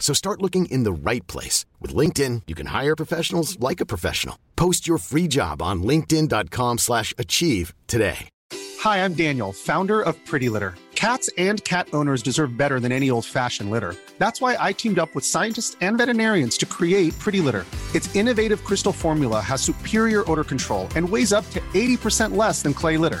So start looking in the right place. With LinkedIn, you can hire professionals like a professional. Post your free job on linkedin.com/achieve slash achieve today. Hi, I'm Daniel, founder of Pretty Litter. Cats and cat owners deserve better than any old fashioned litter. That's why I teamed up with scientists and veterinarians to create Pretty Litter. Its innovative crystal formula has superior odor control and weighs up to 80% less than clay litter.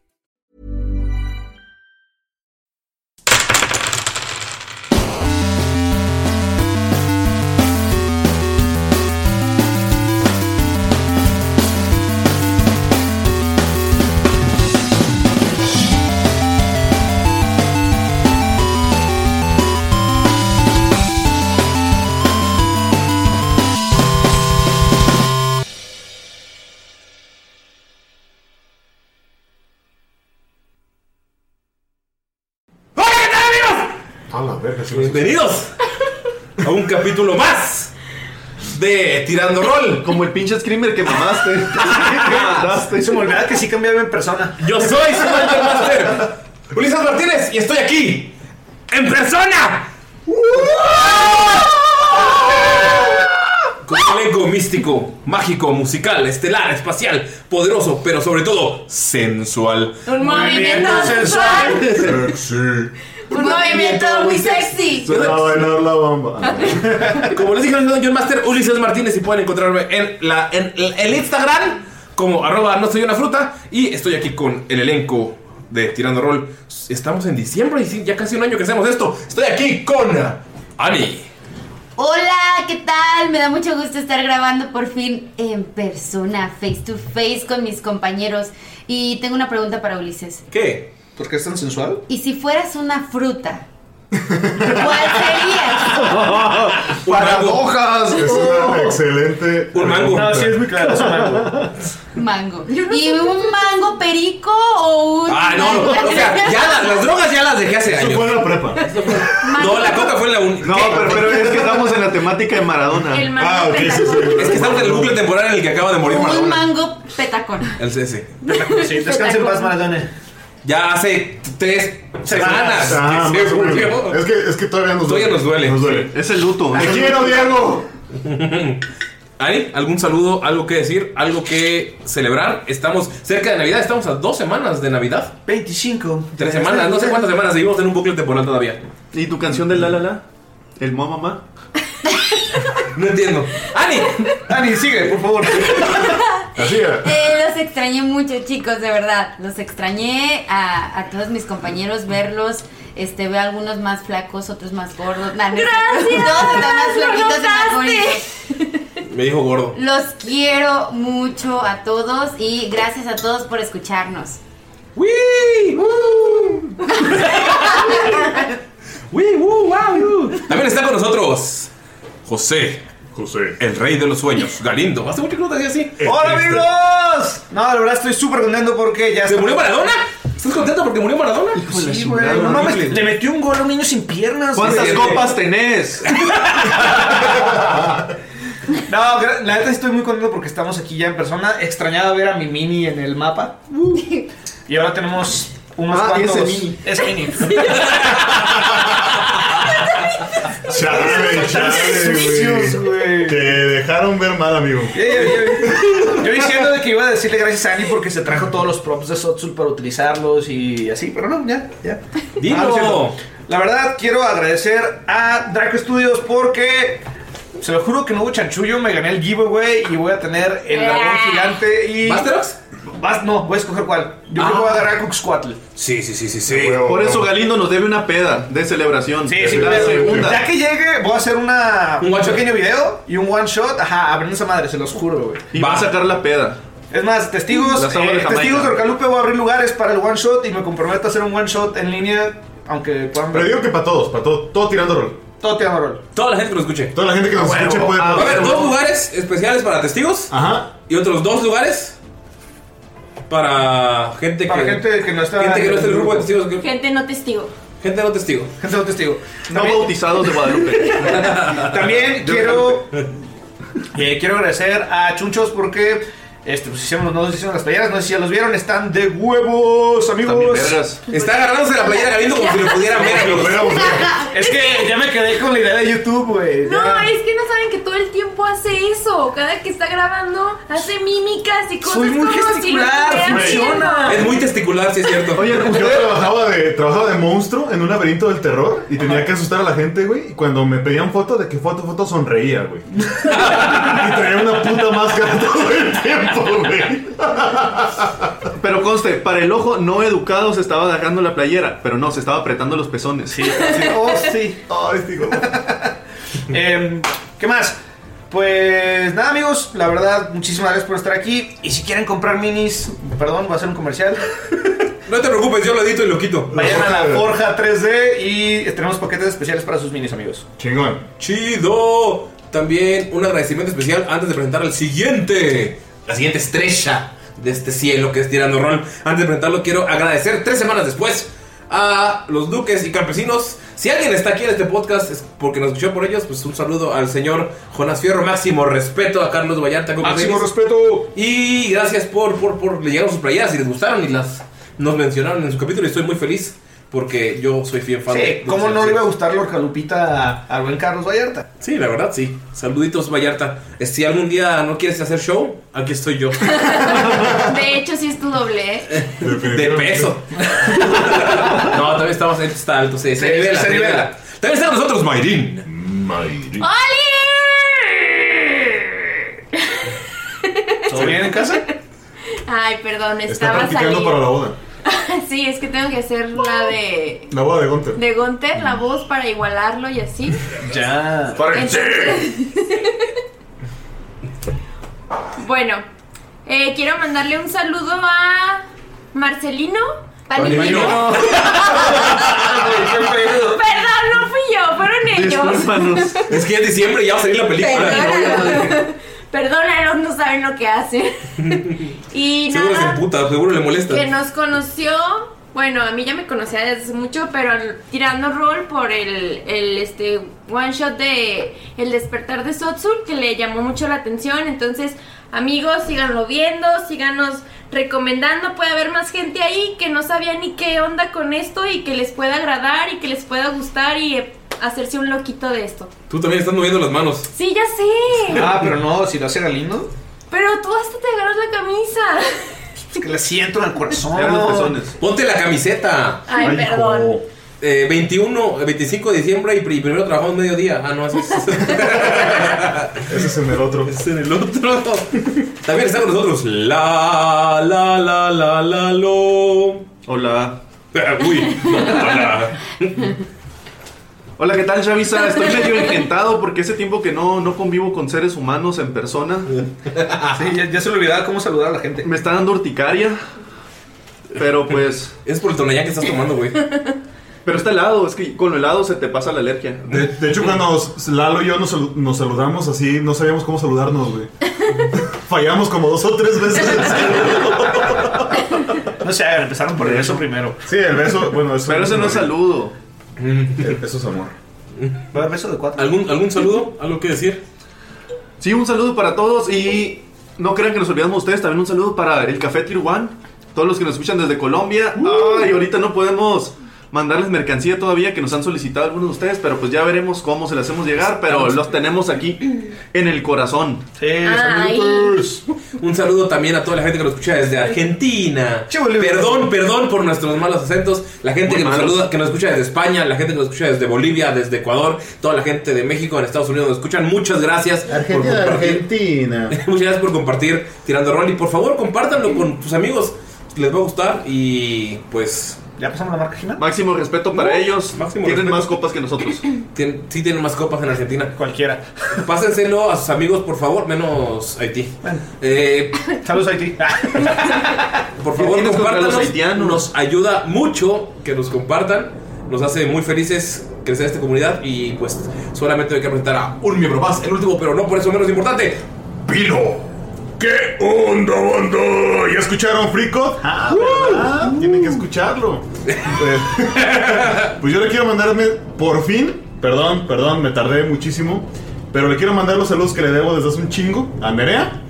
¡Hola, qué tal, amigos! Bienvenidos a un capítulo más de Tirando Rol. Como el pinche screamer que mamaste. mamaste. Se me olvidaba que sí cambiaba en persona. Yo soy su Dungeon Master, Ulises Martínez, y estoy aquí, en persona, con un elenco místico, mágico, musical, estelar, espacial, poderoso, pero sobre todo sensual. Un movimiento sensual. Un movimiento muy sexy. Suena a bailar la bomba. Como les dije, yo soy John Master Ulises Martínez y pueden encontrarme en, la, en el Instagram como arroba no soy una fruta y estoy aquí con el elenco de Tirando Rol. Estamos en diciembre y sí, ya casi un año que hacemos esto. Estoy aquí con Ani. Hola, ¿qué tal? Me da mucho gusto estar grabando por fin en persona, face to face con mis compañeros. Y tengo una pregunta para Ulises. ¿Qué? ¿Por qué es tan sensual? ¿Y si fueras una fruta? ¿Cuál serías? Un mango. Uh. ¡Paradojas! Es Oh. una excelente. Un mango. pregunta. No, sí, es muy claro, es un mango. Mango. ¿Y un mango perico o un Ah, no, no. O sea, ya las, las drogas ya las dejé hace Eso fue años. en la prepa. No, la coca fue la única. No, pero, pero es que estamos en la temática de Maradona. El mango Ah, ok, sí, petacón. sí. Es que estamos en el bucle temporal en el que acaba de morir Un Maradona. mango petacón. El CS. Sí, descansa en paz, Maradona. Ya hace t- tres semanas Ah, que más se o menos. murió. Es que, es que todavía nos Todavía duele. nos duele. Es el luto. ¡Te quiero, Diego! Ari, ¿algún saludo, algo que decir, algo que celebrar? Estamos cerca de Navidad, estamos a dos semanas de Navidad. 25. Tres semanas, no sé cuántas semanas, seguimos en un bucle temporal todavía. ¿Y tu canción del La La La? ¿El Mamá Mamá? No entiendo. ¡Ani! Dani, sigue, por favor. Así era. Eh, los extrañé mucho, chicos, de verdad. Los extrañé a, a todos mis compañeros verlos. Este, veo algunos más flacos, otros más gordos. Nah, no es cierto. Todos están más flaquitos y más bonitos. Me dijo gordo. Los quiero mucho a todos y gracias a todos por escucharnos. ¡Wii! ¡Woo! ¡Wii! ¡Woo! ¡Wow! woo! También está con nosotros José, José. el rey de los sueños, Galindo. Hace mucho que no te hacía así. ¡Hola Este- amigos! No, la verdad estoy súper contento porque ya ¿Se está- murió Maradona? ¿Estás contento porque murió Maradona? Sí, güey, no mames, le metió un gol a un niño sin piernas. ¿Cuántas güey. copas tenés? No, gra- la neta estoy muy contento porque estamos aquí ya en persona. Extrañaba ver a mi mini en el mapa. Y ahora tenemos unos Ah, cuantos. ese mini. Es mini. Chale, chale, Sucios, güey. güey. Te dejaron ver mal, amigo. Eh, Yo, yo- yo- yo diciendo de que iba a decirle gracias a Annie porque se trajo todos los props de Sotsul para utilizarlos y así, pero no, ya, ya. Dilo. Ah, no es cierto. La verdad, quiero agradecer a Draco Studios porque se lo juro que no hubo chanchullo, me gané el giveaway y voy a tener el dragón gigante y. ¿Basteros? Vas- no, voy a escoger cuál. Yo creo que voy a agarrar a Cuxcuatl. Sí, sí, sí, sí, sí. Ah, Huevo, Por eso huevo. Galindo nos debe una peda de celebración. Sí, sí, la pero segunda. Ya que llegue, voy a hacer una, Un un, one shot. pequeño video y un one shot. Ajá, abriendo esa madre, se los juro, güey. Y va a sacar la peda. Es más, testigos, La sombra eh, de Jamaica. testigos de Orcalupe voy a abrir lugares para el one shot y me comprometo a hacer un one shot en línea, aunque puedan Pero ver. digo que para todos, para todos, todo tirando rol. Todo te llama rol. Toda la gente que lo escuche. Toda la gente que nos huevo. escuche puede Ah, Va a haber poner. dos lugares especiales para testigos Ajá. y otros dos lugares para gente Para que. gente que no está gente que no está en el grupo de testigos. que- Gente no testigo. Gente no testigo. Gente no testigo. No También- bautizados de Guadalupe. También Yo quiero eh, quiero agradecer a Chunchos porque este, pues hicieron los nodos, hicieron las playeras, no sé si ya los vieron, están de huevos, También amigos. vergas. Está agarrándose la playera Galindo como si lo pudieran ver. Lo amigos. hubiéramos visto. Es que ya me quedé con la idea de YouTube, güey. No, ya. es que no saben que todo el tiempo hace eso. Cada que está grabando, hace mímicas y cosas Soy muy como si lo gesticular, estuviera funciona. Es muy testicular, sí es cierto. Oye, yo trabajaba de, trabajaba de monstruo en un laberinto del terror y tenía que asustar a la gente, güey. Y cuando me pedían foto, de que foto, foto sonreía, güey. y traía una puta máscara todo el tiempo, güey. Pero conste, para el ojo no educado se estaba dejando la playera, pero no, se estaba apretando los pezones. Sí. Sí, oh, sí. Ay, digo. Em, ¿Qué más? Pues nada amigos, la verdad, muchísimas gracias por estar aquí. Y si quieren comprar minis, perdón, va a ser un comercial. No te preocupes, yo lo edito y lo quito. Vayan a la Forja 3D y tenemos paquetes especiales para sus minis amigos. Chingón. Chido. También un agradecimiento especial antes de presentar al siguiente, la siguiente estrella de este cielo que es Tirando Ron. Antes de presentarlo, quiero agradecer tres semanas después a los duques y campesinos. Si alguien está aquí en este podcast es porque nos escuchó por ellos, pues un saludo al señor Jonas Fierro. Máximo respeto a Carlos Vallarta. Ah, como tenis. respeto. Y gracias por, por, por le llegaron sus playeras y les gustaron y las nos mencionaron en su capítulo. Y estoy muy feliz porque yo soy fiel fan de. Sí, ¿cómo no le iba a gustar la Orcalupita al buen Carlos Vallarta? Sí, la verdad, sí. Saluditos, Vallarta. Eh, Si algún día no quieres hacer show, aquí estoy yo. De hecho, sí es tu doble, ¿eh? De peso. no, también estamos, está alto, sí. Se Sí, nivela, se se nivela. nivela. También está con nosotros, Mayrin. Mayrin. ¡Oli! ¿Todo bien en casa? Ay, perdón, Está estaba practicando para la saliendo. boda. Sí, es que tengo que hacer la de. La boda de Gunter. De Gunter, la voz para igualarlo y así. Ya. Entonces- bueno, eh, quiero mandarle un saludo a Marcelino. Panimino. Ah, Perdón, no fui yo, fueron ellos. Discúlpanos. Es que ya es diciembre y ya va a salir la película. Perdónalos. Perdónalos, no saben lo que hacen. y Seguro se nada, emputa, seguro le molesta. que nos conoció. Bueno, a mí ya me conocía desde hace mucho, pero al- tirando rol por el, el, este one shot de El despertar de Sotsul que le llamó mucho la atención. Entonces, amigos, síganlo viendo, síganos recomendando. Puede haber más gente ahí que no sabía ni qué onda con esto y que les pueda agradar y que les pueda gustar y eh, hacerse un loquito de esto. Tú también estás moviendo las manos. Sí, ya sé. Ah, pero no, si lo hace Galindo, Pero tú hasta te agarras la camisa. es que le siento en el corazón. Vean los pezones. Ponte la camiseta. Ay, Oh. perdón. Eh, 21, eh, 25 de diciembre y, pri- primero trabajamos mediodía. Ah, no, eso es, Ese es en el otro. es en el otro. También está con nosotros. La, la, la, la, la, lo. Hola. Ah, Uy, no, hola. Hola, ¿qué tal, Chavisa? Estoy medio encantado porque hace tiempo que no, no convivo con seres humanos en persona. Sí, ya, ya se le olvidaba cómo saludar a la gente. Me está dando urticaria. Pero pues. Es por el tonallá que estás tomando, güey. Pero está helado, es que con lo helado se te pasa la alergia. De, de hecho, cuando nos- Lalo y yo nos, salu- nos saludamos así, no sabíamos cómo saludarnos, güey. Fallamos como dos o tres veces. No sé, empezaron por eso primero. Sí, el beso, bueno, eso Pero ese no es saludo. Eso es amor. ¿Va a haber beso de cuatro? ¿Algún, ¿Algún saludo? ¿Algo que decir? Sí, un saludo para todos y no crean que nos olvidamos de ustedes. También un saludo para el Café Tier One, todos los que nos escuchan desde Colombia. Ay, ahorita no podemos mandarles mercancía todavía que nos han solicitado algunos de ustedes, pero pues ya veremos cómo se las hacemos llegar, pero los tenemos aquí en el corazón. Sí, Ay. saludos. Un saludo también a toda la gente que nos escucha desde Argentina. Che, boludo. Perdón, perdón por nuestros malos acentos. La gente Muy que nos malos. saluda, que nos escucha desde España, la gente que nos escucha desde Bolivia, desde Ecuador, toda la gente de México, en Estados Unidos nos escuchan. Muchas gracias por Argentina, compartir. Argentina. Muchas gracias por compartir Tirando Rol y por favor compártanlo con tus amigos. Les va a gustar y pues ¿Ya pasamos la marca final? Máximo respeto para No, ellos. máximo Tienen respeto. más copas que nosotros. tien- sí tienen más copas en Argentina. Cualquiera. Pásenselo a sus amigos por favor, menos Haití. Bueno. Eh, Saludos Haití. Por ¿Qué favor, tienes contra compártanos. los haitianos? Nos ayuda mucho que nos compartan. Nos hace muy felices crecer esta comunidad. Y pues solamente hay que presentar a un miembro más, el último, pero no por eso menos importante. Pilo. ¿Qué onda, banda? ¿Ya escucharon Frico? Ah, ¿verdad? Tienen que escucharlo. Eh, pues yo le quiero mandarme, por fin, perdón, perdón, me tardé muchísimo, pero le quiero mandar los saludos que le debo desde hace un chingo a Nerea.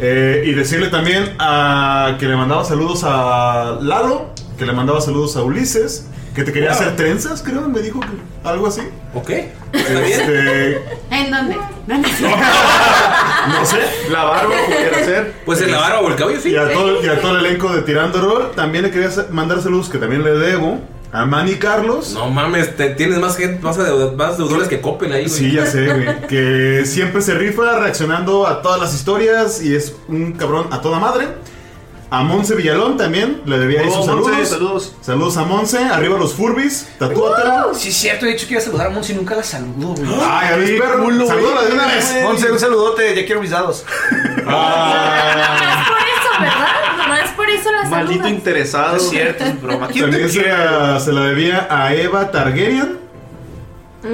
eh, y decirle también a que le mandaba saludos a Lalo, que le mandaba saludos a Ulises, que te quería hacer trenzas, creo, me dijo que algo así. ¿Ok? ¿Está bien? Este, ¿En dónde? No, no, no. no sé. La barba pudiera ser. Pues el la barba o el cabello, sí. Y a, todo, y a todo el elenco de Tirando Rol, también le quería sa- mandar saludos que también le debo a Manny Carlos. No mames, te- tienes más gente, más, adeuda- más deudores que copen ahí, güey. Sí, ya sé, güey. Que siempre se rifa reaccionando a todas las historias y es un cabrón a toda madre. A Monse Villalón también le debía ahí Oh, sus Monse, saludos. saludos. Saludos a Monse, arriba los Furbis, Tatúatela. Sí, es cierto, he dicho que iba a saludar a Monsi y nunca la saludo, güey. Ay, a ver, perro. Salúdala de una vez. Monse, un saludote, ya quiero mis dados. Ah, Nomás por eso, ¿verdad? Nomás por eso la Maldito saludas. interesado. Es cierto, es broma. ¿Quién te también se quiere? la, se la debía a Eva Targaryen.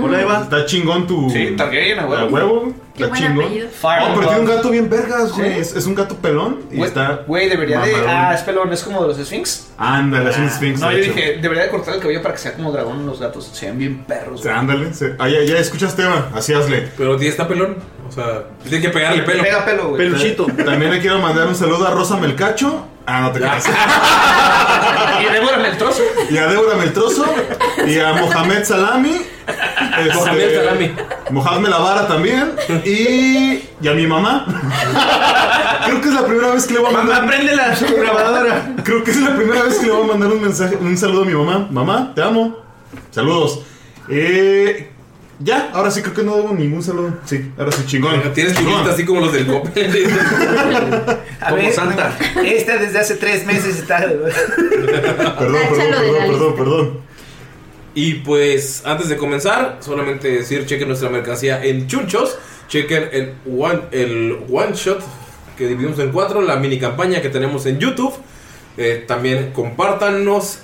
Hola, Eva. Está chingón tu. Sí, Targaryen, a huevo. A huevo. Qué está buen chingón. apellido. No, Ah, pero tiene un gato bien vergas, güey. Sí. Es, es un gato pelón y Güey, está. Güey, debería de. mamadón. Ah, es pelón, es como de los Sphinx. Ándale, es un Sphinx. Ah, No, de yo hecho. dije, debería de cortar el cabello para que sea como dragón los gatos. Se ven bien perros. O güey. sea, ándale. sí. Ah, ya, ya escuchaste, Eva. Así hazle. Pero tiene está pelón. O sea, tiene que Ah, pegarle pelo. Pega pelo, güey. Pues, Peluchito. También le quiero mandar un saludo a Rosa Melcacho. Ah, no te creas. Ah, Y Débora Meltroso. Y a Débora Meltroso. Y a Mohamed Salami. Este, Mohamed Salami. Mohamed Lavara también. Y, y a mi mamá. Creo que es la primera vez que le voy a mandar. Aprende la grabadora. Creo que es la primera vez que le voy a mandar un mensaje, un saludo a mi mamá. Mamá, te amo. Saludos. Eh, ya, ahora sí creo que no debo ningún saludo. Sí, ahora sí, chingón. Tienes Chingón. figuritas así como los del copen. A Como ver, Santa. Esta desde hace tres meses está. Perdón, Ah, perdón, Táchalo de la perdón, perdón, lista. perdón. Y pues antes de comenzar, solamente decir, chequen nuestra mercancía en chunchos, chequen el one, el one shot que dividimos en cuatro, la mini campaña que tenemos en YouTube. Eh, también compártanos,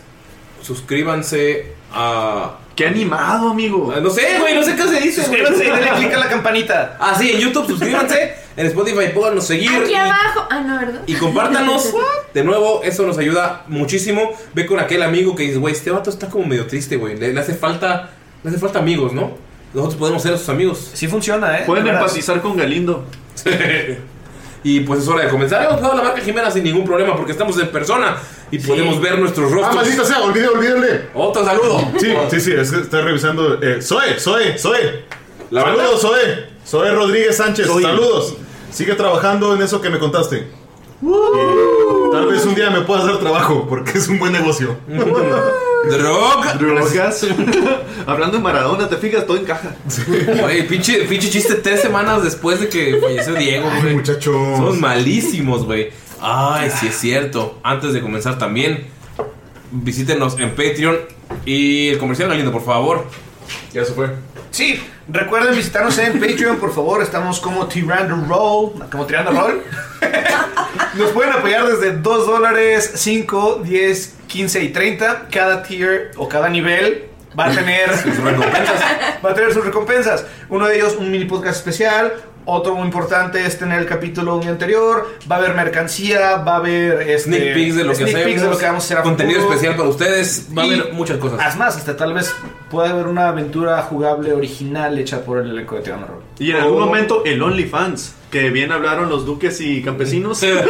suscríbanse a... Qué animado, amigo. Ah, No sé, güey, no sé qué se dice. güey. Suscríbanse y denle click a la campanita. Ah, sí, en YouTube suscríbanse, en Spotify pónganos seguir. Aquí y- abajo. Ah, no, ¿verdad? Y compártanos. De nuevo, eso nos ayuda muchísimo. Ve con aquel amigo que dice, güey, este vato está como medio triste, güey. Le, le hace falta. Le hace falta amigos, ¿no? Nosotros podemos ser sus amigos. Sí funciona, ¿eh? Pueden De veras. empatizar con Galindo. y pues es hora de comenzar. Hemos dado la marca Jimena sin ningún problema porque estamos en persona y podemos ver nuestros Ah, rostros. maldita sea, olvídale, olvídale. Otro saludo. Sí, sí, sí, es que estoy revisando. eh, Zoe, Zoe, Zoe. La Saludos, Zoe. Zoe Rodríguez Sánchez, Zoe. saludos. Sigue trabajando en eso que me contaste. Uh. Y Tal vez un día me puedas dar trabajo porque es un buen negocio. Droga. Drogas. Hablando de Maradona, te fijas, todo encaja. Güey, pinche, pinche chiste tres semanas después de que falleció Diego, Ay, güey. muchachos. Somos malísimos, güey. Ay, sí es cierto. Antes de comenzar también, visítenos en Patreon. Y el comercial Galindo, por favor. Ya se fue. Sí, recuerden visitarnos en Patreon, por favor. Estamos como Tirando Roll. Como Tirando Roll. Nos pueden apoyar desde 2 dólares, 5, 10, 15 y 30. Cada tier o cada nivel va a tener Sus recompensas. va a tener sus recompensas. Uno de ellos, un mini podcast especial. Otro muy importante es tener el capítulo de un anterior. Va a haber mercancía, va a haber este, Sneak peeks de lo que sneak hacemos. peeks de lo que vamos a hacer a Contenido futuro. especial para ustedes. Va a Y haber muchas cosas. haz más, hasta tal vez pueda haber una aventura jugable original hecha por el elenco de Tirano Roll. Y en algún Oh. Oh. momento, el OnlyFans. Que bien hablaron los duques y campesinos. eh,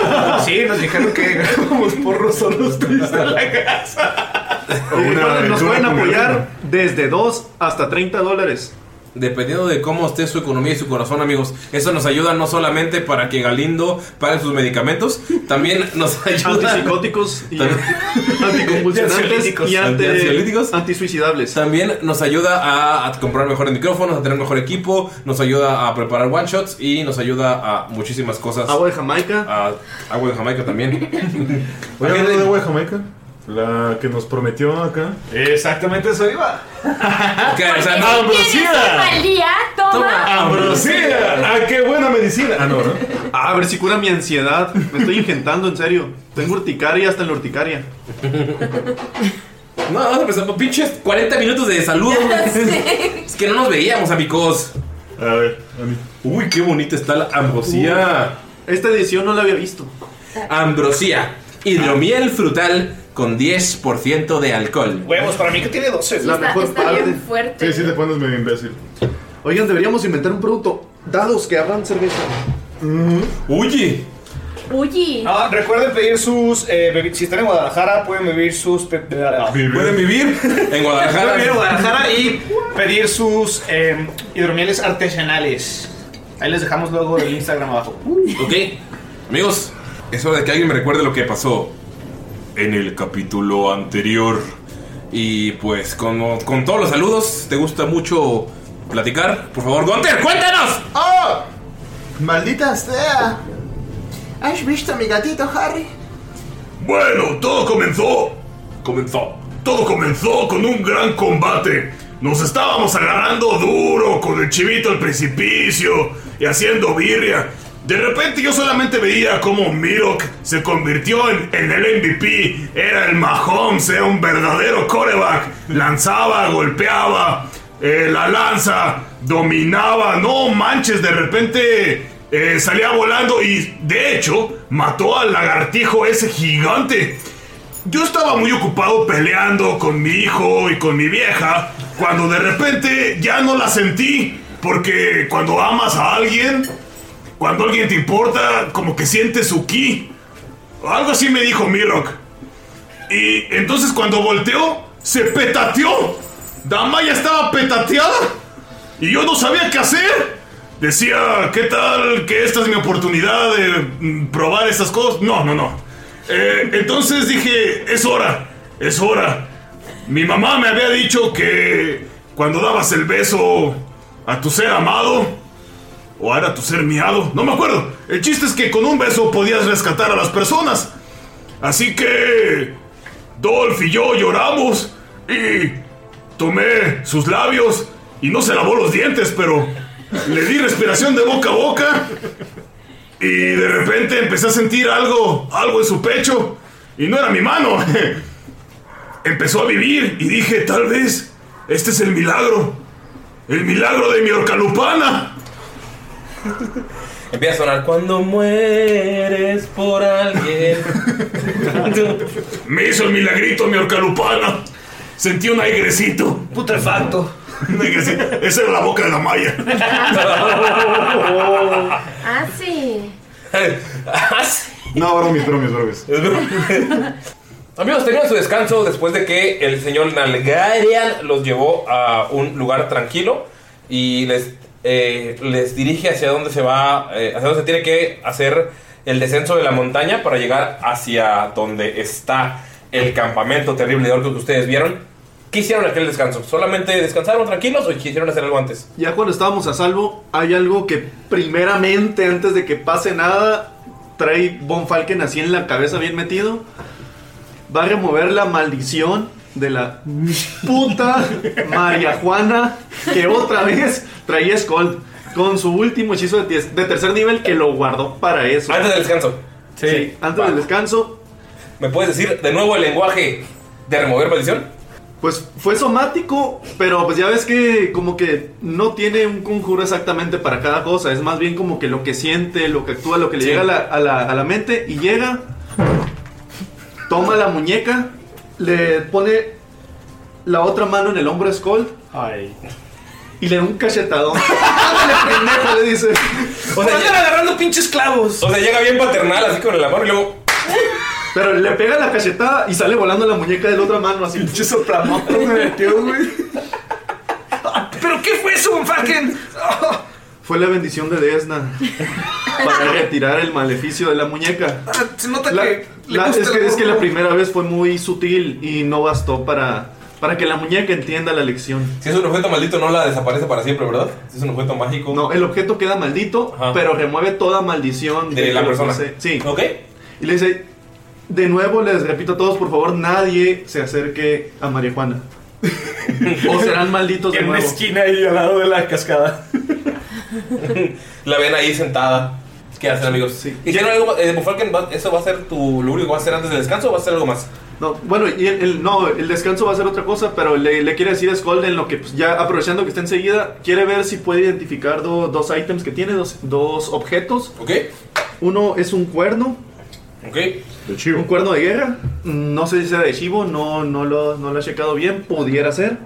Sí, nos dijeron que éramos porros solos tres en la casa. Recuerden, nos pueden apoyar desde 2 hasta 30 dólares. Dependiendo de cómo esté su economía y su corazón, amigos. Eso nos ayuda no solamente para que Galindo pague sus medicamentos, también nos ayuda. Antipsicóticos y anticonvulsionantes y ante- antisuicidables. También nos ayuda a, a comprar mejores micrófonos, a tener mejor equipo, nos ayuda a preparar one shots y nos ayuda a muchísimas cosas. Ah, Agua de Jamaica. agua de Jamaica también. Oye, hablando de agua de Jamaica, la que nos prometió acá. Exactamente, eso iba. o sea, Malía, toma. ¡Ambrosía! ¡Ah, qué buena medicina! Ah, no, ¿no? Ah, a ver si cura mi ansiedad. Me estoy ingentando, en serio. Tengo urticaria hasta en la urticaria. No, vamos a empezar por pinches 40 minutos de saludos. Es que no nos veíamos, amigos. A ver, Uy, qué bonita está la ambrosía. Esta edición no la había visto. Ambrosía. Hidromiel frutal con 10% de alcohol. Huevos, para mí que tiene 12. La mejor parte. fuerte. Sí, sí, te pones medio imbécil. Oigan, deberíamos inventar un producto. Dados que abran cerveza. Oye. Uy. Ah, recuerden pedir sus. eh, bebi- si están en Guadalajara, pueden vivir sus. pe- Pueden vivir en Guadalajara. Pueden vivir en Guadalajara y pedir sus eh, hidromieles artesanales. Ahí les dejamos luego el Instagram abajo. Ok, amigos, es hora de que alguien me recuerde lo que pasó en el capítulo anterior. Y pues, con, con todos los saludos, ¿te gusta mucho platicar? Por favor, Gunter, cuéntanos. ¡Oh! ¡Maldita sea! ¿Has visto a mi gatito, Harry? Bueno, todo comenzó. Comenzó. Todo comenzó con un gran combate. Nos estábamos agarrando duro con el chivito al precipicio y haciendo birria. De repente yo solamente veía cómo Mirok se convirtió en, en el MVP. Era el Mahomes, era un verdadero coreback. Lanzaba, golpeaba, eh, la lanza, dominaba. No manches, de repente eh, salía volando y de hecho mató al lagartijo ese gigante. Yo estaba muy ocupado peleando con mi hijo y con mi vieja cuando de repente ya no la sentí. Porque cuando amas a alguien, cuando alguien te importa, como que sientes su ki. Algo así me dijo Mirok. Y entonces cuando volteó, se petateó. Damaya estaba petateada. Y yo no sabía qué hacer. Decía, ¿qué tal que esta es mi oportunidad de mm, probar estas cosas? No, no, no. Eh, entonces dije, es hora, es hora. Mi mamá me había dicho que cuando dabas el beso a tu ser amado, o era tu ser miado, no me acuerdo. El chiste es que con un beso podías rescatar a las personas. Así que Dolph y yo lloramos y tomé sus labios y no se lavó los dientes, pero le di respiración de boca a boca y de repente empecé a sentir algo, algo en su pecho y no era mi mano. Empezó a vivir y dije, tal vez este es el milagro, el milagro de mi orcalupana. Empieza a sonar cuando mueres por alguien. Me hizo el milagrito mi orcalupana. Sentí un airecito. Putrefacto. Un airecito. Esa era la boca de la maya. Ah, sí. No, bromis, bromis, bromis. Amigos, tenían su descanso después de que el señor Nalgarian los llevó a un lugar tranquilo y les, eh, les dirige hacia dónde se va, eh, hacia dónde se tiene que hacer el descenso de la montaña para llegar hacia donde está el campamento terrible de orcos que ustedes vieron. ¿Qué hicieron en aquel descanso? ¿Solamente descansaron tranquilos o quisieron hacer algo antes? Ya cuando estábamos a salvo, hay algo que primeramente, antes de que pase nada, trae Von Falken así en la cabeza bien metido. Va a remover la maldición de la puta María Juana que otra vez traía Skull con su último hechizo de, ties- de tercer nivel que lo guardó para eso. Antes del descanso. Sí, antes del descanso. ¿Me puedes decir de nuevo el lenguaje de remover maldición? Pues fue somático, pero pues ya ves que como que no tiene un conjuro exactamente para cada cosa. Es más bien como que lo que siente, lo que actúa, lo que le Sí. llega a la, a la- a la mente y llega, toma la muñeca, le pone la otra mano en el hombro a Skull y le da un cachetadón. ¡Ándale, pendejo! le dice. O sea, Pues agarrando pinches clavos. O sea, llega bien paternal así con el amor y luego. Pero le pega la cachetada y sale volando la muñeca de la otra mano, así. Pinche soplamoto me metió, güey. Ah, ¿Pero qué fue eso, Bonfalken? Fue la bendición de Desna para retirar el maleficio de la muñeca. Ah, Se nota La- que. le la- gusta es, el que, es que la gordo. primera vez fue muy sutil y no bastó para, para que la muñeca entienda la lección. Si es un objeto maldito, no la desaparece para siempre, ¿verdad? Si es un objeto mágico. No, el objeto queda maldito, pero remueve toda maldición De la que lo persona. posee. Sí. Ok. Y le dice, de nuevo les repito a todos, por favor, nadie se acerque a marihuana. o serán malditos de En una nuevo. esquina ahí al lado de la cascada. La ven ahí sentada. ¿Qué hacen, amigos? ¿Hicieron algo más? Eh, Mufalken, va- ¿eso va a ser tu, lo único que va a hacer antes del descanso o va a hacer algo más? No, bueno, y el, el- no, el descanso va a ser otra cosa, pero le, le quiere decir a Scold en lo que, pues, ya aprovechando que está enseguida, quiere ver si puede identificar do- dos ítems que tiene, dos, dos objetos. Ok. Uno es un cuerno. Ok. Un cuerno de guerra. No sé si sea de chivo, no, no, lo, no lo he checado bien, pudiera ser.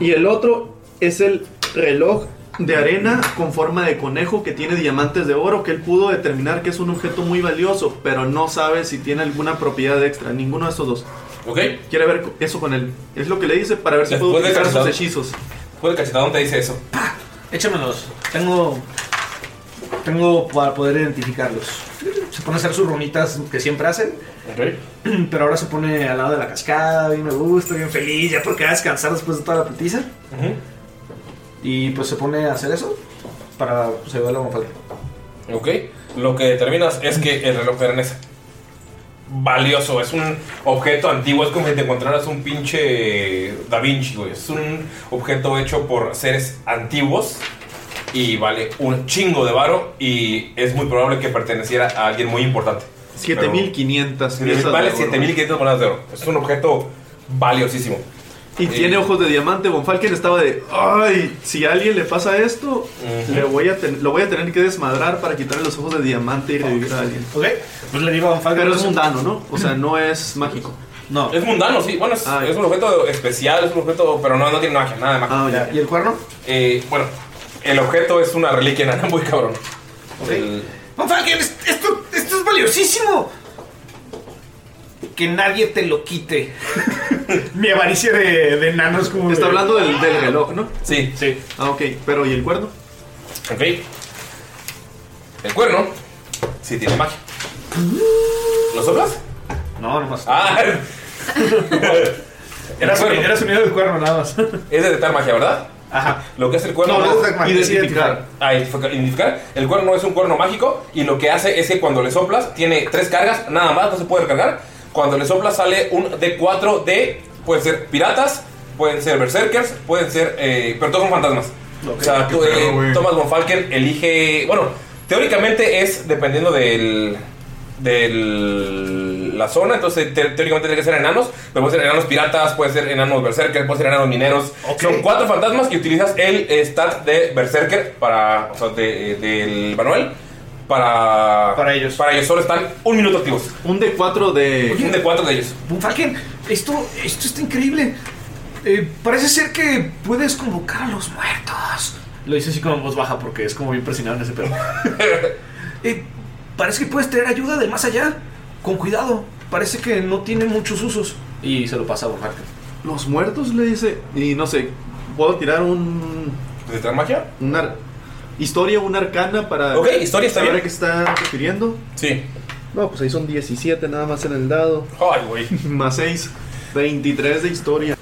Y el otro es el reloj de arena con forma de conejo que tiene diamantes de oro que él pudo determinar que es un objeto muy valioso, pero no sabe si tiene alguna propiedad extra, ninguno de estos dos. Ok. Quiere ver co- eso con él. Es lo que le dice para ver si puede del utilizar sus cachetadón- hechizos. Después del cachetadón te dice eso. Échamelos. Tengo. Tengo para poder identificarlos. Se pone a hacer sus runitas que siempre hacen. Pero ahora se pone al lado de la cascada, bien me gusta, bien feliz, ya porque va a descansar después de toda la petiza. Y pues se pone a hacer eso para pues, se ve la falta. Ok. Lo que determinas es que el reloj de arena es valioso. Es un objeto antiguo. Es como si te encontraras un pinche Da Vinci, güey. Es un objeto hecho por seres antiguos. Y vale un chingo de varo. Y es muy probable que perteneciera a alguien muy importante. 7500 Pero- piezas Vale de oro. 7500 monedas de oro. Es un objeto valiosísimo. Y tiene ojos de diamante. Von Falken estaba de, ay, si a alguien le pasa esto, Ujú. le voy a ten- lo voy a tener que desmadrar para quitarle los ojos de diamante y revivir a alguien. Ok, pues le digo a Von Falken. Pero es mundano, ¿no? O sea, no es mágico. No. Es mundano, sí. Bueno, es, Ah, es un objeto especial, es un objeto, pero no, no tiene magia, nada de Ah, magia. ¿Y el cuerno? Eh, bueno, el objeto es una reliquia enana muy cabrón. El- Von Falken, es- esto, esto es valiosísimo. Que nadie te lo quite. Mi avaricia de, de nanos como. Está de- hablando del, del reloj, ¿no? Sí, sí. Ah, ok. Pero ¿y el cuerno? Ok. El cuerno sí tiene magia. ¿Lo soplas? No, nomás. Ah, Era su, era su nido del cuerno nada más. Es detectar magia, ¿verdad? Ajá. Lo que hace el cuerno No, no detectar magia, es identificar. Ah, identificar. identificar. El cuerno es un cuerno mágico y lo que hace es que cuando le soplas tiene tres cargas, nada más, no se puede recargar. Cuando le soplas sale un D4 de, pueden ser piratas, pueden ser berserkers, pueden ser, eh, pero todos son fantasmas. o sea, tú, eh, Thomas von Falken elige, bueno, teóricamente es dependiendo del de la zona, entonces te- teóricamente tiene que ser enanos, pero pueden ser enanos piratas, pueden ser enanos berserker, pueden ser enanos mineros. Son cuatro fantasmas y utilizas el eh, stat de berserker para, o sea, de- eh, del manual para para ellos. Para ellos solo están un minuto activos. Un D4 de un D4 de ellos. Von Falken, esto, esto está increíble. Eh, parece ser que puedes convocar a los muertos. Lo dice así como en voz baja porque es como bien presionado en ese pedo. Eh, parece que puedes traer ayuda del más allá. Con cuidado. Parece que no tiene muchos usos. Y se lo pasa a Von Falken. Los muertos le dice. Y no sé, ¿puedo tirar un. ¿Detectar magia? Una historia, una arcana para. Ok, historia está saber bien. a qué está refiriendo. Sí. No, pues ahí son 17 nada más en el dado. Ay, güey. Más 6. 23 de historia.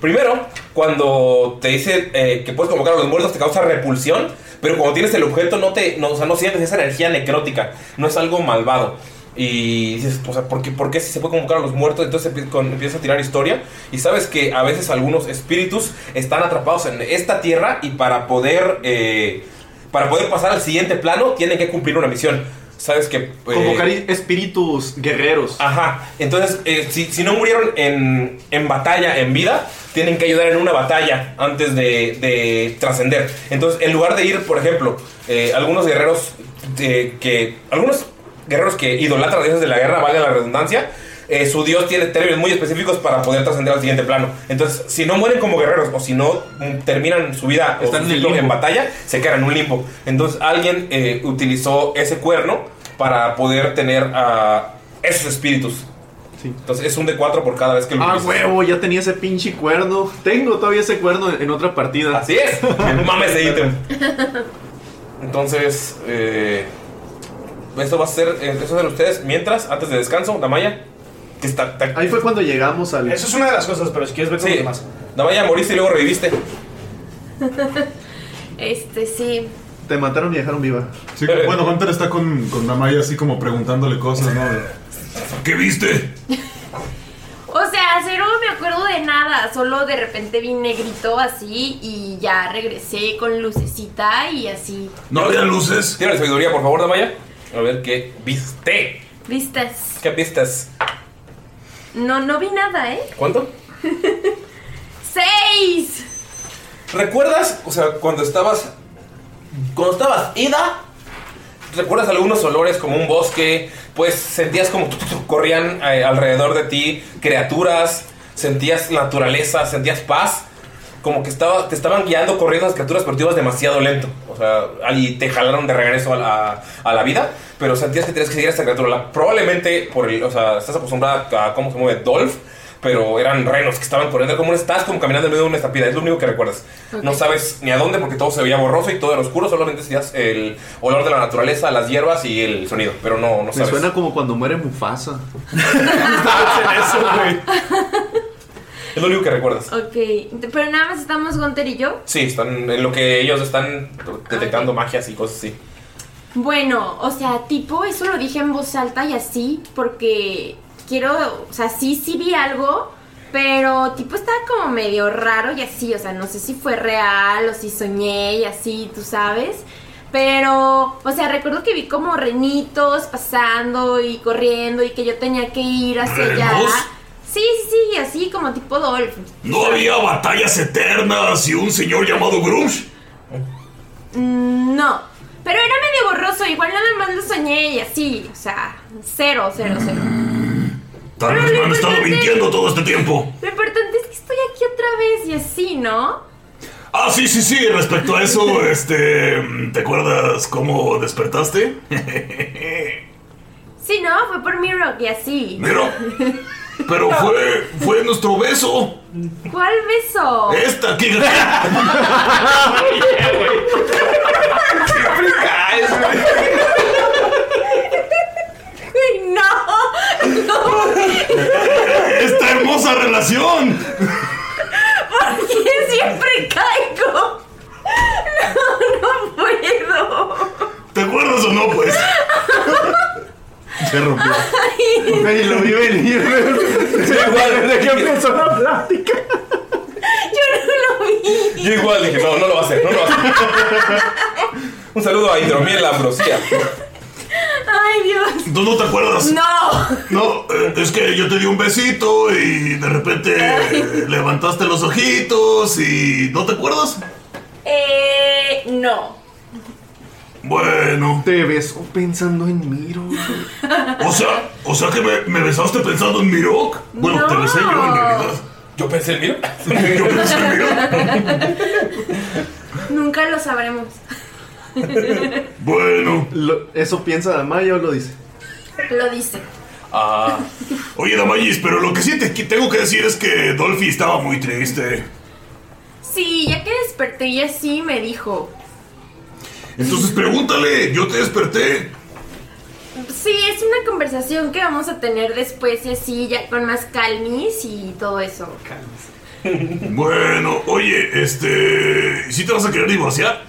Primero, cuando te dice eh, que puedes convocar a los muertos te causa repulsión, pero cuando tienes el objeto no te, no, o sea, no sientes esa energía necrótica, no es algo malvado. Y dices, o sea, ¿por qué, por qué si se puede convocar a los muertos? Entonces empie- con- empiezas a tirar historia y sabes que a veces algunos espíritus están atrapados en esta tierra y para poder, eh, para poder pasar al siguiente plano tienen que cumplir una misión. Sabes que... eh, Convocar espíritus guerreros. Ajá. Entonces, eh, si, si no murieron en, en batalla, en vida, tienen que ayudar en una batalla antes de, de trascender. Entonces, en lugar de ir, por ejemplo, eh, algunos guerreros de- que. Algunos guerreros que idolatran a dioses de la guerra, vale la redundancia. eh, su dios tiene términos muy específicos para poder trascender al siguiente plano. Entonces, si no mueren como guerreros o si no mm, terminan su vida o Están su en el ciclo en limbo. batalla, se quedan en un limbo. Entonces, alguien eh, utilizó ese cuerno para poder tener a esos espíritus. Entonces es un D4 por cada vez que lo Ah, utilizas. huevo, ya tenía ese pinche cuerno. Tengo todavía ese cuerno en otra partida. Así es. Mames de ítem. Entonces, eh, esto va a ser eh, eso de ustedes mientras, antes de descanso, Damaya. Que está, Ahí fue cuando llegamos al. Eso es una de las cosas, pero si quieres ver sí. más. Damaya, moriste y luego reviviste. Este, sí. Te mataron y dejaron viva. Sí, bueno, Hunter está con, con Damaya así como preguntándole cosas, ¿no? ¿Qué viste? O sea, cero no me acuerdo de nada, solo de repente vi negrito así y ya regresé con lucecita y así. ¿No había luces? Tiene sabiduría, por favor, Damaya. A ver qué viste. Vistas. ¿Qué vistas? No, no vi nada, ¿eh? ¿Cuánto? ¡Seis! ¿Recuerdas? O sea, cuando estabas. Cuando estabas ida. ¿Recuerdas algunos olores como un bosque? Pues sentías como tu, tu, tu, corrían eh, alrededor de ti criaturas, sentías naturaleza, sentías paz. Como que estaba, te estaban guiando corriendo las criaturas, pero tú ibas demasiado lento. O sea, ahí te jalaron de regreso a la, a la vida, pero sentías que tenías que seguir a esta criatura. La- probablemente, por el, o sea, estás acostumbrada a cómo se mueve Dolph, pero eran renos que estaban corriendo como un estás como caminando en medio de una estampida, es lo único que recuerdas. Ok. No sabes ni a dónde porque todo se veía borroso y todo era oscuro, solamente sentías el olor de la naturaleza, las hierbas y el sonido, pero no, no Me sabes. suena como cuando muere Mufasa. Es lo único que recuerdas. Ok, pero nada más estamos Gunter y yo. Sí, están en lo que ellos están detectando magias y cosas así. Bueno, o sea, tipo, eso lo dije en voz alta y así, porque quiero, o sea, sí, sí vi algo, pero tipo estaba como medio raro y así, o sea, no sé si fue real o si soñé y así, tú sabes. Pero, o sea, recuerdo que vi como renitos pasando y corriendo y que yo tenía que ir hacia allá. ¿Renos? Sí, sí, sí, así como tipo Dolph. ¿No había batallas eternas y un señor llamado Grumsh? Mm, No, pero era medio borroso, igual nada más lo soñé y así, o sea, cero, cero, cero. Tal vez me han estado mintiendo todo este tiempo. Lo importante es que estoy aquí otra vez y así, ¿no? Ah, sí, sí, sí, respecto a eso, este. ¿Te acuerdas cómo despertaste? Sí, ¿no? Fue por Mirok y así. Pero, pero fue, fue nuestro beso. ¿Cuál beso? Esta, que. Ay, no, no. ¡Esta hermosa relación! ¿Por qué siempre caigo? No, no puedo. ¿Te acuerdas o no, pues? Se rompió. Ay, lo vi venir. ¿De qué empezó la plática? yo no lo vi. Yo igual dije, no, no lo va a hacer, no lo va a hacer. Un saludo a Hidromiel la Ambrosía. Ay, Dios. ¿Tú no te acuerdas? No. No, eh, es que yo te di un besito y de repente eh, levantaste los ojitos y. ¿No te acuerdas? Eh, no. Bueno. Te besó pensando en Miro. O sea, o sea que me, me besaste pensando en Mirok. Bueno, te besé yo en realidad. ¿Yo pensé en Mirok? yo pensé en Mirok. Nunca lo sabremos. Bueno. ¿Eso piensa Damaya o lo dice? Lo dice. Ah. Oye, Damayis, pero lo que sí te que tengo que decir es que Dolphy estaba muy triste. Sí, ya que desperté y así me dijo. Entonces pregúntale, yo te desperté. Sí, es una conversación que vamos a tener después y así, ya con más calmis y todo eso. Bueno, oye, este. ¿Sí te vas a querer divorciar?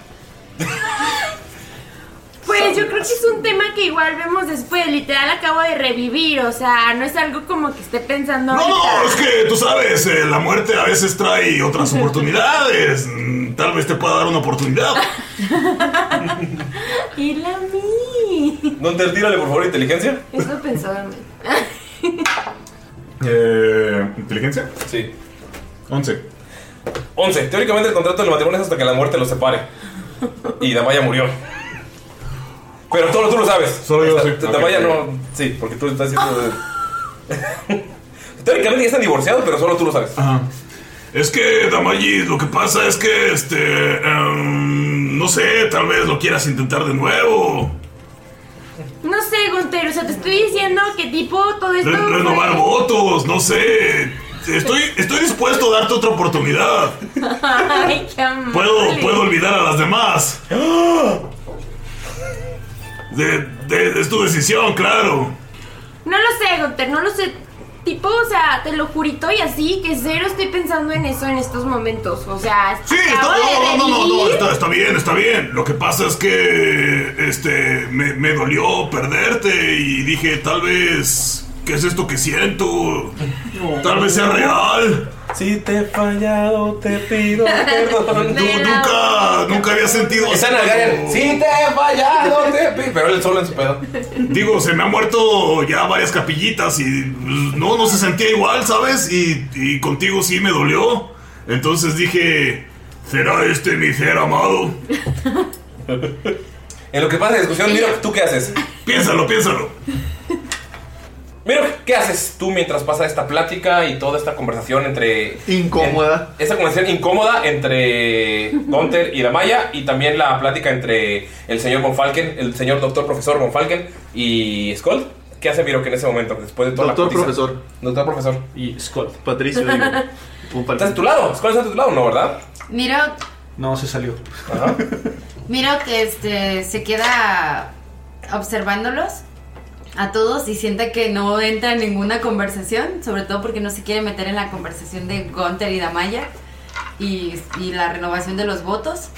Pues yo creo que es un tema que igual vemos después, literal acabo de revivir, o sea, no es algo como que esté pensando No, ahorita. no, es que tú sabes, eh, la muerte a veces trae otras oportunidades. Mm, Tal vez te pueda dar una oportunidad. Y la mí. Donde tírale por favor inteligencia. Eso pensó en mí. Eh, ¿Inteligencia? Sí. 11. 11. Teóricamente el contrato del matrimonio es hasta que la muerte los separe. Y Damaya murió. Pero todo tú lo sabes. Solo yo Ok, Damaya ok. no. Sí, porque tú estás diciendo. Teóricamente ya están divorciados, pero solo tú lo sabes. Es que, Damayi, lo que pasa es que, este. em, no sé, tal vez lo quieras intentar de nuevo. No sé, Gunter, o sea, te estoy diciendo que tipo todo esto. Re- fue- renovar votos, no sé. Estoy, estoy dispuesto a darte otra oportunidad. Ay, qué amable. Puedo, puedo olvidar a las demás. ¡Ah! De- de- es tu decisión, claro. No lo sé, Gunter, no lo sé. Tipo, o sea, te lo jurito y así, que cero estoy pensando en eso en estos momentos. O sea, sí, acabo No, de no, no, venir. no, está, está bien, está bien. Lo que pasa es que este me, me dolió perderte y dije, tal vez, ¿qué es esto que siento? Tal vez sea real. Si te he fallado, te pido perdón. nunca, nunca había sentido. Esa nalgada, "Sí, te he fallado, te Pero él solo en su pedo. Digo, se me han muerto ya varias capillitas y pues, no, no se sentía igual, ¿sabes? Y, y contigo sí me dolió. Entonces dije, ¿será este mi ser amado? En lo que pasa la discusión, mira, ¿tú qué haces? Piénsalo, piénsalo. Mira, ¿qué haces tú mientras pasa esta plática y toda esta conversación entre. Incómoda. esta conversación incómoda entre Gunter y la Maya y también la plática entre el señor Von Falken, el señor doctor profesor Von Falken y Skull. ¿Qué hace Miro en ese momento? Después de toda Doctor la putiza? profesor. Doctor profesor. Y Skull. Patricio, digo. ¿Estás a tu lado? ¿Skull está a tu lado? No, ¿verdad? Miro, No, se salió. miro que este se queda observándolos a todos y sienta que no entra en ninguna conversación, sobre todo porque no se quiere meter en la conversación de Gunter y Damaya y, y la renovación de los votos.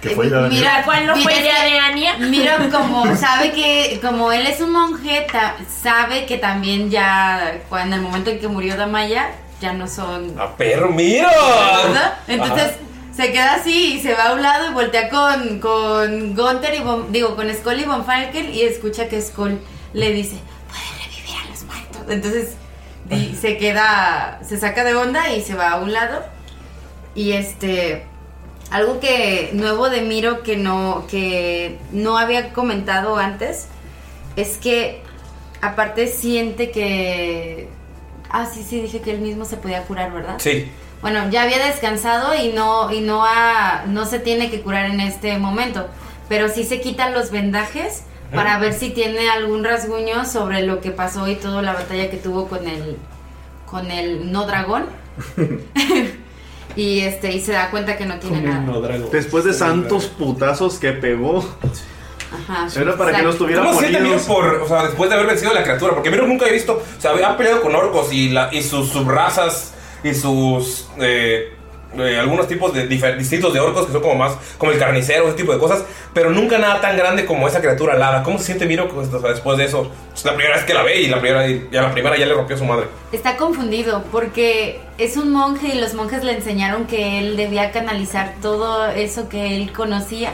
que fue la Mira, ¿Cuál no fue mira idea que- de Ania? Mira, como sabe que, como él es un monje, ta- sabe que también ya, cuando en el momento en que murió Damaya, ya no son. ¡A ¡Ah, perro, Miro! ¿verdad? Entonces se queda así y se va a un lado y voltea con, con Gunther y Von- digo, con Skull y Von Falken y escucha que Skull le dice: Puedes revivir a los muertos. Entonces di- se queda, se saca de onda y se va a un lado. Y este. Algo que nuevo de Miro que no, que no había comentado antes es que aparte siente que... Ah, sí, sí, dije que él mismo se podía curar, ¿verdad? Sí. Bueno, ya había descansado y no, y no, ha- no se tiene que curar en este momento, pero sí se quitan los vendajes para ver si tiene algún rasguño sobre lo que pasó y toda la batalla que tuvo con el, con el no dragón. y este y se da cuenta que no tiene nada. Después de santos putazos que pegó. Ajá. Era para que no estuviera ¿Cómo se siente Miro molidos. por, o sea, después de haber vencido a la criatura? Porque Miro nunca había visto, o sea, ha peleado con orcos y, la, y sus subrazas y sus, eh, eh, algunos tipos de difer- distintos de orcos que son como más, como el carnicero, ese tipo de cosas, pero nunca nada tan grande como esa criatura alada. ¿Cómo se siente Miro o sea, después de eso? Es la primera vez que la ve y la primera, y a la primera ya le rompió su madre. Está confundido porque es un monje y los monjes le enseñaron que él debía canalizar todo eso que él conocía.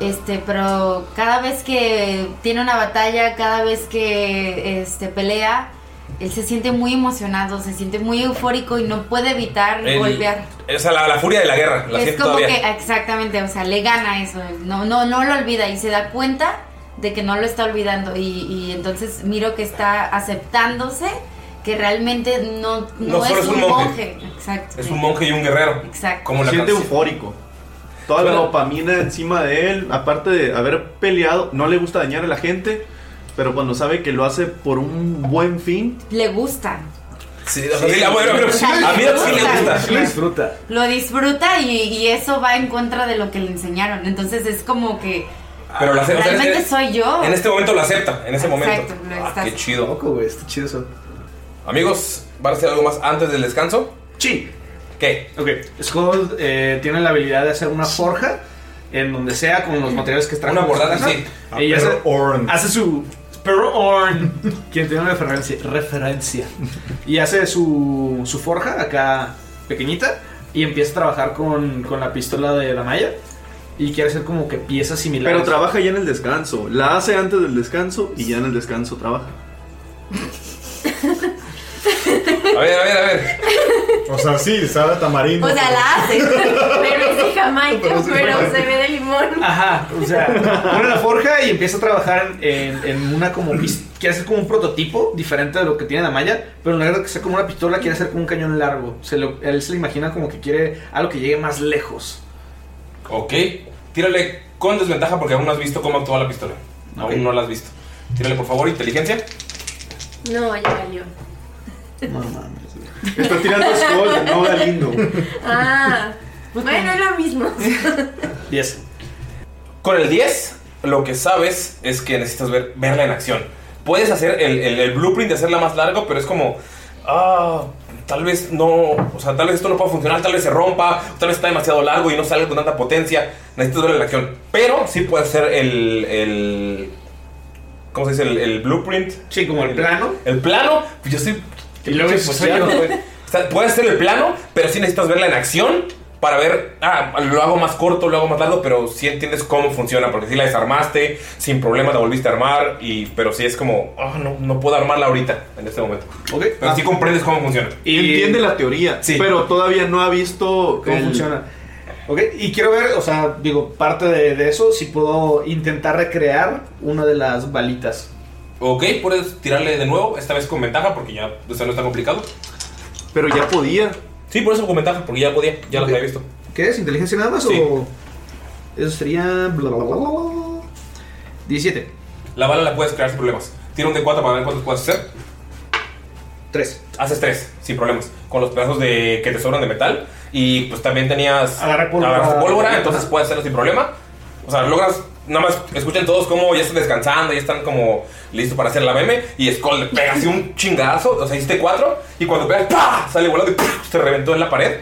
Este, pero cada vez que tiene una batalla, cada vez que este pelea, él se siente muy emocionado, se siente muy eufórico y no puede evitar El- golpear. O sea, la, la furia de la guerra, la es siente como todavía. que exactamente, o sea, le gana eso, no, no, no lo olvida y se da cuenta de que no lo está olvidando y, y entonces miro que está aceptándose que realmente no, no, No es, solo un monje. Exacto. Es un monje y un guerrero. Exacto. Como Se la siente canción. eufórico. Toda la dopamina encima de él, aparte de haber peleado, no le gusta dañar a la gente, pero cuando sabe que lo hace por un buen fin, Le gusta. Sí, o sea, sí, la- bueno, pero sí, Sí, a mí sí le disfruta. gusta. Sí, disfruta. Lo disfruta y, y eso va en contra de lo que le enseñaron. Entonces es como que Pero la o sea, es que- realmente soy yo. En este momento lo acepta, en ese momento. Exacto, lo Ah, estás. qué chido. está chido eso. Amigos, ¿van a hacer algo más antes del descanso? Sí. ¿Qué? Ok. Skull eh, tiene la habilidad de hacer una forja en donde sea con los materiales que trajo. Una bordada, Ajá. sí. Ah, Ella hace, hace su. Pero Orn. Quien tiene una referencia. Referencia. Y hace su, su forja acá pequeñita. Y empieza a trabajar con, con la pistola de la Maya. Y quiere hacer como que piezas similares. pero trabaja ya en el descanso. La hace antes del descanso y ya en el descanso trabaja. A ver, a ver, a ver. O sea, sí, sabe a tamarindo. O sea, la hace. Pero es de Jamaica, pero, Pero sí, bueno. se ve de limón. Ajá, o sea, pone la forja y empieza a trabajar en, en una como pis- quiere hacer como un prototipo diferente de lo que tiene la malla, pero en lugar de que sea como una pistola quiere hacer como un cañón largo. Se lo, él se le imagina como que quiere algo que llegue más lejos. Ok, tírale con desventaja porque aún no has visto cómo actúa la pistola. Aún no la has visto. Tírale, por favor, inteligencia. No, ya valió. Está tirando Skull, no Galindo. Ah, bueno, es lo mismo. 10. Con el 10, lo que sabes es que necesitas ver, verla en acción. Puedes hacer el, el- el blueprint de hacerla más largo, pero es como. Ah, tal vez no. O sea, tal vez esto no pueda funcionar, tal vez se rompa, tal vez está demasiado largo y no sale con tanta potencia. Necesitas verla en acción. Pero sí puedes hacer el. el ¿Cómo se dice? El, el blueprint. Sí, como el, plano. El plano. Pues yo soy. Y luego es social. puedes hacer el plano, pero sí necesitas verla en acción para ver, ah, lo hago más corto, lo hago más largo, pero sí entiendes cómo funciona, porque si la desarmaste, sin problema la volviste a armar, y, pero sí es como, ah, no, no puedo armarla ahorita, en este momento. Ok. Pero Ah. sí comprendes cómo funciona. Y entiende la teoría, pero todavía no ha visto cómo el- funciona. Ok, y quiero ver, o sea, digo, parte de, de eso, si puedo intentar recrear una de las balitas. Ok, puedes tirarle de nuevo, esta vez con ventaja, porque ya o sea, no está complicado. Pero ya podía. Sí, por eso con ventaja, porque ya podía, ya las había visto. ¿Qué es? ¿Inteligencia nada más Sí. o...? Eso sería... bla, bla, bla, bla, bla. 17. La bala la puedes crear sin problemas. Tira un de 4 para ver cuántos puedes hacer. 3. Haces 3, sin problemas. Con los pedazos de, que te sobran de metal. Y pues también tenías. Agarré pólvora. agarraste pólvora, entonces puedes hacerlo sin problema. O sea, logras. Nada más escuchen todos cómo ya están descansando, ya están como listos para hacer la meme. Y Skull le pega así un chingadazo. O sea, hiciste 4. Y cuando pegas, ¡pah! Sale volando y ¡pum! se reventó en la pared.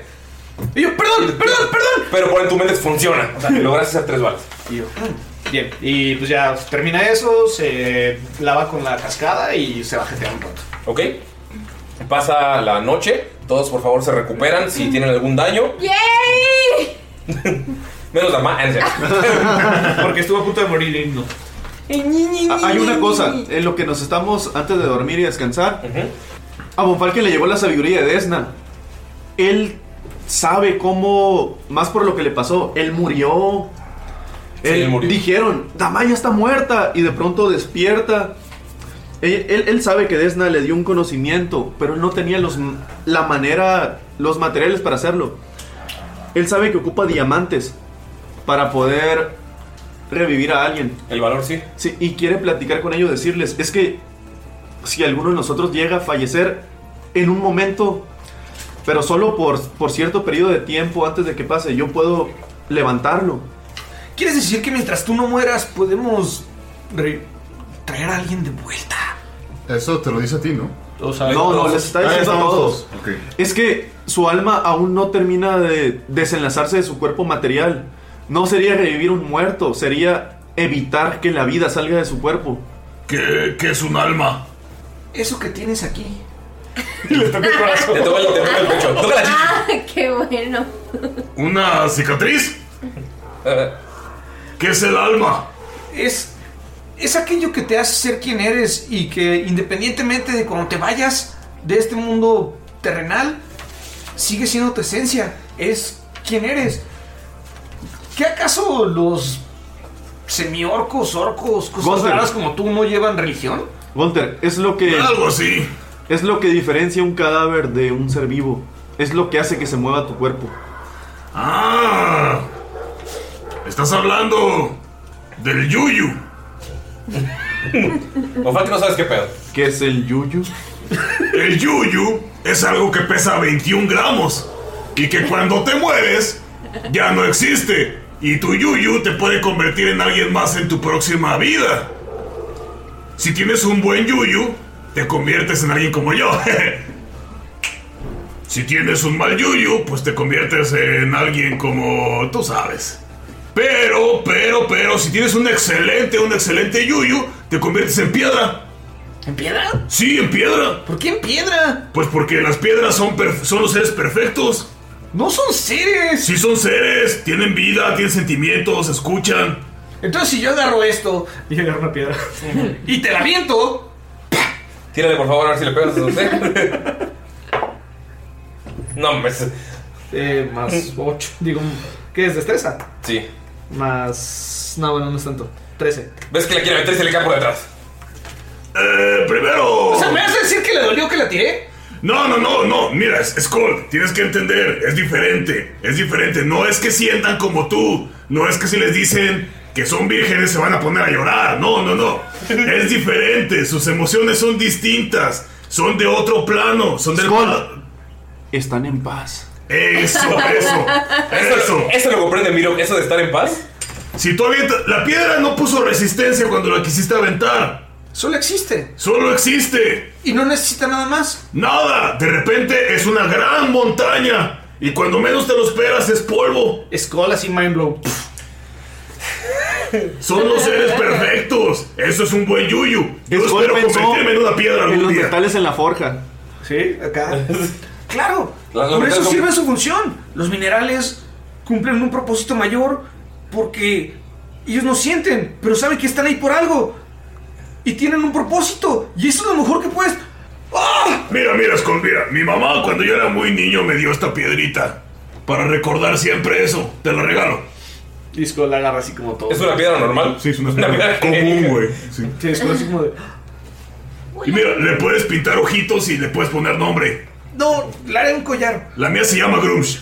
Y yo, perdón, perdón, perdón. Pero por en tu mente funciona. O sea, logras hacer 3 balas. "Ah, Bien, y pues ya termina eso, se lava con la cascada y se va a jetear un rato. Ok. Pasa la noche. Todos por favor se recuperan si tienen algún daño. ¡Yay! Menos la madre. Porque estuvo a punto de morir y no. Ah, Hay una cosa, en lo que nos estamos antes de dormir y descansar, a Bonfalken le llevó la sabiduría de Desna. Él sabe cómo, más por lo que le pasó, él murió. él, Dijeron, Damaya está muerta y de pronto despierta. Él, él- él sabe que Desna le dio un conocimiento, pero él no tenía los, m- la manera, los materiales para hacerlo. Él sabe que ocupa diamantes para poder revivir a alguien. El valor sí. Sí, y quiere platicar con ellos, decirles, es que si alguno de nosotros llega a fallecer en un momento, pero solo por, por cierto periodo de tiempo antes de que pase, yo puedo levantarlo. ¿Quieres decir que mientras tú no mueras podemos re- traer a alguien de vuelta? Eso te lo dice a ti, ¿no? no, no, les está Ah, diciendo a estamos todos. Ok. Es que su alma aún no termina de desenlazarse de su cuerpo material. No sería revivir un muerto, sería evitar que la vida salga de su cuerpo. ¿Qué, qué es un alma? Eso que tienes aquí. Le toca el corazón. Le toca el, pecho. Toca la Ah, qué bueno. ¿Una cicatriz? eh, ¿Qué es el alma? Es, es aquello que te hace ser quien eres y que independientemente de cuando te vayas de este mundo terrenal, sigue siendo tu esencia, es quien eres. ¿Qué acaso los semiorcos, orcos, cosas Gunther. raras como tú no llevan religión? Gunter, es lo que. Algo así. Es lo que diferencia un cadáver de un ser vivo. Es lo que hace que se mueva tu cuerpo. Ah, estás hablando del yuyu. Ojalá que no sabes qué pedo. ¿Qué es el yuyu? El yuyu es algo que pesa 21 gramos y que cuando te mueres ya no existe. Y tu yuyu te puede convertir en alguien más en tu próxima vida. Si tienes un buen yuyu, te conviertes en alguien como yo. si tienes un mal yuyu, pues te conviertes en alguien como tú sabes. Pero, pero, pero, si tienes un excelente, un excelente yuyu, te conviertes en piedra. ¿En piedra? Sí, en piedra. ¿Por qué en piedra? Pues porque las piedras son, perf- son los seres perfectos. No son seres. Sí son seres, tienen vida, tienen sentimientos, escuchan. Entonces si yo agarro esto y agarro una piedra y te la aviento, Tírale, por favor, a ver si le pegas a usted. no, me. Eh, más 8. Digo, ¿qué es destreza? Sí. Más. No, bueno, no es tanto. 13. ¿Ves que le quiere meter y se le cae por detrás? Eh, primero. O sea, ¿me vas a decir que le dolió que la tiré? No, no, no, no. Mira, es- Skull, tienes que entender. Es diferente. Es diferente. No es que sientan como tú. No es que si les dicen que son vírgenes se van a poner a llorar. No, no, no. Es diferente. Sus emociones son distintas. Son de otro plano. Son del. Están en paz. Eso, eso. Eso. Eso lo comprende, Miro. Eso de estar en paz. Si tú avientas. La piedra no puso resistencia cuando la quisiste aventar. Solo existe. Solo existe. Y no necesita nada más. Nada. De repente es una gran montaña. Y cuando menos te lo esperas es polvo. Skull así mind blow. Son los seres perfectos. Eso es un buen yuyu. Yo Skull espero pensó convertirme en una piedra En algún los día. metales en la forja. Sí, acá. Claro. La- por la mitad eso com- sirve su función. Los minerales cumplen un propósito mayor porque ellos no sienten, pero saben que están ahí por algo. Y tienen un propósito. Y eso es lo mejor que puedes. ¡Ah! Mira, mira, Skull, mira. Mi mamá cuando yo era muy niño me dio esta piedrita. Para recordar siempre eso. Te la regalo. Y Skull la agarra así como todo. ¿Es una piedra normal? Sí, es una piedra común, güey. Sí. Sí, Skull así como de. Y mira, le puedes pintar ojitos y le puedes poner nombre. No, le haré un collar. La mía se llama Grumsh.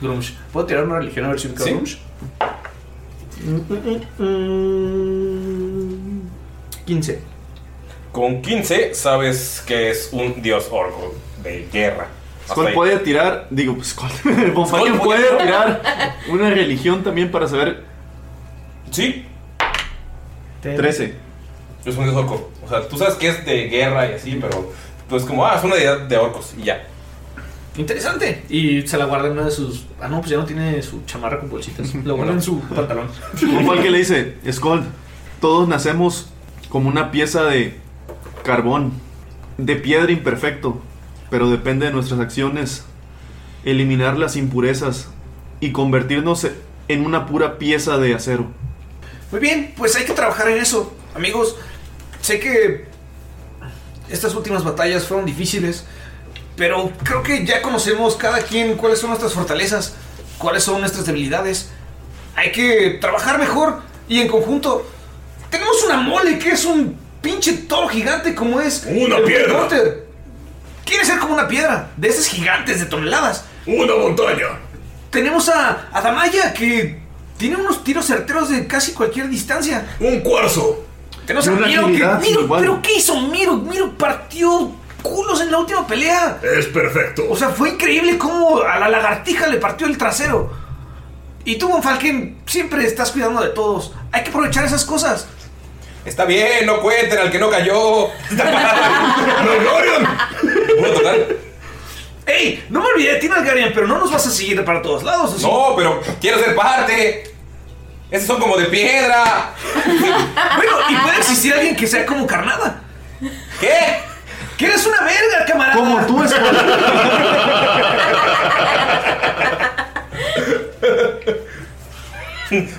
Grumsh. ¿Puedo tirar una religión a ver si me cae Grumsh? 15. Con 15 sabes que es un dios orco de guerra. Hasta Skull ahí. puede tirar, digo, pues Skull, Von Skull Falken puede- puede tirar una religión también para saber. Sí. 13. Es un dios orco. O sea, tú sabes que es de guerra y así, pero tú es como, ah, es una deidad de orcos y ya. Interesante. Y se la guarda en una de sus. Ah, no, pues ya no tiene su chamarra con bolsitas. Lo guarda en su pantalón. Von Falken le dice, Skull, todos nacemos como una pieza de carbón, de piedra imperfecto, pero depende de nuestras acciones eliminar las impurezas y convertirnos en una pura pieza de acero. Muy bien, pues hay que trabajar en eso, amigos. Sé que estas últimas batallas fueron difíciles, pero creo que ya conocemos cada quien cuáles son nuestras fortalezas, cuáles son nuestras debilidades. Hay que trabajar mejor y en conjunto. Tenemos una mole que es un pinche toro gigante como es. Una el piedra. Harry Potter. Quiere ser como una piedra, de esas gigantes de toneladas. Una montaña. Tenemos a, a Damaya que tiene unos tiros certeros de casi cualquier distancia. Un cuarzo. Tenemos Y a una Miro que. agilidad sin Miro, igual. ¿pero qué hizo Miro? Miro partió culos en la última pelea. Es perfecto. O sea, fue increíble cómo a la lagartija le partió el trasero. Y tú, Von Falken, siempre estás cuidando de todos. Hay que aprovechar esas cosas. Está bien, no cuenten al que no cayó. ¿Puedo tocar? ¡Ey! No me olvidé de ti, Nalgarian, pero no nos vas a seguir para todos lados. ¿o sí? No, pero quiero ser parte. Esos son como de piedra. Bueno, y puede existir alguien que sea como carnada. ¿Qué? ¡Que eres una verga, camarada! Como tú,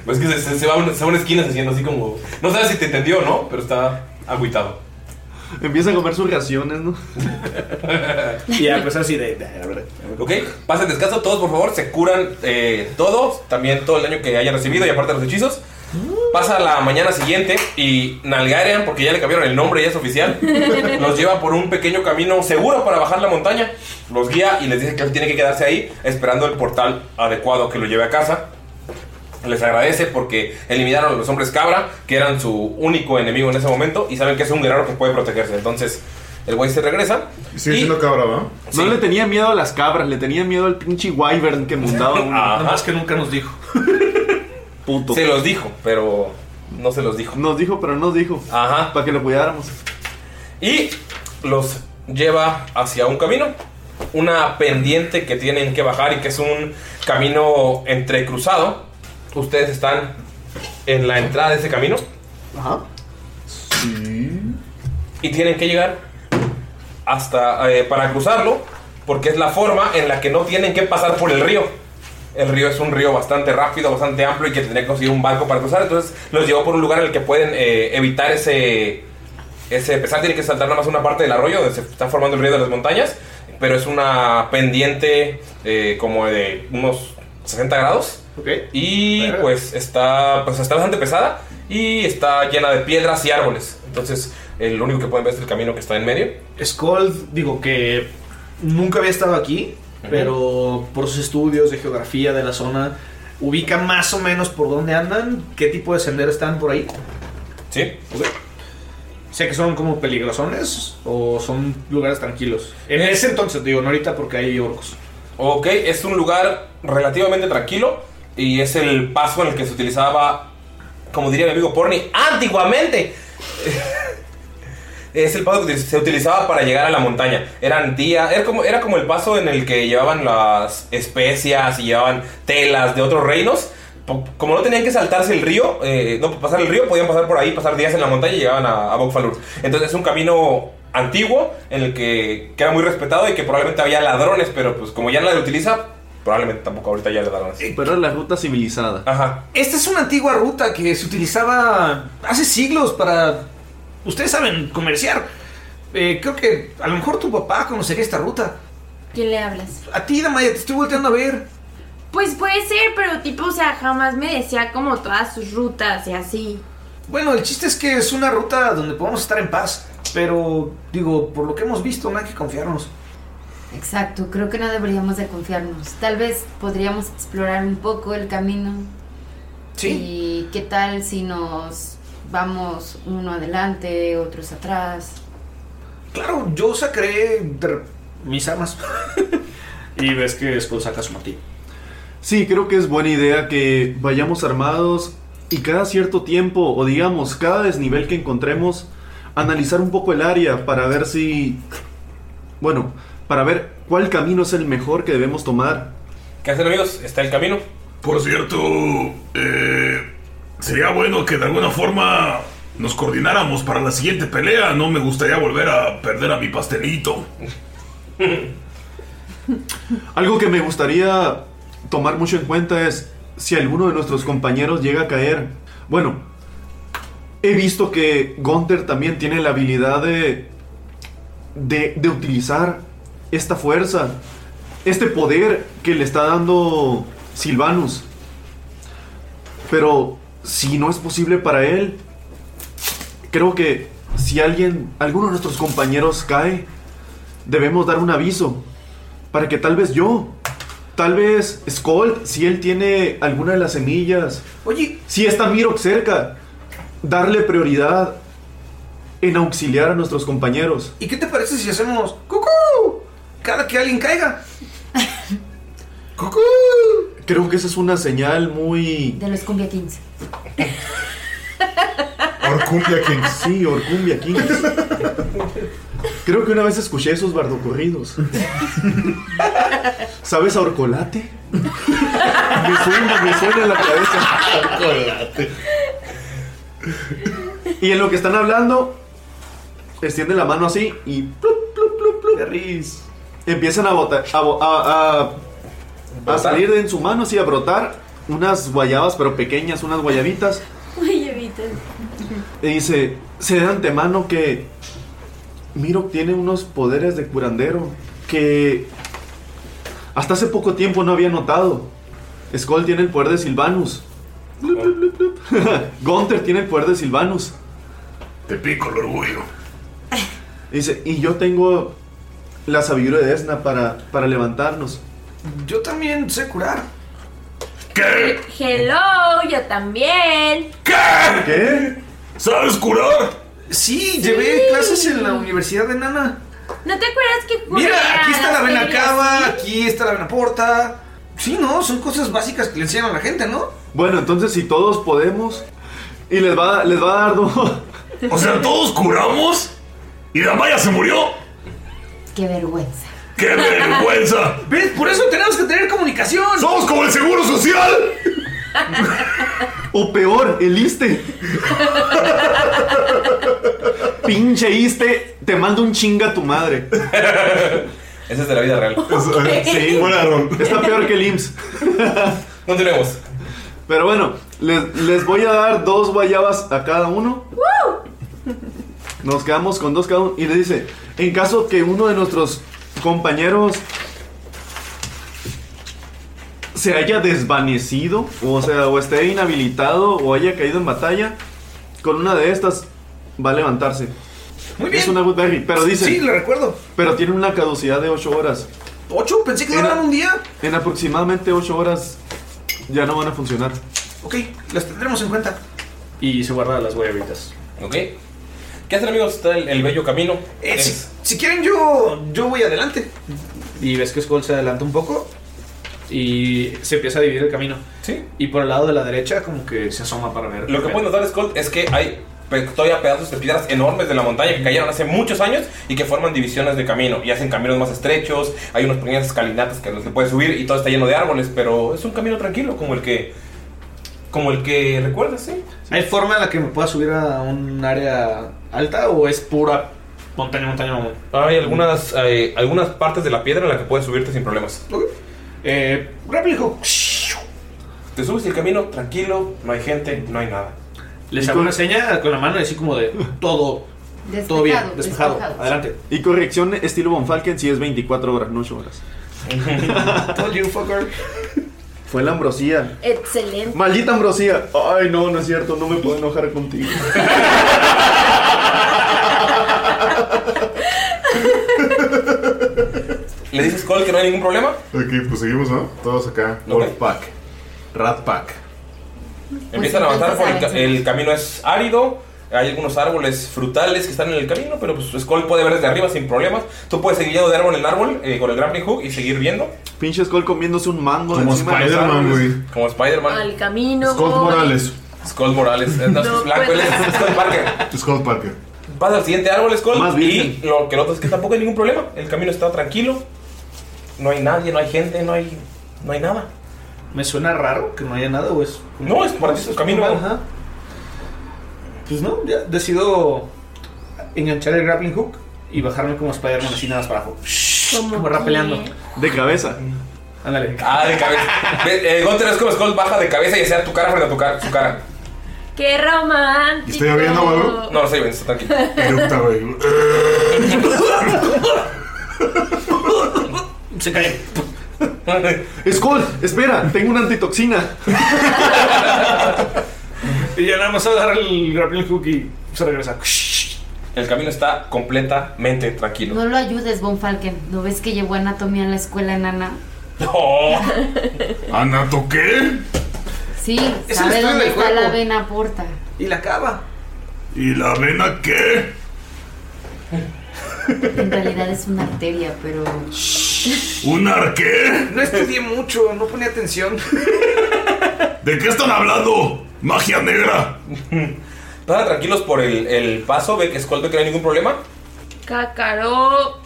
Pues que se, se- se va a una, se va a una esquina haciendo así como. No sabes si te entendió o no, pero está agüitado. Empieza a comer sus raciones, ¿no? Y ya, pues así de. Ok, pasen descanso, todos por favor, se curan eh, todo, también todo el daño que hayan recibido y aparte los hechizos. Pasa la mañana siguiente y Nalgarian, porque ya le cambiaron el nombre, ya es oficial, los lleva por un pequeño camino seguro para bajar la montaña, los guía y les dice que tiene que quedarse ahí esperando el portal adecuado que lo lleve a casa. Les agradece porque eliminaron a los hombres cabra, que eran su único enemigo en ese momento, y saben que es un guerrero que puede protegerse. Entonces, el güey se regresa. Sigue siendo cabra, ¿va? No le tenía miedo a las cabras, le tenía miedo al pinche wyvern que montaba Ah, uno. Ajá. Nomás que nunca nos dijo. Punto. Se los dijo, pero no se los dijo. Nos dijo, pero no nos dijo. Ajá. Para que lo cuidáramos. Y los lleva hacia un camino, una pendiente que tienen que bajar y que es un camino entrecruzado. Ustedes están en la entrada de ese camino Ajá. y tienen que llegar hasta eh, para cruzarlo porque es la forma en la que no tienen que pasar por el río. El río es un río bastante rápido, bastante amplio y que tendría que conseguir un barco para cruzar. Entonces los llevó por un lugar en el que pueden eh, evitar ese, ese pesar. Tienen que saltar nada más una parte del arroyo donde se está formando el río de las montañas. Pero es una pendiente eh, como de unos 60 grados. Y pues está, pues está bastante pesada y está llena de piedras y árboles. Entonces El único que pueden ver es el camino que está en medio. Skull, digo que nunca había estado aquí, Ujú. pero por sus estudios de geografía de la zona, ubica más o menos por dónde andan, qué tipo de sendero están por ahí. Sí, Sé que son como peligrosones o son lugares tranquilos. En ese entonces, digo, no ahorita porque hay orcos. Ok, es un lugar relativamente tranquilo y es el paso en el que se utilizaba, como diría mi amigo Porni, antiguamente. es el paso que se utilizaba para llegar a la montaña. Eran días, era como, era como el paso en el que llevaban las especias y llevaban telas de otros reinos. Po- Como no tenían que saltarse el río, eh, no pasar el río, podían pasar por ahí, pasar días en la montaña y llegaban a, a Bokfalur. Entonces es un camino antiguo en el que, que era muy respetado y que probablemente había ladrones, pero pues como ya nadie lo utiliza, probablemente tampoco ahorita ya le ladrones. Pero es la ruta civilizada. Ajá. Esta es una antigua ruta que se utilizaba hace siglos para, ustedes saben, comerciar. Eh, creo que a lo mejor tu papá conocería esta ruta. ¿Quién le hablas? A ti, Damaya, te estoy volteando a ver. Pues puede ser, pero tipo, o sea, jamás me decía como todas sus rutas y así. Bueno, el chiste es que es una ruta donde podemos estar en paz. Pero, digo, por lo que hemos visto, no hay que confiarnos. Exacto, creo que no deberíamos de confiarnos. Tal vez podríamos explorar un poco el camino. Sí. ¿Y qué tal si nos vamos uno adelante, otros atrás? Claro, yo sacaré de re- mis armas. y ves que después saca su martillo. Sí, creo que es buena idea que vayamos armados y cada cierto tiempo, o digamos, cada desnivel que encontremos, analizar un poco el área para ver si... Bueno, para ver cuál camino es el mejor que debemos tomar. ¿Qué hacen amigos? Está el camino. Por cierto, eh, sería bueno que de alguna forma nos coordináramos para la siguiente pelea. No me gustaría volver a perder a mi pastelito. Algo que me gustaría tomar mucho en cuenta es si alguno de nuestros compañeros llega a caer. Bueno, he visto que Gunther también tiene la habilidad de, de, de utilizar esta fuerza, este poder que le está dando Silvanus. Pero si no es posible para él, creo que si alguien, alguno de nuestros compañeros cae, debemos dar un aviso para que tal vez yo, tal vez Skull, si él tiene alguna de las semillas, oye, si está Mirok cerca, darle prioridad en auxiliar a nuestros compañeros. ¿Y qué te parece si hacemos cucú cada que alguien caiga? Creo que esa es una señal muy De los Cumbia 15. Orcumbia Kings. Sí, Orcumbia Kings. Creo que una vez escuché esos bardocorridos. ¿Sabes a Orcolate? Me suena, me suena en la cabeza. Orcolate. Y en lo que están hablando, extiende la mano así y plup, plup, plup, plup. Empiezan a botar, a, bo- a- a- a salir de en su mano así a brotar unas guayabas, pero pequeñas, unas guayabitas. Uy, evita. Y dice, sé de antemano que Miro tiene unos poderes de curandero que hasta hace poco tiempo no había notado. Skull tiene el poder de Silvanus. Blup, blup, blup, blup. Gunther tiene el poder de Silvanus. Te pico el orgullo. Dice, y yo tengo la sabiduría de Esna para, para levantarnos. Yo también sé curar. ¿Qué? Hello, yo también. ¿Qué? ¿Sabes curar? Sí, llevé clases en la universidad de Nana. ¿No te acuerdas que jugué Mira, a aquí está la las venacaba, ferias? aquí está la venaporta. Sí, no, son cosas básicas que le enseñan a la gente, ¿no? Bueno, entonces si todos podemos... Y les va, les va a dar dos... O sea, todos curamos y Damaya se murió. Qué vergüenza. ¡Qué vergüenza! ¿Ves? Por eso tenemos que tener comunicación. ¡Somos como el seguro social! O peor, el ISTE. Pinche ISTE, te mando un chinga a tu madre. Ese es de la vida real. Sí, Está peor que el IMSS. Continuemos. Pero bueno, les, les voy a dar dos guayabas a cada uno. Nos quedamos con dos cada uno. Y le dice, en caso que uno de nuestros compañeros se haya desvanecido, o sea, o esté inhabilitado, o haya caído en batalla, con una de estas va a levantarse. Muy bien. Es una Woodberry, pero dice. Sí, lo recuerdo. Pero tiene una caducidad de 8 horas. ¿Ocho? Pensé que duraban un día. En aproximadamente 8 horas ya no van a funcionar. Ok, las tendremos en cuenta. Y se guarda las huevitas. Ok. ¿Qué hacen amigos? Está el, el bello camino. Eh, si, si quieren, yo, yo voy adelante. Y ves que Skull se adelanta un poco. Y se empieza a dividir el camino. Sí. Y por el lado de la derecha, como que se asoma para ver. Lo que pueden notar, Scott, es que hay pe- todavía pedazos de piedras enormes de la montaña que cayeron hace muchos años y que forman divisiones de camino y hacen caminos más estrechos. Hay unas pequeñas escalinatas que no se puede subir y todo está lleno de árboles, pero es un camino tranquilo, como el que. Como el que recuerdas, sí. ¿Hay forma en la que me pueda subir a un área alta o es pura montaña, montaña, montaña? Hay algunas, eh, algunas partes de la piedra en las que puedes subirte sin problemas. Eh, réplico. Te subes y el camino tranquilo, no hay gente, no hay nada. Les hago una seña con la mano así como de todo. todo bien, despejado. Adelante. Y corrección estilo Bonfalken sí es 24 horas, no 8 horas. Told you, fucker. Fue la ambrosía. Excelente. Maldita ambrosía. Ay, no, no es cierto, no me puedo enojar contigo. ¿Le dices Cole que no hay ningún problema? Ok, pues seguimos, ¿no? Todos acá. Wolf Pack. Rat Pack. Empiezan a avanzar por el, ca- el camino es árido. Hay algunos árboles frutales que están en el camino, pero pues Skull puede ver desde arriba sin problemas. Tú puedes seguir yendo de árbol en árbol eh, con el Grappling Hook y seguir viendo. Pinche Skull comiéndose un mango Como encima de los Spider-Man, árboles. Como Spider-Man. Al camino. voy. Skull Morales. Eh, No, No, es blanco, él pues. es Skull Parker. Scott Parker. Vas al siguiente árbol, Skull. y lo que notas es que tampoco hay ningún problema. El camino está tranquilo. No hay nadie, no hay gente, no hay, no hay nada. Me suena raro que no haya nada o es. No, es para ti, es un camino. Ajá. Pues no, ya decido enganchar el grappling hook y bajarme como Spider-Man así nada más para abajo. Como rapeleando. De cabeza. Ándale. Ah, de cabeza. Ve, eh, Gunther es como Skull baja de cabeza y hacia tu cara frente a tu cara, su cara. ¡Qué romántico! No, no soy bien, está tranquilo. Eructa, Se cae. Skull, espera, tengo una antitoxina. Y ya nada más agarra el grappling hook y se regresa. El camino está completamente tranquilo. No lo ayudes, Von Falken. ¿No ves que llevó anatomía en la escuela enana? No. ¿Anato qué? Sí, Es el sabe estudio dónde del está cuerpo. la vena porta. Y la cava. ¿Y la vena qué? En realidad es una arteria, pero. ¿Un arqué? No estudié mucho, no ponía atención. ¿De qué están hablando? Magia negra. Pasan tranquilos por el, el paso, ve que Skull ve que no hay ningún problema. Cacaró.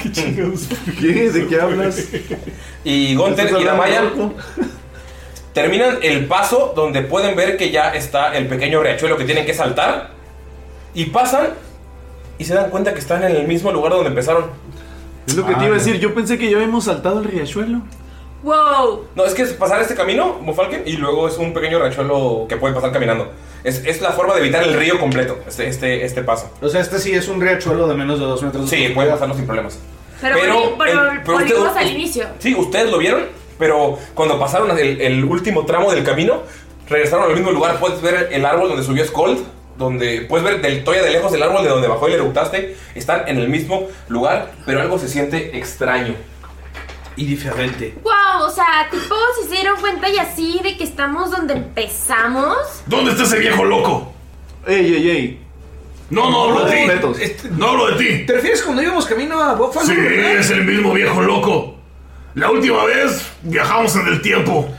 ¿Qué chingados? ¿Qué? ¿De qué hablas? Y Gunther Estás y Damaya hablando terminan el paso donde pueden ver que ya está el pequeño riachuelo que tienen que saltar. Y pasan y se dan cuenta que están en el mismo lugar donde empezaron. Es lo que te iba a decir, yo pensé que ya habíamos saltado el riachuelo. ¡Wow! No, es que es pasar este camino, Mufalken, y luego es un pequeño riachuelo que pueden pasar caminando. Es, es la forma de evitar el río completo, este, este, este paso. O sea, este sí es un riachuelo de menos de dos metros. Sí, pueden pasarlo sin problemas. Pero, Pero volvi- el- pero pero usted- volvimos al inicio. Sí, ustedes lo vieron, pero cuando pasaron el, el último tramo del camino, regresaron al mismo lugar. Puedes ver el árbol donde subió Skold, donde puedes ver del toya de lejos el árbol de donde bajó y le eructaste. Están en el mismo lugar, pero algo se siente extraño. Y diferente. ¡Wow! O sea, tipo, si se dieron cuenta y así de que estamos donde empezamos. ¿Dónde está ese viejo loco? Ey, ey, ey. No, no hablo de ti. Respetos. No hablo de ti. este ¿Te refieres cuando íbamos camino a Buffalo? Sí, es el mismo viejo loco. La última vez viajamos en el tiempo.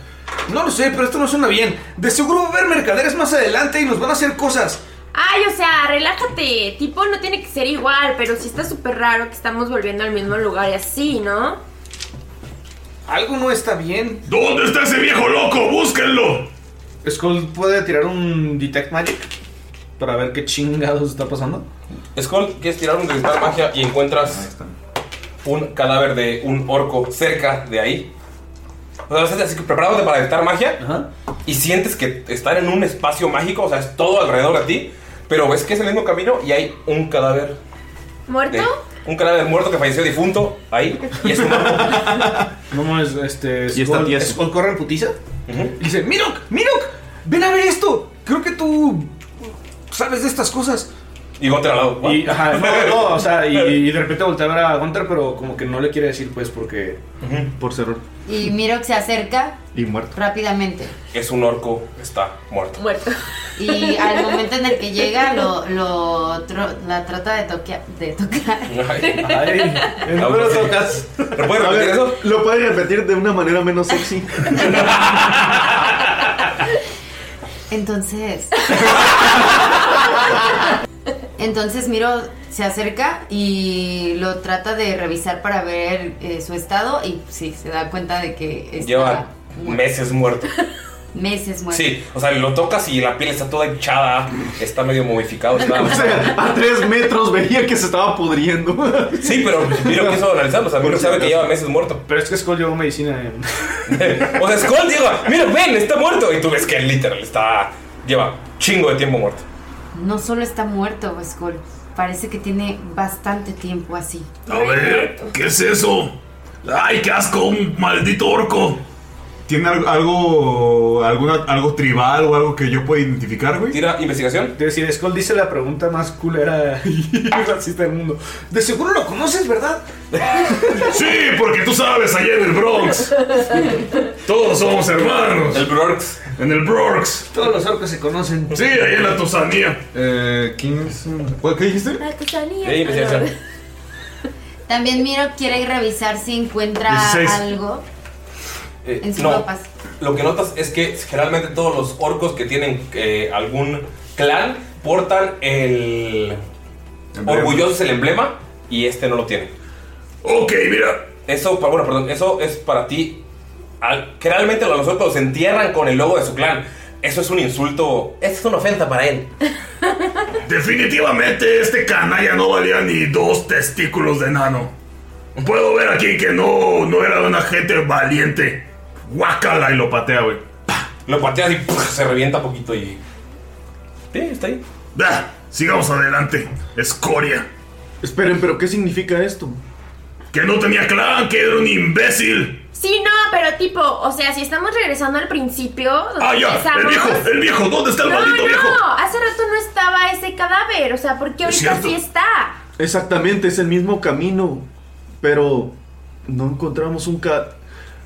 No lo sé, pero esto no suena bien. De seguro va a haber mercaderes más adelante y nos van a hacer cosas. Ay, o sea, relájate. Tipo, no tiene que ser igual, pero sí está súper raro que estamos volviendo al mismo lugar y así, ¿no? Algo no está bien. ¿Dónde está ese viejo loco? ¡Búsquenlo! Skull puede tirar un Detect Magic para ver qué chingados está pasando. Skull, quieres tirar un detectar magia y encuentras un cadáver de un orco cerca de ahí. O sea, estás así que preparándote para detectar magia y sientes que estar en un espacio mágico, o sea, es todo alrededor de ti, pero ves que es el mismo camino y hay un cadáver. ¿Muerto? de- un cadáver muerto que falleció difunto ahí y es un orco. No mames, este. Y está Skull- tieso. Skull corre en putiza. Y dice: ¡Mirok! ¡Mirok! ¡Ven a ver esto! Creo que tú sabes de estas cosas. Y Gunter al lado. Y, ajá, no, no, o sea, y, y de repente voltea a ver a Gunter, pero como que no le quiere decir, pues, porque. Por ser. Y Mirok se acerca Y muerto. rápidamente. Es un orco, está muerto. Muerto. Y al momento en el que llega, lo, lo tro- la trata de, toquea- de tocar. No lo tocas. ¿Lo puedes repetir eso? Lo puedes repetir de una manera menos sexy. Entonces. Entonces Miro se acerca y lo trata de revisar para ver eh, su estado y sí, se da cuenta de que está Ah. Lleva meses muerto. meses muerto. Sí, o sea, lo tocas y la piel está toda hinchada, está medio momificado. Está... O sea, a tres metros veía que se estaba pudriendo. Sí, pero Miro quiso analizarlo. O sea, Miro sabe que lleva meses muerto. Pero es que Skull llevó medicina. eh. o sea, Skull digo, mira, ven, está muerto. Y tú ves que literal está. Lleva chingo de tiempo muerto. No solo está muerto, Skull, parece que tiene bastante tiempo así. A ver, ¿qué es eso? ¡Ay, qué asco! ¡Un maldito orco! ¿Tiene algo, algo, alguna, algo tribal o algo que yo pueda identificar, güey? Tira investigación. Es decir, Skull dice la pregunta más culera y racista del mundo. De seguro lo conoces, ¿verdad? Sí, porque tú sabes, allá en el Bronx. Todos somos hermanos. El Bronx. En el Bronx. Todos los orcos se conocen. Sí, ahí en la Tosanía. Eh, ¿quién es? ¿Cuál- ¿Qué dijiste? pues, También Miro quiere ir revisar si encuentra 16. algo Eh, en sus no, ropas. lo que notas es que generalmente todos los orcos que tienen eh, algún clan portan el. Orgulloso es el emblema y este no lo tiene. Ok, mira. Eso, pa- bueno, perdón, eso es para ti. Al- generalmente los orcos los entierran con el logo de su clan. Eso es un insulto. Es una ofensa para él. Definitivamente este canalla no valía ni dos testículos de enano. Puedo ver aquí que no, no era una gente valiente. Guácala y lo patea, güey. Lo pateas y ¡puf! se revienta poquito y. Sí, está ahí. Da, sigamos adelante. Escoria. Esperen, pero ¿qué significa esto? Que no tenía clan, que era un imbécil. Sí, no, pero tipo, o sea, si estamos regresando al principio. donde Ah, ya, empezamos- el viejo, el viejo, ¿dónde está el no, maldito no, viejo? hace rato no estaba ese cadáver, o sea, ¿por qué Es ahorita cierto. sí está? Exactamente, es el mismo camino. Pero no encontramos un ca...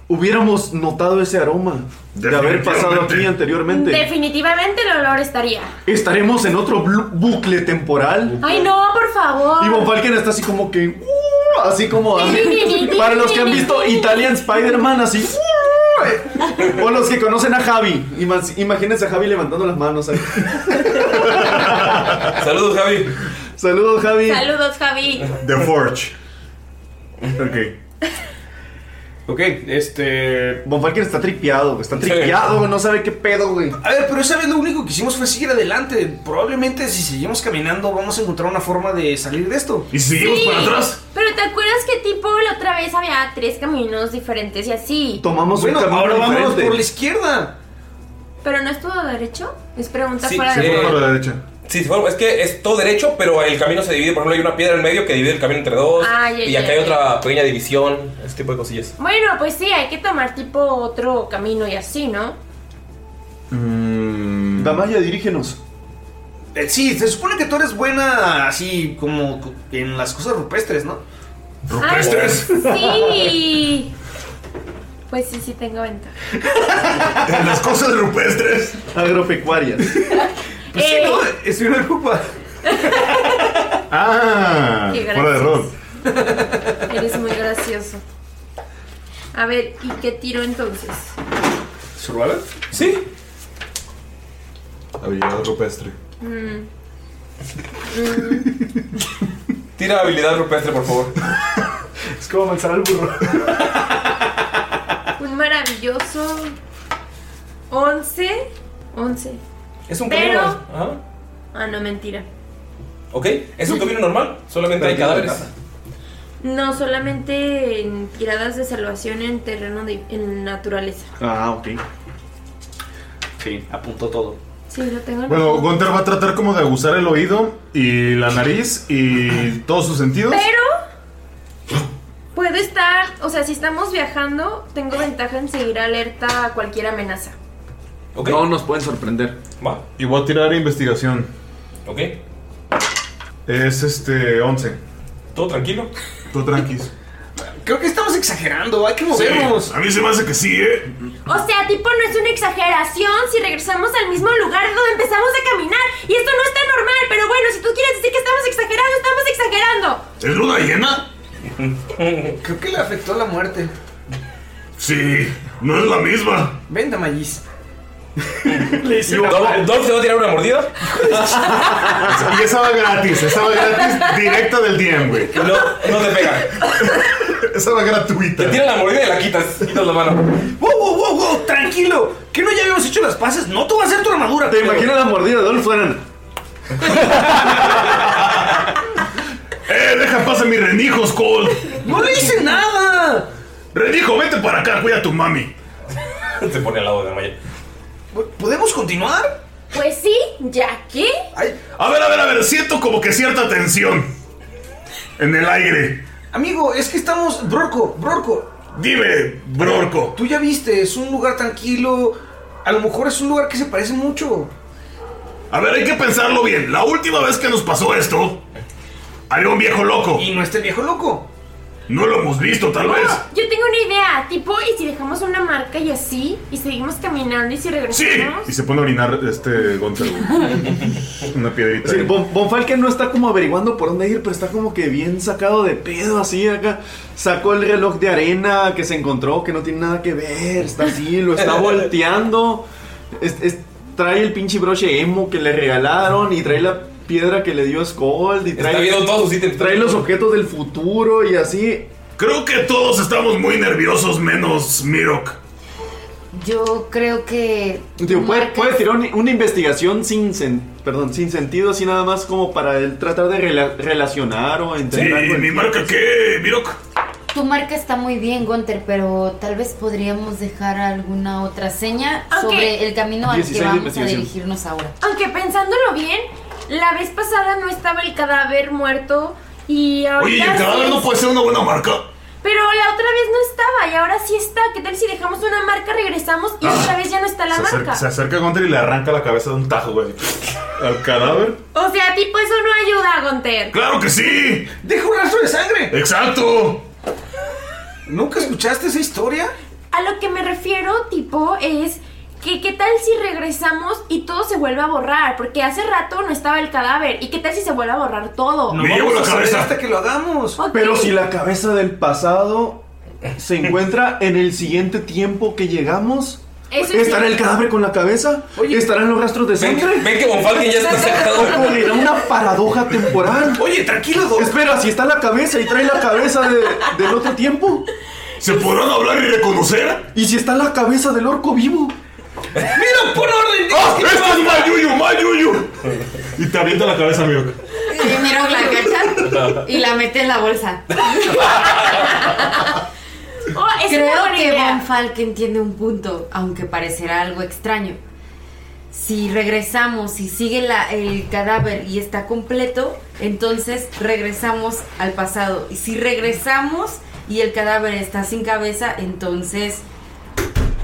Hubiéramos notado ese aroma de haber pasado aquí anteriormente. Definitivamente el olor estaría. Estaremos en otro blu- bucle temporal. Ay, no, por favor. Y Von Falken está así como que... "Uh", así como... para los que han visto Italian Spider-Man, así... "Uh", o los que conocen a Javi. Ima- Imagínense a Javi levantando las manos. ahí. Saludos, Javi. Saludos, Javi. Saludos, Javi. The Forge. Ok. Ok, este. Bonfalken está tripeado, está tripeado, güey, no sabe qué pedo, güey. A ver, pero esa vez lo único que hicimos fue seguir adelante. Probablemente si seguimos caminando vamos a encontrar una forma de salir de esto. ¿Y si Sí, Pero ¿te acuerdas que tipo la otra vez había tres caminos diferentes y así? Tomamos bueno, un camino ahora vámonos diferente. por la izquierda. ¿Pero no estuvo derecho? Es pregunta Sí, fuera sí. de Por la derecha. Sí, sí, bueno, es que es todo derecho, pero el camino se divide. Por ejemplo, hay una piedra en medio que divide el camino entre dos. Ah, ya, y ya, acá hay ya. otra pequeña división. Este tipo de cosillas. Bueno, pues sí, hay que tomar tipo otro camino y así, ¿no? Mm. Damaya, dirígenos. Eh, sí, se supone que tú eres buena así como co- en las cosas rupestres, ¿no? ¿Rupestres? Sí. Pues sí, sí tengo ventaja. En las cosas rupestres. Agropecuarias. Pues Eh, Es una culpa. Ah, Qué fuera de rol. Eres muy gracioso. A ver, ¿y qué tiro entonces? ¿Survival? Sí. Habilidad rupestre. Mm, Mm. Tira habilidad rupestre, por favor. Es como manzana al burro. un maravilloso 11. 11. Es un Pero- camino. Ajá. Ah, no, mentira. Ok, es un camino normal. Solamente hay cadáveres. No, solamente en tiradas de salvación en terreno de en naturaleza. Ah, ok. Sí, apuntó todo. Sí, lo tengo en Bueno, mi- Gunter va a tratar como de abusar el oído y la nariz y todos sus sentidos. Pero puedo estar, o sea, si estamos viajando, tengo ventaja en seguir alerta a cualquier amenaza. No nos pueden sorprender. Va. Y voy a tirar investigación. Ok. Es este 11. ¿Todo tranquilo? Todo tranquis. Creo que estamos exagerando, hay que movernos. a mí se me hace que sí, ¿eh? O sea, tipo, no es una exageración si regresamos al mismo lugar donde empezamos a caminar. Y esto no está normal, pero bueno, si tú quieres decir que estamos exagerando, estamos exagerando. ¿Es luna llena? Creo que le afectó la muerte. Sí, no es la misma. Venga, Magis. ¿Dog Dog se va a tirar una mordida? Y esa va gratis, esa va gratis directo del DM, güey. No, no te pega. Esa va gratuita. Te tira la mordida y la quitas. Quitas la mano. ¡Wow, wow, wow, wow! ¡Tranquilo! ¿Que no ya habíamos hecho las paces? No te va a hacer tu armadura. Te imaginas la mordida de Dolph Lundgren. ¡Eh, deja en paz a mis renijos, Cole! ¡No le hice nada! Renijo, vete para acá, cuida a tu mami. Se pone al lado de Maya. ¿Podemos continuar? Pues sí, ya que. A ver, a ver, a ver, siento como que cierta tensión en el aire. Amigo, es que estamos. Brorco, Brorco. Dime, Brorco. Tú ya viste, es un lugar tranquilo. A lo mejor es un lugar que se parece mucho. A ver, hay que pensarlo bien. La última vez que nos pasó esto, había un viejo loco. ¿Y no este viejo loco? No lo hemos visto, tal vez. Yo tengo una idea, tipo, ¿y si dejamos una marca y así? ¿Y seguimos caminando y si regresamos? Y se pone a orinar este Gonzalo. Una piedrita. Sí, Von, Von Falken no está como averiguando por dónde ir, pero está como que bien sacado de pedo, así acá. Sacó el reloj de arena que se encontró, que no tiene nada que ver, está así, lo está volteando. Es- es- trae el pinche broche emo que le regalaron y trae la piedra que le dio Scold y Está trae, viendo todos sus ítems. trae los objetos del futuro y así. Creo que todos estamos muy nerviosos, menos Mirok. Yo creo que. Digo, puede, puede tirar un- una investigación sin, sen- perdón, sin sentido, así nada más como para él tratar de rela- relacionar o Sí, entender algo. ¿mi marca qué, Mirok? Tu marca está muy bien, Gunter, pero tal vez podríamos dejar alguna otra seña Ok. sobre el camino al 16 que de vamos a investigación. dirigirnos ahora. Aunque pensándolo bien, la vez pasada no estaba el cadáver muerto y ahora. Oye, ¿y el cadáver no puede ser una buena marca? Pero la otra vez no estaba y ahora sí está. ¿Qué tal si dejamos una marca, regresamos y otra vez ya no está la Se acerca, marca? se acerca Gunter y le arranca la cabeza de un tajo, güey. Al cadáver. O sea, tipo, eso no ayuda, Gonter. ¡Claro que sí! ¡Deja un rastro de sangre! Eh. ¡Exacto! ¿Nunca escuchaste esa historia? A lo que me refiero, tipo, es que qué tal si regresamos y todo se vuelve a borrar, porque hace rato no estaba el cadáver. ¿Y qué tal si se vuelve a borrar todo? Me llevo la cabeza. hasta que lo hagamos. Pero si la cabeza del pasado se encuentra en el siguiente tiempo que llegamos, Eso es ¿estará el cierto. cadáver con la cabeza? ¿Estarán los rastros de Ven, sangre? ven que Von Falken ya está sacado. Ocurrirá una paradoja temporal. Oye, tranquilo, Doc. Espera, si está la cabeza y trae la cabeza de- del otro tiempo. ¿Se podrán hablar y reconocer? ¿Y si está la cabeza del orco vivo? ¡Mira, pon orden! ¡Ah! ¡Esto es Mayuyu, Mayuyu! Y te avienta la cabeza, Mirok. Primero la cachas y la metes en la bolsa. Oh, es una Creo buena que idea. Von Falken tiene un punto, aunque parecerá algo extraño. Si regresamos y sigue la- el cadáver y está completo, entonces regresamos al pasado. Y si regresamos y el cadáver está sin cabeza, entonces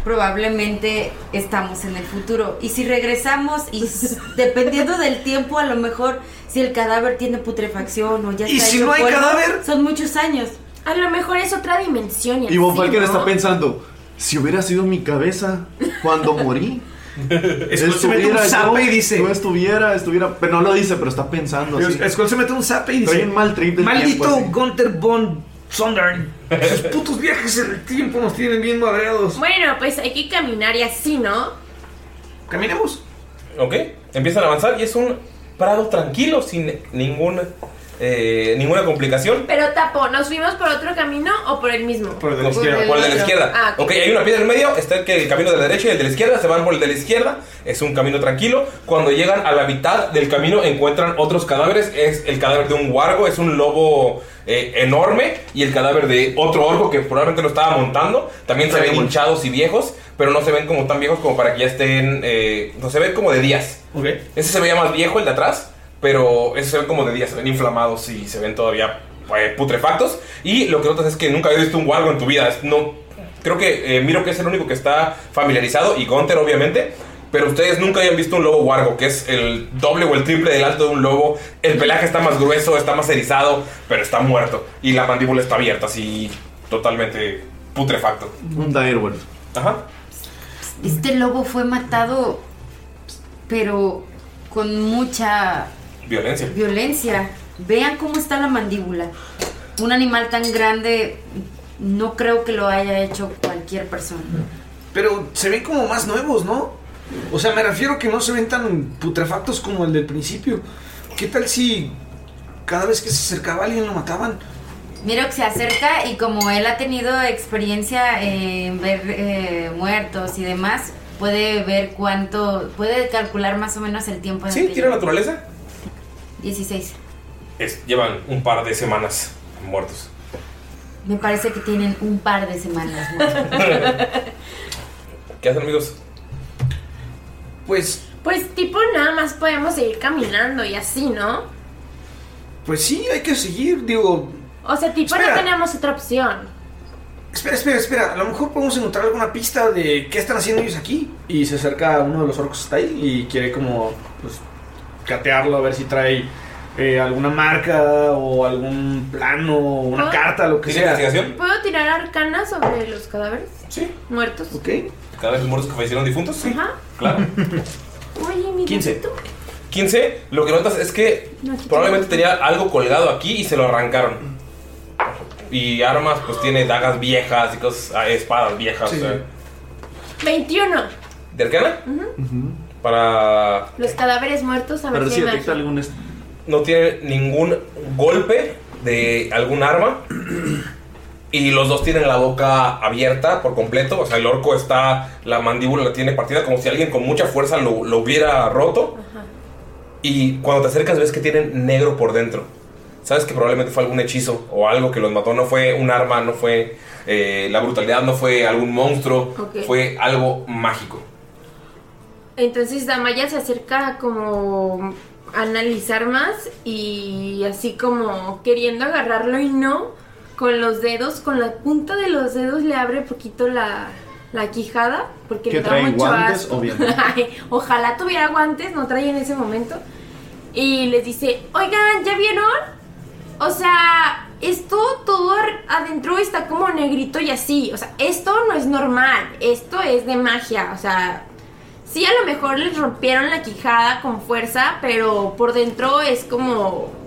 probablemente estamos en el futuro. Y si regresamos y s- dependiendo del tiempo, a lo mejor si el cadáver tiene putrefacción o ya ¿Y está si hecho no hay polvo, cadáver? son muchos años. A lo mejor es otra dimensión. Y Von así, Falken Pues ¿no? está pensando, si hubiera sido mi cabeza cuando morí. Skull se mete un yo, zape y dice- yo estuviera, estuviera, pero no lo dice, pero está pensando así. Skull se mete un zape y dice: Trae un mal trip del Maldito tiempo, así". Gunther von Sondern. Sus putos viajes en el tiempo nos tienen bien madreados. Bueno, pues hay que caminar y así, ¿no? Caminemos. Ok, empiezan a avanzar y es un prado tranquilo, sin ninguna, eh, ninguna complicación. Pero tapo, ¿nos fuimos por otro camino o por el mismo? Por el de la izquierda. Por el de la izquierda. Ah, ok, hay una piedra en medio, está el, que- el camino de la derecha y el de la izquierda, se van por el de la izquierda, es un camino tranquilo. Cuando llegan a la mitad del camino encuentran otros cadáveres, es el cadáver de un wargo, es un lobo eh, enorme y el cadáver de otro orco que probablemente lo estaba montando. También se ven hinchados y viejos, pero no se ven como tan viejos como para que ya estén, eh, no se ven como de días. Ok. Ese se veía más viejo, el de atrás, pero esos se ven como de día, se ven inflamados y se ven todavía eh, putrefactos. Y lo que notas es que nunca habías visto un wargo en tu vida. es- No, creo que eh, Miro que es el único que está familiarizado y Gunter obviamente. pero ustedes nunca habían visto un lobo wargo, que es el doble o el triple del alto de un lobo. El pelaje está más grueso, está más erizado, pero está muerto. Y la mandíbula está abierta, así totalmente putrefacto. Un direwolf. Ajá. Este lobo fue matado, pero con mucha Violencia. violencia. Vean cómo está la mandíbula. Un animal tan grande, no creo que lo haya hecho cualquier persona. Pero se ven como más nuevos, ¿no? O sea, me refiero que no se ven tan putrefactos como el del principio. ¿Qué tal si cada vez que se acercaba alguien lo mataban? Miro se acerca y como él ha tenido experiencia en ver eh, muertos y demás, puede ver cuánto, puede calcular más o menos el Ah, tiempo. en el Sí, que tira lleva. naturaleza. 16. Es- llevan un par de semanas muertos. Me parece que tienen un par de semanas. muertos. ¿Qué hacen, amigos? Pues, Pues tipo nada más podemos seguir caminando y así, ¿no? pues sí, hay que seguir, digo. O sea, tipo Espera. no tenemos otra opción. Espera, espera, espera. A lo mejor podemos encontrar alguna pista de qué están haciendo ellos aquí. Y se acerca uno de los orcos que está ahí y quiere como pues catearlo a ver si trae eh, alguna marca o algún plano o una ¿Puedo? carta, lo que sea. ¿Puedo tirar arcana sobre los cadáveres? Sí. ¿Muertos? Ok. Cada vez muertos que fallecieron difuntos, sí. Ajá. Claro. Oye, mi 15. 15, lo que notas es que Probablemente tenía algo colgado aquí y se lo arrancaron. Y armas, pues tiene dagas viejas y cosas, ah, espadas viejas. Sí. o sea. 21. ¿De arcana? Ujú. Para. Los cadáveres muertos a ver si hay magia. algún. No tiene ningún golpe de algún arma. Y los dos tienen la boca abierta por completo. O sea, el orco está. La mandíbula la tiene partida como si alguien con mucha fuerza lo, lo hubiera roto. Ajá. Y cuando te acercas ves que tienen negro por dentro. Sabes que probablemente fue algún hechizo o algo que los mató. No fue un arma, no fue eh, la brutalidad, no fue algún monstruo. Ok. Fue algo mágico. Entonces Damaya se acerca como a analizar más y así como queriendo agarrarlo y no, con los dedos, con la punta de los dedos le abre poquito la, la quijada porque Que le da trae mucho guantes, asco. obviamente. Ay, Ojalá tuviera guantes, no trae en ese momento. Y les dice, oigan, ¿ya vieron? O sea, esto todo ar- adentro está como negrito y así. O sea, esto no es normal. Esto es de magia. O sea, sí, a lo mejor les rompieron la quijada con fuerza, pero por dentro es como.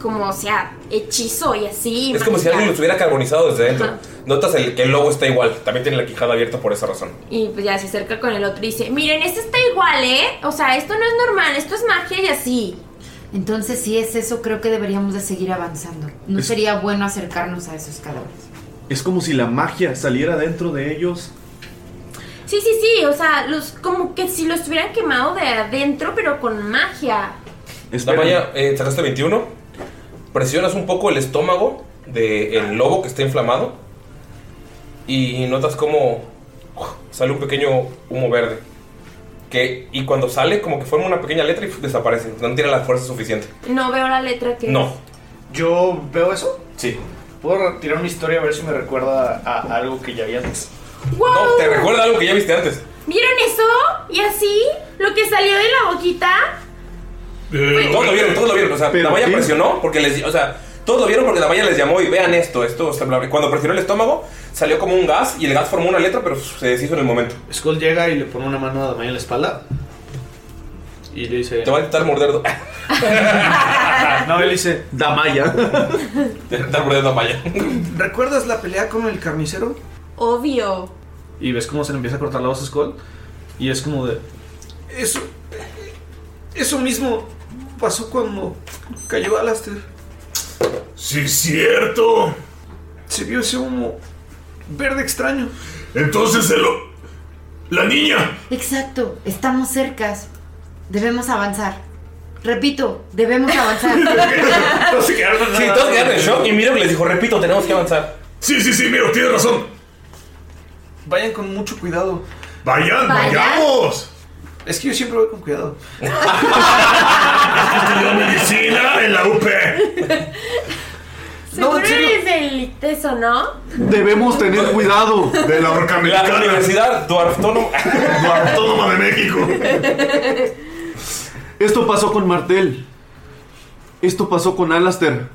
Como, o sea, hechizo y así. es como si magia. alguien los hubiera carbonizado desde dentro. Ajá. Notas el, que el lobo está igual. También tiene la quijada abierta por esa razón. Y pues ya se acerca con el otro y dice: Miren, esto está igual, ¿eh? O sea, esto no es normal. Esto es magia y así. Entonces, si es eso, creo que deberíamos de seguir avanzando. No sería bueno acercarnos a esos cadáveres. Es como si la magia saliera dentro de ellos. Sí, sí, sí. O sea, los, como que si los hubieran quemado de adentro, pero con magia. Damaya, eh, sacaste 21. Presionas un poco el estómago del lobo que está inflamado. Y notas como sale un pequeño humo verde. Que, y cuando sale, como que forma una pequeña letra y pf, desaparece. No tiene la fuerza suficiente. No veo la letra que. No. ¿Yo veo eso? Sí. ¿Puedo tirar una historia a ver si me recuerda a algo que ya vi antes? ¡Wow! No, te recuerda algo que ya viste antes. ¿Vieron eso? ¿Y así? ¿Lo que salió de la boquita? Todos lo vieron, todos lo vieron. O sea, Damaya ¿qué? presionó porque les. O sea, todos lo vieron porque Damaya les llamó y vean esto, esto. o sea, bla, bla. Cuando presionó el estómago, salió como un gas y el gas formó una letra, pero se deshizo en el momento. Skull llega y le pone una mano a Damaya en la espalda. Y le dice. "Ah". Te va a intentar morder. no, él dice. Damaya. Te va a intentar morder Damaya. ¿Recuerdas la pelea con el carnicero? Obvio. Y ves cómo se le empieza a cortar la voz a Skull. Y es como de. Eso. Eso mismo pasó cuando cayó Alastair. Sí, cierto. Se vio ese humo verde extraño. Entonces el o- La niña. Exacto, estamos cercas. Debemos avanzar. Repito, debemos avanzar. se quedaron Sí, todos quedaron en shock y Miro les dijo, repito, tenemos que avanzar. Sí, sí, sí, Miro, tienes razón. Vayan con mucho cuidado. Vayan, Vayan. vayamos. Es que yo siempre voy con cuidado. Estudió medicina en la UP. Ah, Seguro eres del ITESO, ¿no? Debemos tener cuidado de la La Universidad Duartónoma. de México. Esto pasó con Martel. Esto pasó con Alastair.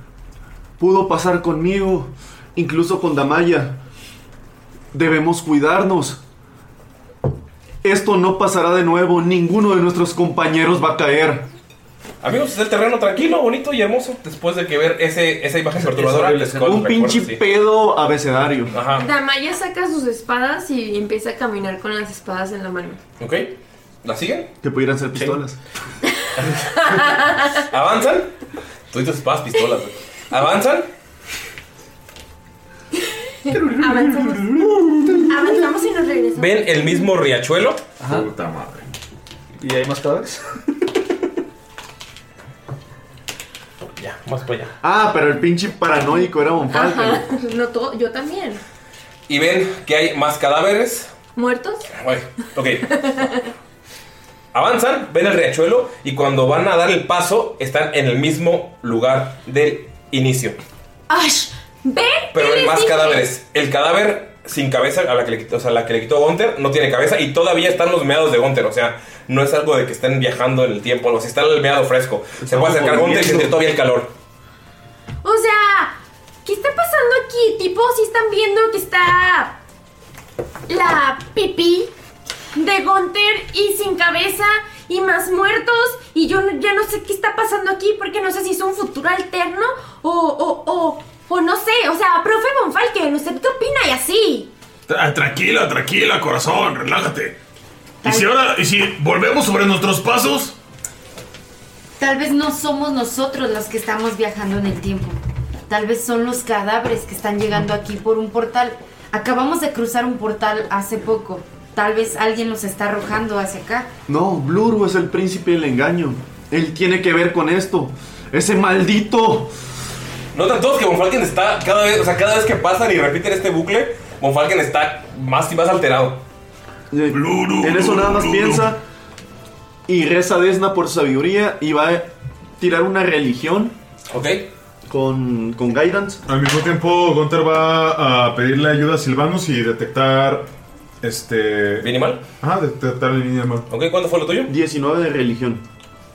Pudo pasar conmigo, incluso con Damaya. Debemos cuidarnos. Esto no pasará de nuevo. Ninguno de nuestros compañeros va a caer. Amigos, es el terreno tranquilo, bonito y hermoso. Después de que ver ese, esa imagen perturbadora, les Un pinche pedo abecedario. Ah. Damaya saca sus espadas y empieza a caminar con las espadas en la mano. Ok, ¿la siguen? Que pudieran ser pistolas. ¿Avanzan? Tú dices espadas, pistolas. güey. ¿Avanzan? Avanzamos. Avanzamos y nos regresamos. ¿Ven el mismo riachuelo? Puta madre. ¿Y hay más cadáveres? ya, más para allá. Ah, pero el pinche paranoico era un Ajá. No todo, yo también. ¿Y ven que hay más cadáveres? ¿Muertos? Güey, ok. Avanzan, ven el riachuelo y cuando van a dar el paso están en el mismo lugar del inicio. ¡Ash! ¡Ven! Pero ¿Qué hay les más dije? cadáveres. El cadáver sin cabeza, a la que le quitó, o sea, la que le quitó Gunter, no tiene cabeza y todavía están los meados de Gunter. O sea, no es algo de que estén viajando en el tiempo, no, si está el meado fresco. Se puede acercar Gunter y sentir todavía el calor. O sea, ¿qué está pasando aquí? Tipo, si están viendo que está la pipí de Gunter y sin cabeza y más muertos y yo no- ya no sé qué está pasando aquí porque no sé si es un futuro alterno o, o, o, o no sé. O sea, profe Von Falken, ¿usted qué opina y así? Tra- Tranquila, tranquila, corazón, relájate. ¿Y si ahora, y si volvemos sobre nuestros pasos? Tal vez no somos nosotros los que estamos viajando en el tiempo. Tal vez son los cadáveres que están llegando aquí por un portal. Acabamos de cruzar un portal hace poco. Tal vez alguien los está arrojando hacia acá. No, Bluru es el príncipe del engaño. Él tiene que ver con esto. Ese maldito. Notan todos que Bonfalken está cada vez, o sea, cada vez que pasan y repiten este bucle, Bonfalken está más y más alterado. eh, En eso nada más piensa. Y reza a Desna por sabiduría. Y va a tirar una religión. Ok. Con, con Guidance. Al mismo tiempo, Gunter va a pedirle ayuda a Silvanus y detectar. Este. ¿Bien y mal? Ajá, detectar el bien y mal. Ok, ¿cuánto fue lo tuyo? 19 de religión.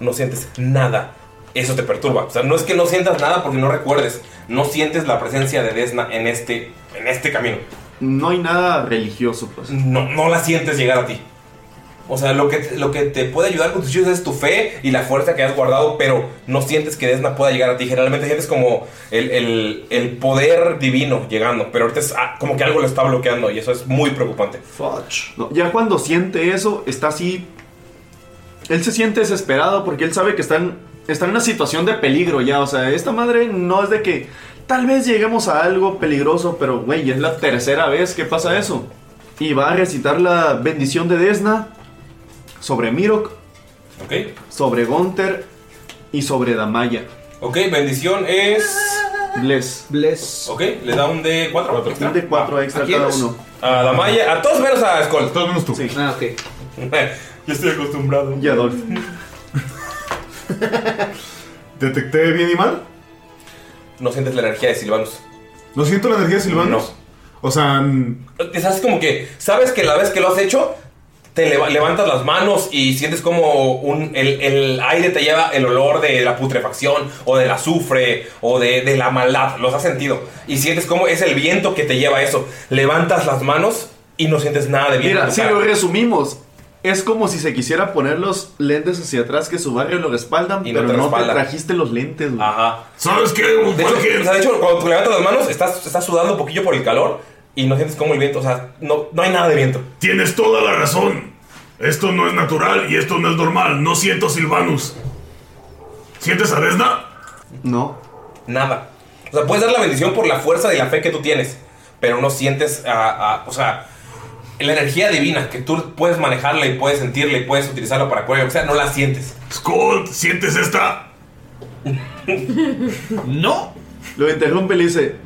No sientes nada. Eso te perturba. O sea, no es que no sientas nada porque no recuerdes. No sientes la presencia de Desna en este, en este camino. No hay nada religioso, pues. No, no la sientes llegar a ti. O sea, lo que, lo que te puede ayudar con tus hechizos es tu fe y la fuerza que has guardado, pero no sientes que Desna pueda llegar a ti. Generalmente sientes como el, el- el poder divino llegando, pero ahorita es ah, como que algo lo está bloqueando y eso es muy preocupante. No, ya cuando siente eso, está así. Él se siente desesperado porque él sabe que están, están en una situación de peligro ya. O sea, esta madre no es de que tal vez lleguemos a algo peligroso, pero güey, es la tercera vez que pasa eso. Y va a recitar la bendición de Desna sobre Mirok, Ok. sobre Gunter y sobre Damaya. Ok, bendición es. Bless. Bless. Ok, le da un D4. extra. Un D4 extra cada ¿A quiénes? uno. A Damaya, a todos menos a Skull. Todos menos tú. Sí. Ah, ok. Yo estoy acostumbrado. Y Adolf. ¿Detecté bien y mal? No sientes la energía de Silvanus. ¿No siento la energía de Silvanus? O sea, n- Es así como que, sabes que la vez que lo has hecho, te leva- levantas las manos y sientes como un, el, el aire te lleva el olor de la putrefacción o del azufre o de, de la maldad. Los has sentido. Y sientes como es el viento que te lleva eso. Levantas las manos y no sientes nada de viento. en Mira, tu si cara. lo resumimos, es como si se quisiera poner los lentes hacia atrás que su barrio lo respaldan, Y no pero te no respaldan. te trajiste los lentes, güey. Ajá. ¿Sabes qué? De hecho, o sea, de hecho, cuando tú levantas las manos, estás, estás sudando un poquillo por el calor y no sientes como el viento. O sea, no, no hay nada de viento. Tienes toda la razón. Esto no es natural y esto no es normal. No siento a Silvanus. ¿Sientes a Desna? No. Nada. O sea, puedes dar la bendición por la fuerza y la fe que tú tienes, pero no sientes, a, a- o sea, la energía divina que tú puedes manejarla y puedes sentirla y puedes utilizarla para cualquier o sea, no la sientes. Skull, ¿sientes esta? no. Lo interrumpe y le dice,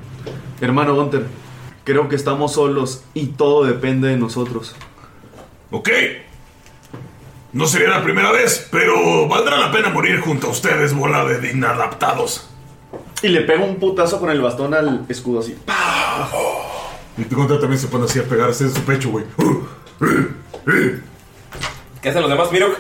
hermano Gunter, creo que estamos solos y todo depende de nosotros. Ok. No sería la primera vez, pero valdrá la pena morir junto a ustedes, bola de inadaptados. Y le pega un putazo con el bastón al escudo así. Y tu contra también se pone así a pegarse en su pecho, güey. Uh, ¿Qué hacen los demás, Mirok?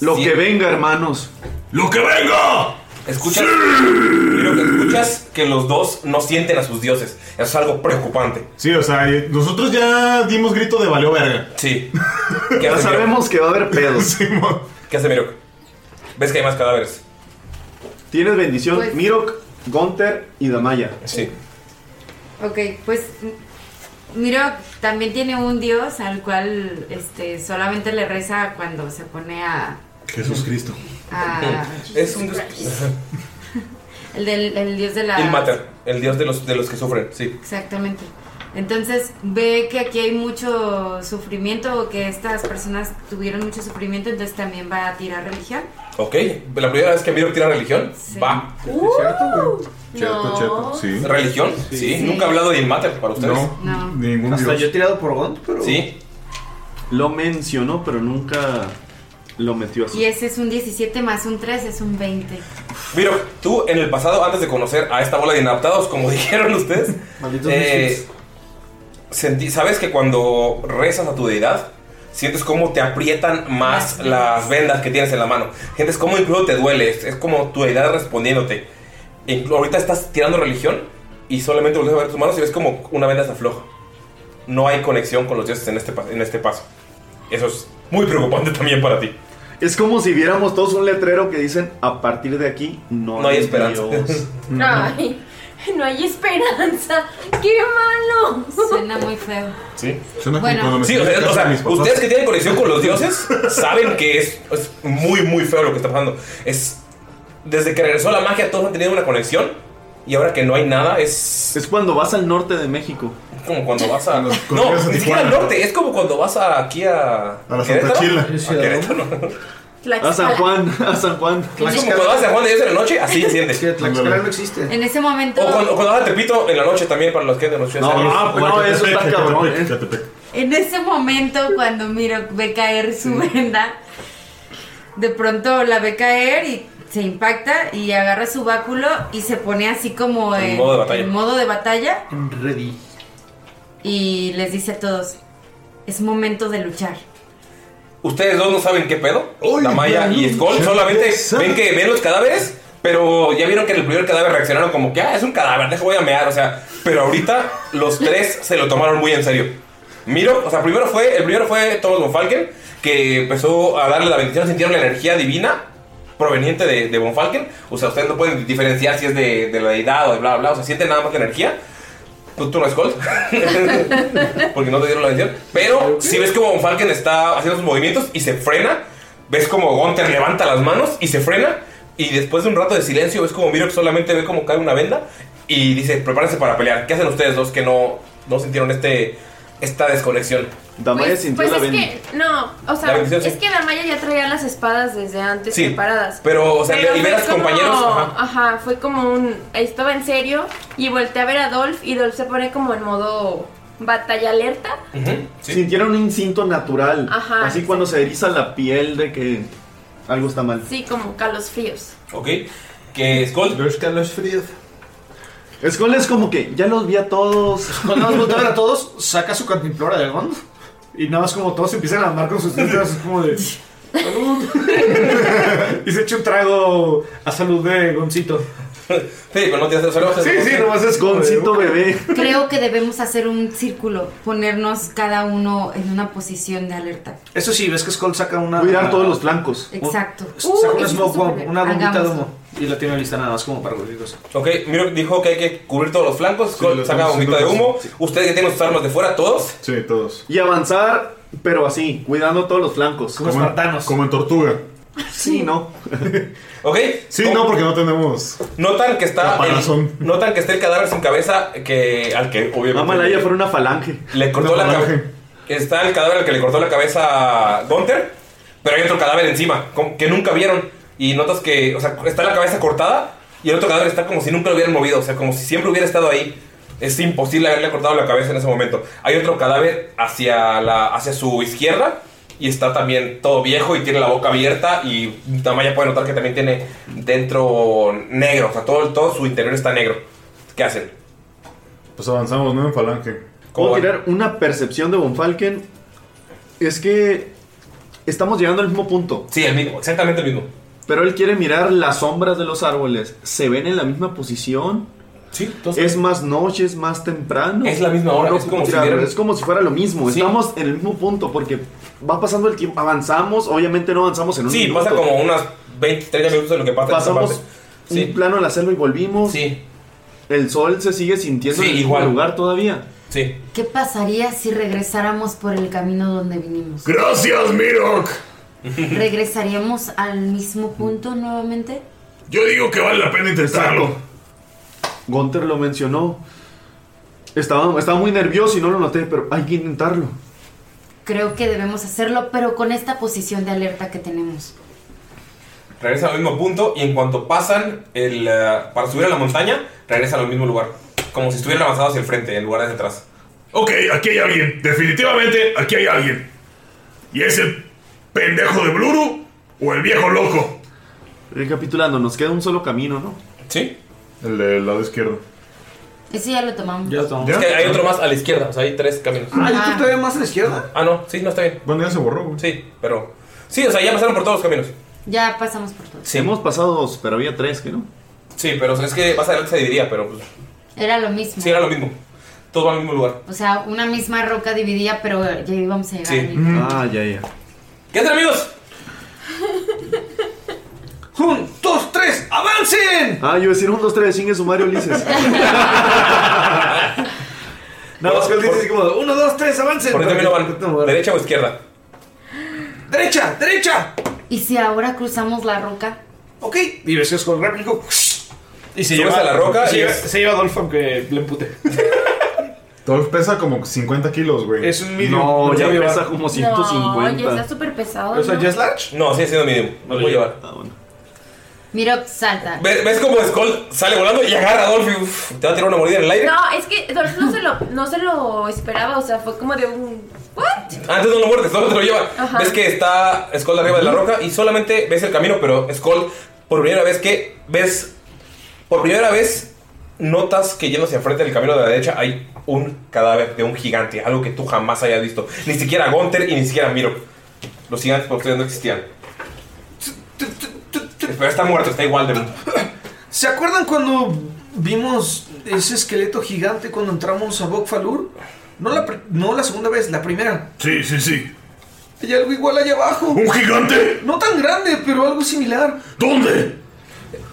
Lo que venga, hermanos. ¡Lo que venga! ¿Escuchas? Mirok, escuchas que los dos no sienten a sus dioses. Eso es algo preocupante. Sí, o sea, eh, nosotros ya dimos grito de valió verga. Sí. Ya sabemos que va a haber pedos. ¿Qué hace Mirok? ¿Ves que hay más cadáveres? Tienes bendición, Pues- Mirok, Gonter y Damaya. Sí. Ok, pues mm, Miro también tiene un dios al cual este, solamente le reza cuando se pone a... Jesús Cristo. a- Es un dios. el, del, el dios Ah. de la... Il Mater, el dios de los, de los que sufren, sí. Exactamente. Entonces ve que aquí hay mucho sufrimiento o que estas personas tuvieron mucho sufrimiento, entonces también va a tirar religión. Ok, la primera vez que Mirok tira religión, va. No. cheto, sí. ¿Religión? Sí. Nunca he hablado de Ilmater para ustedes. No. ningún Hasta dios. yo he tirado por Gond, pero. Sí. Lo mencionó, pero nunca lo metió así. Y ese es un 17 más un 3, es un 20. Miro, tú en el pasado, antes de conocer a esta bola de inadaptados, como dijeron ustedes, Malditos eh, misfits. sentí- sabes que cuando rezas a tu deidad, sientes cómo te aprietan más las vendas que tienes en la mano. Sientes cómo incluso te duele, es, es como tu deidad respondiéndote. Inclu- ahorita estás tirando religión y solamente volteas a ver tus manos y ves como una venda se afloja. No hay conexión con los dioses en este, pa- en este paso. Eso es muy preocupante también para ti. Es como si viéramos todos un letrero que dicen: A partir de aquí no, No hay esperanza". Dios". Ay, no hay esperanza. ¡Qué malo! Suena muy feo. Sí. como Suena Bueno. cuando Pues me Sí, o fui a sea, casa o sea, de mis papás. ustedes que tienen conexión con los dioses saben que es, es muy, muy feo lo que está pasando. Es. Desde que regresó la magia, todos han tenido una conexión. Y ahora que no hay nada, es. Es cuando vas al norte de México. Como cuando vas a. cuando No, llegas a ni siquiera Tijuana. al norte. Es como cuando vas a, aquí a. A la Santa Querétaro. Chila. A Querétaro. A San Juan, a San Juan. Es como cuando vas a San Juan de Dios en la noche, así se siente. Tlaxcala no existe. En ese momento, O cuando, o cuando vas a Tepito en la noche también, para los que de noche. No, ah, no, no, eso está cabrón, eh. en ese momento cuando Miro ve caer su venda, de pronto la ve caer y se impacta y agarra su báculo y se pone así como En modo de batalla. en modo de batalla Ready. y les dice a todos, es momento de luchar. Ustedes dos no saben qué pedo. Damaya y Skull solamente ven que ven los cadáveres, pero ya vieron que en el primer cadáver reaccionaron como que, ah, es un cadáver, deja voy a mear, o sea, pero ahorita los tres se lo tomaron muy en serio. Miro, o sea, primero fue, el primero fue Thomas von Falken, que empezó a darle la bendición, sintieron la energía divina proveniente de, de von Falken, o sea, ustedes no pueden diferenciar si es de, de la deidad o de bla, bla, bla, o sea, sienten nada más la energía. Tú, tú no, Skull. porque no te dieron la bendición. Pero si ves como Falken está haciendo sus movimientos y se frena, ves como Gunter levanta las manos y se frena. Y después de un rato de silencio, ves como Mirok solamente ve como cae una venda y dice: Prepárense para pelear. ¿Qué hacen ustedes dos que no, no sintieron este, esta desconexión? Damaya Pues es que, no, o La sea, bendición, sí. es que Damaya ya traía las espadas desde antes Sí, separadas. pero, o sea, Pero Ah. y fue ver a los compañeros, ajá. Ajá. fue como un. Estaba en serio y volteé a ver a Dolph y Dolph se pone como en modo batalla alerta. Sintieron un instinto natural. Ajá, así cuando se eriza la piel de que algo está mal. Sí, como calos fríos. Ok. Que Skull. Skull es como que ya los vi a todos. Cuando vas a voltear a ver a todos, saca su cantimplora del Gond. Y nada más como todos empiezan a andar con sus letras, es como de. "Salud". y se echa un trago a salud de Goncito. Sí, pero no te haces Sí, sí, nomás es como de- Goncito bebé. Creo que debemos hacer un círculo, ponernos cada uno en una posición de alerta. Eso sí, ves que Skull saca una. Cuidar todos los flancos. Exacto. Saca Uh, una smoke eso está bomb, súper bien. una bombita de Hagámoslo. humo. Y la tiene lista nada más como para gorditos. Ok, Mirok dijo que hay que cubrir todos los flancos. Skull saca estamos bombita de haciendo humo. Ustedes que tienen sus armas de fuera, todos. Sí, todos. Y avanzar, pero así, cuidando todos los flancos. Como espartanos. Como en tortuga. Sí, no. Ok. Sí, no, porque no tenemos. Notan que está. Caparazón. el- notan que está el cadáver sin cabeza que al que obviamente. Amalaya fue una falange. Le cortó la cabeza. Está el cadáver al que le cortó la cabeza a Gunther, pero hay otro cadáver encima como que nunca vieron. Y notas que, o sea, está la cabeza cortada y el otro cadáver está como si nunca lo hubieran movido, o sea, como si siempre hubiera estado ahí. Es imposible haberle cortado la cabeza en ese momento. Hay otro cadáver hacia, la, hacia su izquierda Y está también todo viejo y tiene la boca abierta. Y Tamaya puede notar que también tiene dentro negro. O sea, todo, todo su interior está negro. ¿Qué hacen? Pues avanzamos, ¿no? En falange. ¿Puedo tirar una percepción de Bonfalken? Es que estamos llegando al mismo punto. Sí, el mismo, exactamente el mismo. Pero él quiere mirar las sombras de los árboles. ¿Se ven en la misma posición? Sí, Es más noche, es más temprano. Es la misma hora, es ocupo como si tirarlo, vieran- es como si fuera lo mismo. Sí. Estamos en el mismo punto porque va pasando el tiempo. Avanzamos, obviamente no avanzamos en un Sí, minuto. pasa como unas 20, 30 minutos de lo que pasa en esa Pasamos parte. Sí. un plano a la selva y volvimos. Sí. El sol se sigue sintiendo Sí, en el mismo igual. lugar todavía. Sí. ¿Qué pasaría si regresáramos por el camino donde vinimos? Gracias, Mirok. ¿Regresaríamos al mismo punto nuevamente? Yo digo que vale la pena intentarlo. Gunter lo mencionó. Estaba, estaba muy nervioso y no lo noté, pero hay que intentarlo. Creo que debemos hacerlo, pero con esta posición de alerta que tenemos. Regresan al mismo punto y en cuanto pasan el, eh, para subir a la montaña, regresan al mismo lugar. Como si estuvieran avanzados hacia el frente en lugar de hacia atrás. Ok, aquí hay alguien. Definitivamente aquí hay alguien. ¿Y es el pendejo de Bluru o el viejo loco? Recapitulando, nos queda un solo camino, ¿no? Sí. El del lado izquierdo. Ese ya lo tomamos. Es que hay otro más a la izquierda, o sea, hay tres caminos. Ah, ¿y tú todavía más a la izquierda? Ah, no, sí, no está bien. Bueno, ya se borró, Sí, pero. Sí, o sea, ya pasaron por todos los caminos. Ya pasamos por todo. Hemos pasado dos, pero había tres que no. Sí, pero o sea, es que más adelante se dividía, pero pues. Era lo mismo. Sí, era lo mismo. Todo va al mismo lugar. O sea, una misma roca dividía, pero ya íbamos a llegar. al Sí. mismo. Ah, ya, ya. ¿Qué hacen, amigos? ¡Un, dos, tres! ¡Avancen! Ah, yo iba a decir un, dos, tres, chingue su Mario Ulises. Nada más que él dice así como: uno, dos, tres, avancen. ¿Por qué camino van? ¿Derecha o izquierda? ¡Derecha! ¡Derecha! ¿Y si ahora cruzamos la roca? Ok. Y ves que es con el réplico. Y se Subes a la roca Se y lleva, es- se lleva a Dolph aunque le empute. Dolph pesa como 50 kilos, güey. Es un medium. No, ya pesa como No, ya está súper pesado. Oh, ¿no? large? No, sigue siendo medium. No lo puedo llevar. Ah, Miro, salta. ¿Ves, ves cómo Skull sale volando y agarra a Dolph y uf, te va a tirar una mordida en el aire? No, es que Dolph no se lo, no se lo esperaba, o sea, fue como de un... ¿What? Antes Ah, no lo muertes, solo te lo lleva. Ajá. Ves que está Skull arriba de la roca y solamente ves el camino, pero Skull, por primera vez que ves. Por primera vez notas que yendo hacia enfrente del camino de la derecha hay un cadáver de un gigante, algo que tú jamás hayas visto. Ni siquiera Gunter y ni siquiera Miro. Los gigantes por ustedes no existían. Pero está muerto, está igual de. ¿Se acuerdan cuando vimos ese esqueleto gigante cuando entramos a Bokfalur? No la, pri- no la segunda vez, la primera. Sí, sí, sí. Hay algo igual allá abajo. ¿Un gigante? No tan grande, pero algo similar. ¿Dónde?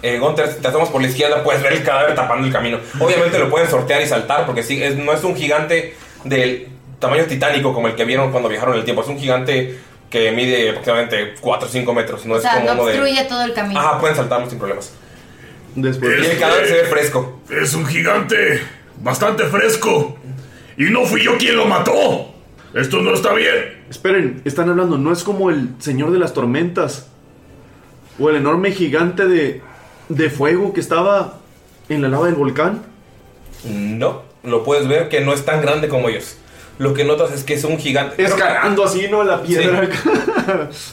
Eh, Gunter, te hacemos por la izquierda, puedes ver el cadáver tapando el camino. Obviamente lo pueden sortear y saltar, porque sí, es- no es un gigante del tamaño titánico como el que vieron cuando viajaron en el tiempo. Es un gigante que mide aproximadamente 4 o 5 metros. No O es sea, como no uno de. obstruye todo el camino. Ajá, pueden saltarlo sin problemas. Después. Y el cadáver se ve fresco. Es un gigante bastante fresco. Y no fui yo quien lo mató. Esto no está bien. Esperen, están hablando, no es como el señor de las tormentas. O el enorme gigante de, de fuego que estaba en la lava del volcán. No, lo puedes ver que no es tan grande como ellos. Lo que notas es que es un gigante. Escalando así, ¿no? La piedra.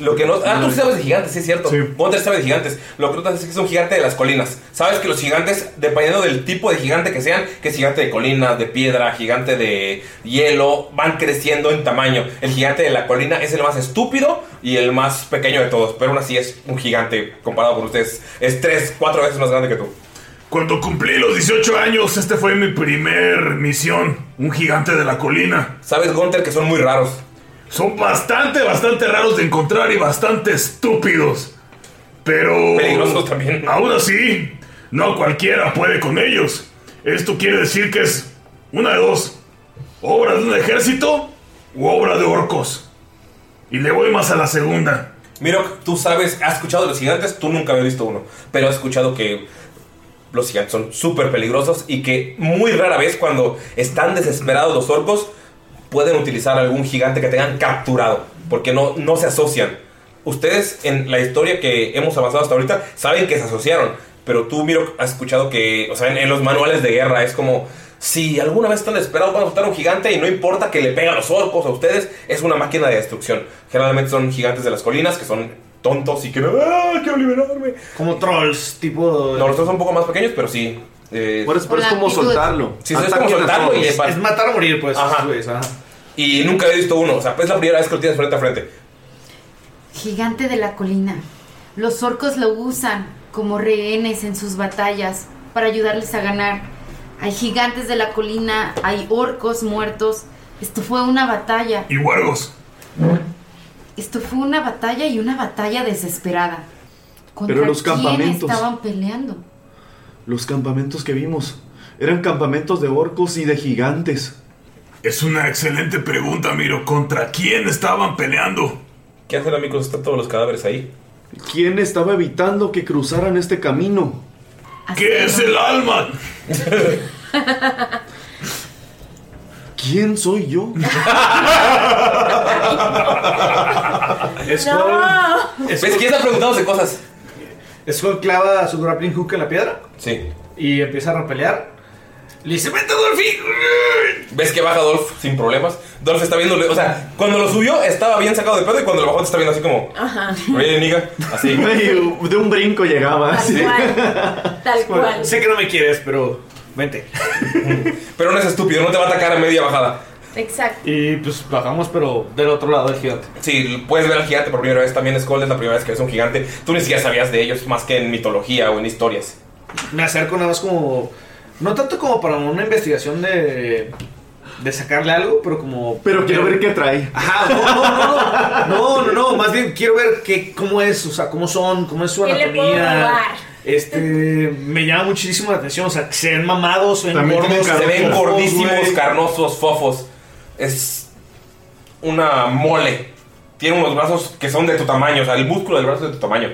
Lo que no. Ah, tú sí sabes de gigantes, sí es cierto. Gunter sabe de gigantes. Lo que notas es que es un gigante de las colinas. Sabes que los gigantes, dependiendo del tipo de gigante que sean, que es gigante de colinas, de piedra, gigante de hielo, van creciendo en tamaño. El gigante de la colina es el más estúpido y el más pequeño de todos. Pero aún así es un gigante comparado con ustedes. Es tres, cuatro veces más grande que tú. Cuando cumplí los 18 años, este fue mi primer misión. Un gigante de la colina. Sabes, Gunter, que son muy raros. Son bastante, bastante raros de encontrar y bastante estúpidos. Pero... Peligrosos también. Aún así, no cualquiera puede con ellos. Esto quiere decir que es una de dos. Obra de un ejército u obra de orcos. Y le voy más a la segunda. Mirok, tú sabes, has escuchado de los gigantes, tú nunca habías visto uno, pero has escuchado que los gigantes son súper peligrosos y que muy rara vez cuando están desesperados los orcos pueden utilizar algún gigante que tengan capturado, porque no, no se asocian. Ustedes en la historia que hemos avanzado hasta ahorita saben que se asociaron, pero tú, Mirok, has escuchado que, o sea, en, en los manuales de guerra es como Si alguna vez están esperados van a matar a un gigante y no importa que le peguen a los orcos a ustedes, es una máquina de destrucción. Generalmente son gigantes de las colinas que son tontos y que ¡ah, quiero liberarme! Como trolls, tipo... No, los trolls son un poco más pequeños, pero sí. eh, Por eso- pero es Por la como actitud. soltarlo. Sí, sí, es Atacan como a soltarlo y todos. le Es matar o morir, pues. Y nunca he visto uno, o sea, es la primera vez que lo tienes frente a frente. Gigante de la colina. Los orcos lo usan como rehenes en sus batallas para ayudarles a ganar. Hay gigantes de la colina, hay orcos muertos. Esto fue una batalla. Y huergos. Esto fue una batalla y una batalla desesperada. ¿Contra Pero los quién campamentos. estaban peleando? Los campamentos que vimos eran campamentos de orcos y de gigantes. Es una excelente pregunta, Miro. ¿Contra quién estaban peleando? ¿Qué hacen amigos? Están todos los cadáveres ahí. ¿Quién estaba evitando que cruzaran este camino? ¿Qué es el alma? ¿Quién soy yo? ¿Ves quién está preguntándose cosas? Skull clava su grappling hook en la piedra Sí. y empieza a repelear. Le dice, vete Dolphin. ¿Ves que baja Dolph sin problemas? Dolph está viendo, o sea, cuando lo subió estaba bien sacado de pedo y cuando lo bajó te está viendo así como, Ajá. oye, niga, así. De un brinco llegaba. Ah, Tal cual. Tal cual. Sé que no me quieres, pero vente. pero no es estúpido, no te va a atacar a media bajada. Exacto. Y pues bajamos, pero del otro lado del gigante. Sí, puedes ver al gigante por primera vez. También Skull es la primera vez que ves a un gigante. Tú ni siquiera sabías de ellos más que en mitología o en historias. Me acerco nada más como. No tanto como para una investigación de. de sacarle algo, pero como. Pero quiero ver qué trae. Ajá, no, no, no, no, no, no, más bien quiero ver qué, cómo es, o sea, cómo son, cómo es su ¿Qué le puedo anatomía. robar? Este, me llama muchísimo la atención, o sea, que se ven mamados, se ven gordos, se ven gordísimos, carnosos, fofos. Es una mole. Tiene unos brazos que son de tu tamaño, o sea, el músculo del brazo es de tu tamaño.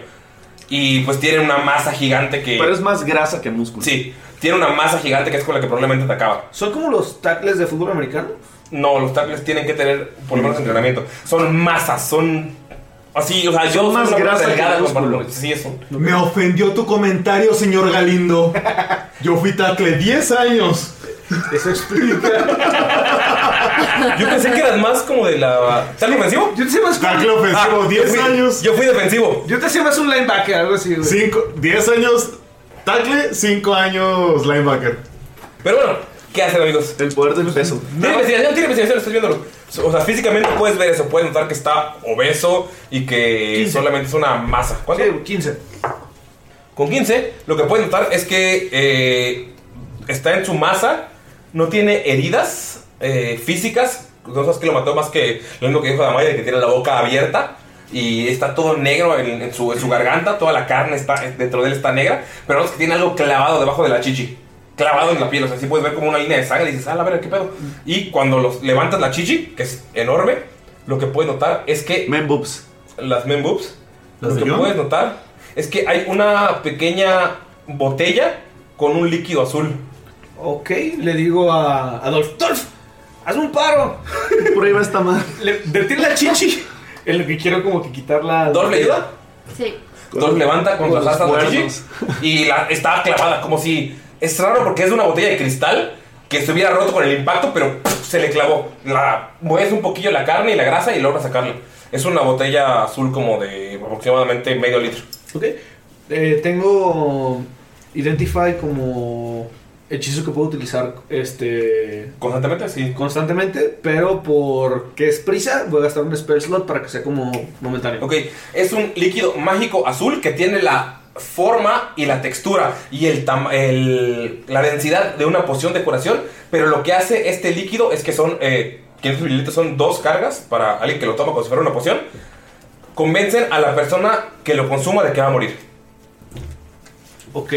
Y pues tiene una masa gigante que. Pero es más grasa que músculo. Sí, tiene una masa gigante que es con la que probablemente atacaba. ¿Son como los tackles de fútbol americano? No, los tackles tienen que tener por lo menos Mm. entrenamiento. Son masas, son. Así, o sea, yo Son soy más una persona grasa que delgada músculo. comparado- Sí, es un- Me ofendió tu comentario, señor Galindo. Yo fui tacle 10 años. Eso explica. Yo pensé que eras más como de la. ¿Tackle ofensivo? Yo te sé más Tackle ofensivo, 10 años. Yo fui defensivo. Yo te hacía más un linebacker, algo así. 10 años tackle, 5 años linebacker. Pero bueno, ¿qué hacen, amigos? El poder del peso. Tiene investigación, tiene investigación, estás viéndolo. O sea, físicamente puedes ver eso, puedes notar que está obeso y que solamente es una masa. ¿Cuánto? 15. Con 15, lo que puedes notar es que eh, está en su masa, no tiene heridas eh, físicas, no sabes que lo mató más que lo mismo que dijo Damaya, de que tiene la boca abierta. Y está todo negro en, en su, en su garganta, toda la carne está dentro de él está negra, pero notas que tiene algo clavado debajo de la chichi, clavado en la piel, o sea, sí puedes ver como una línea de sangre y dices, ah, la verga, qué pedo. Y cuando los, levantas la chichi, que es enorme, lo que puedes notar es que... Memboobs. Las memboobs. Lo ¿Las de que John? puedes notar es que hay una pequeña botella con un líquido azul. Ok, le digo a, a Dolph, Dolph, hazme un paro. Prueba esta madre. Le, detén la chichi. Es lo que quiero como que quitarla. ¿Dolph le ayuda? Sí. Entonces levanta con Con las los asas de cuernos. chichi y la, está clavada, como si. Es raro porque es una botella de cristal que se hubiera roto con el impacto, pero ¡puf! se le clavó. La mueves un poquillo la carne y la grasa y logra sacarla. Es una botella azul como de aproximadamente medio litro. Ok. Eh, tengo Identify como hechizo que puedo utilizar este constantemente, sí. Constantemente, pero porque es prisa, voy a gastar un spell slot para que sea como momentáneo. Ok, es un líquido mágico azul que tiene la forma y la textura y el tam- el- la densidad de una poción de curación, pero lo que hace este líquido es que son eh, 500 mililitros, son dos cargas para alguien que lo toma como si fuera una poción, convencen a la persona que lo consuma de que va a morir. Ok.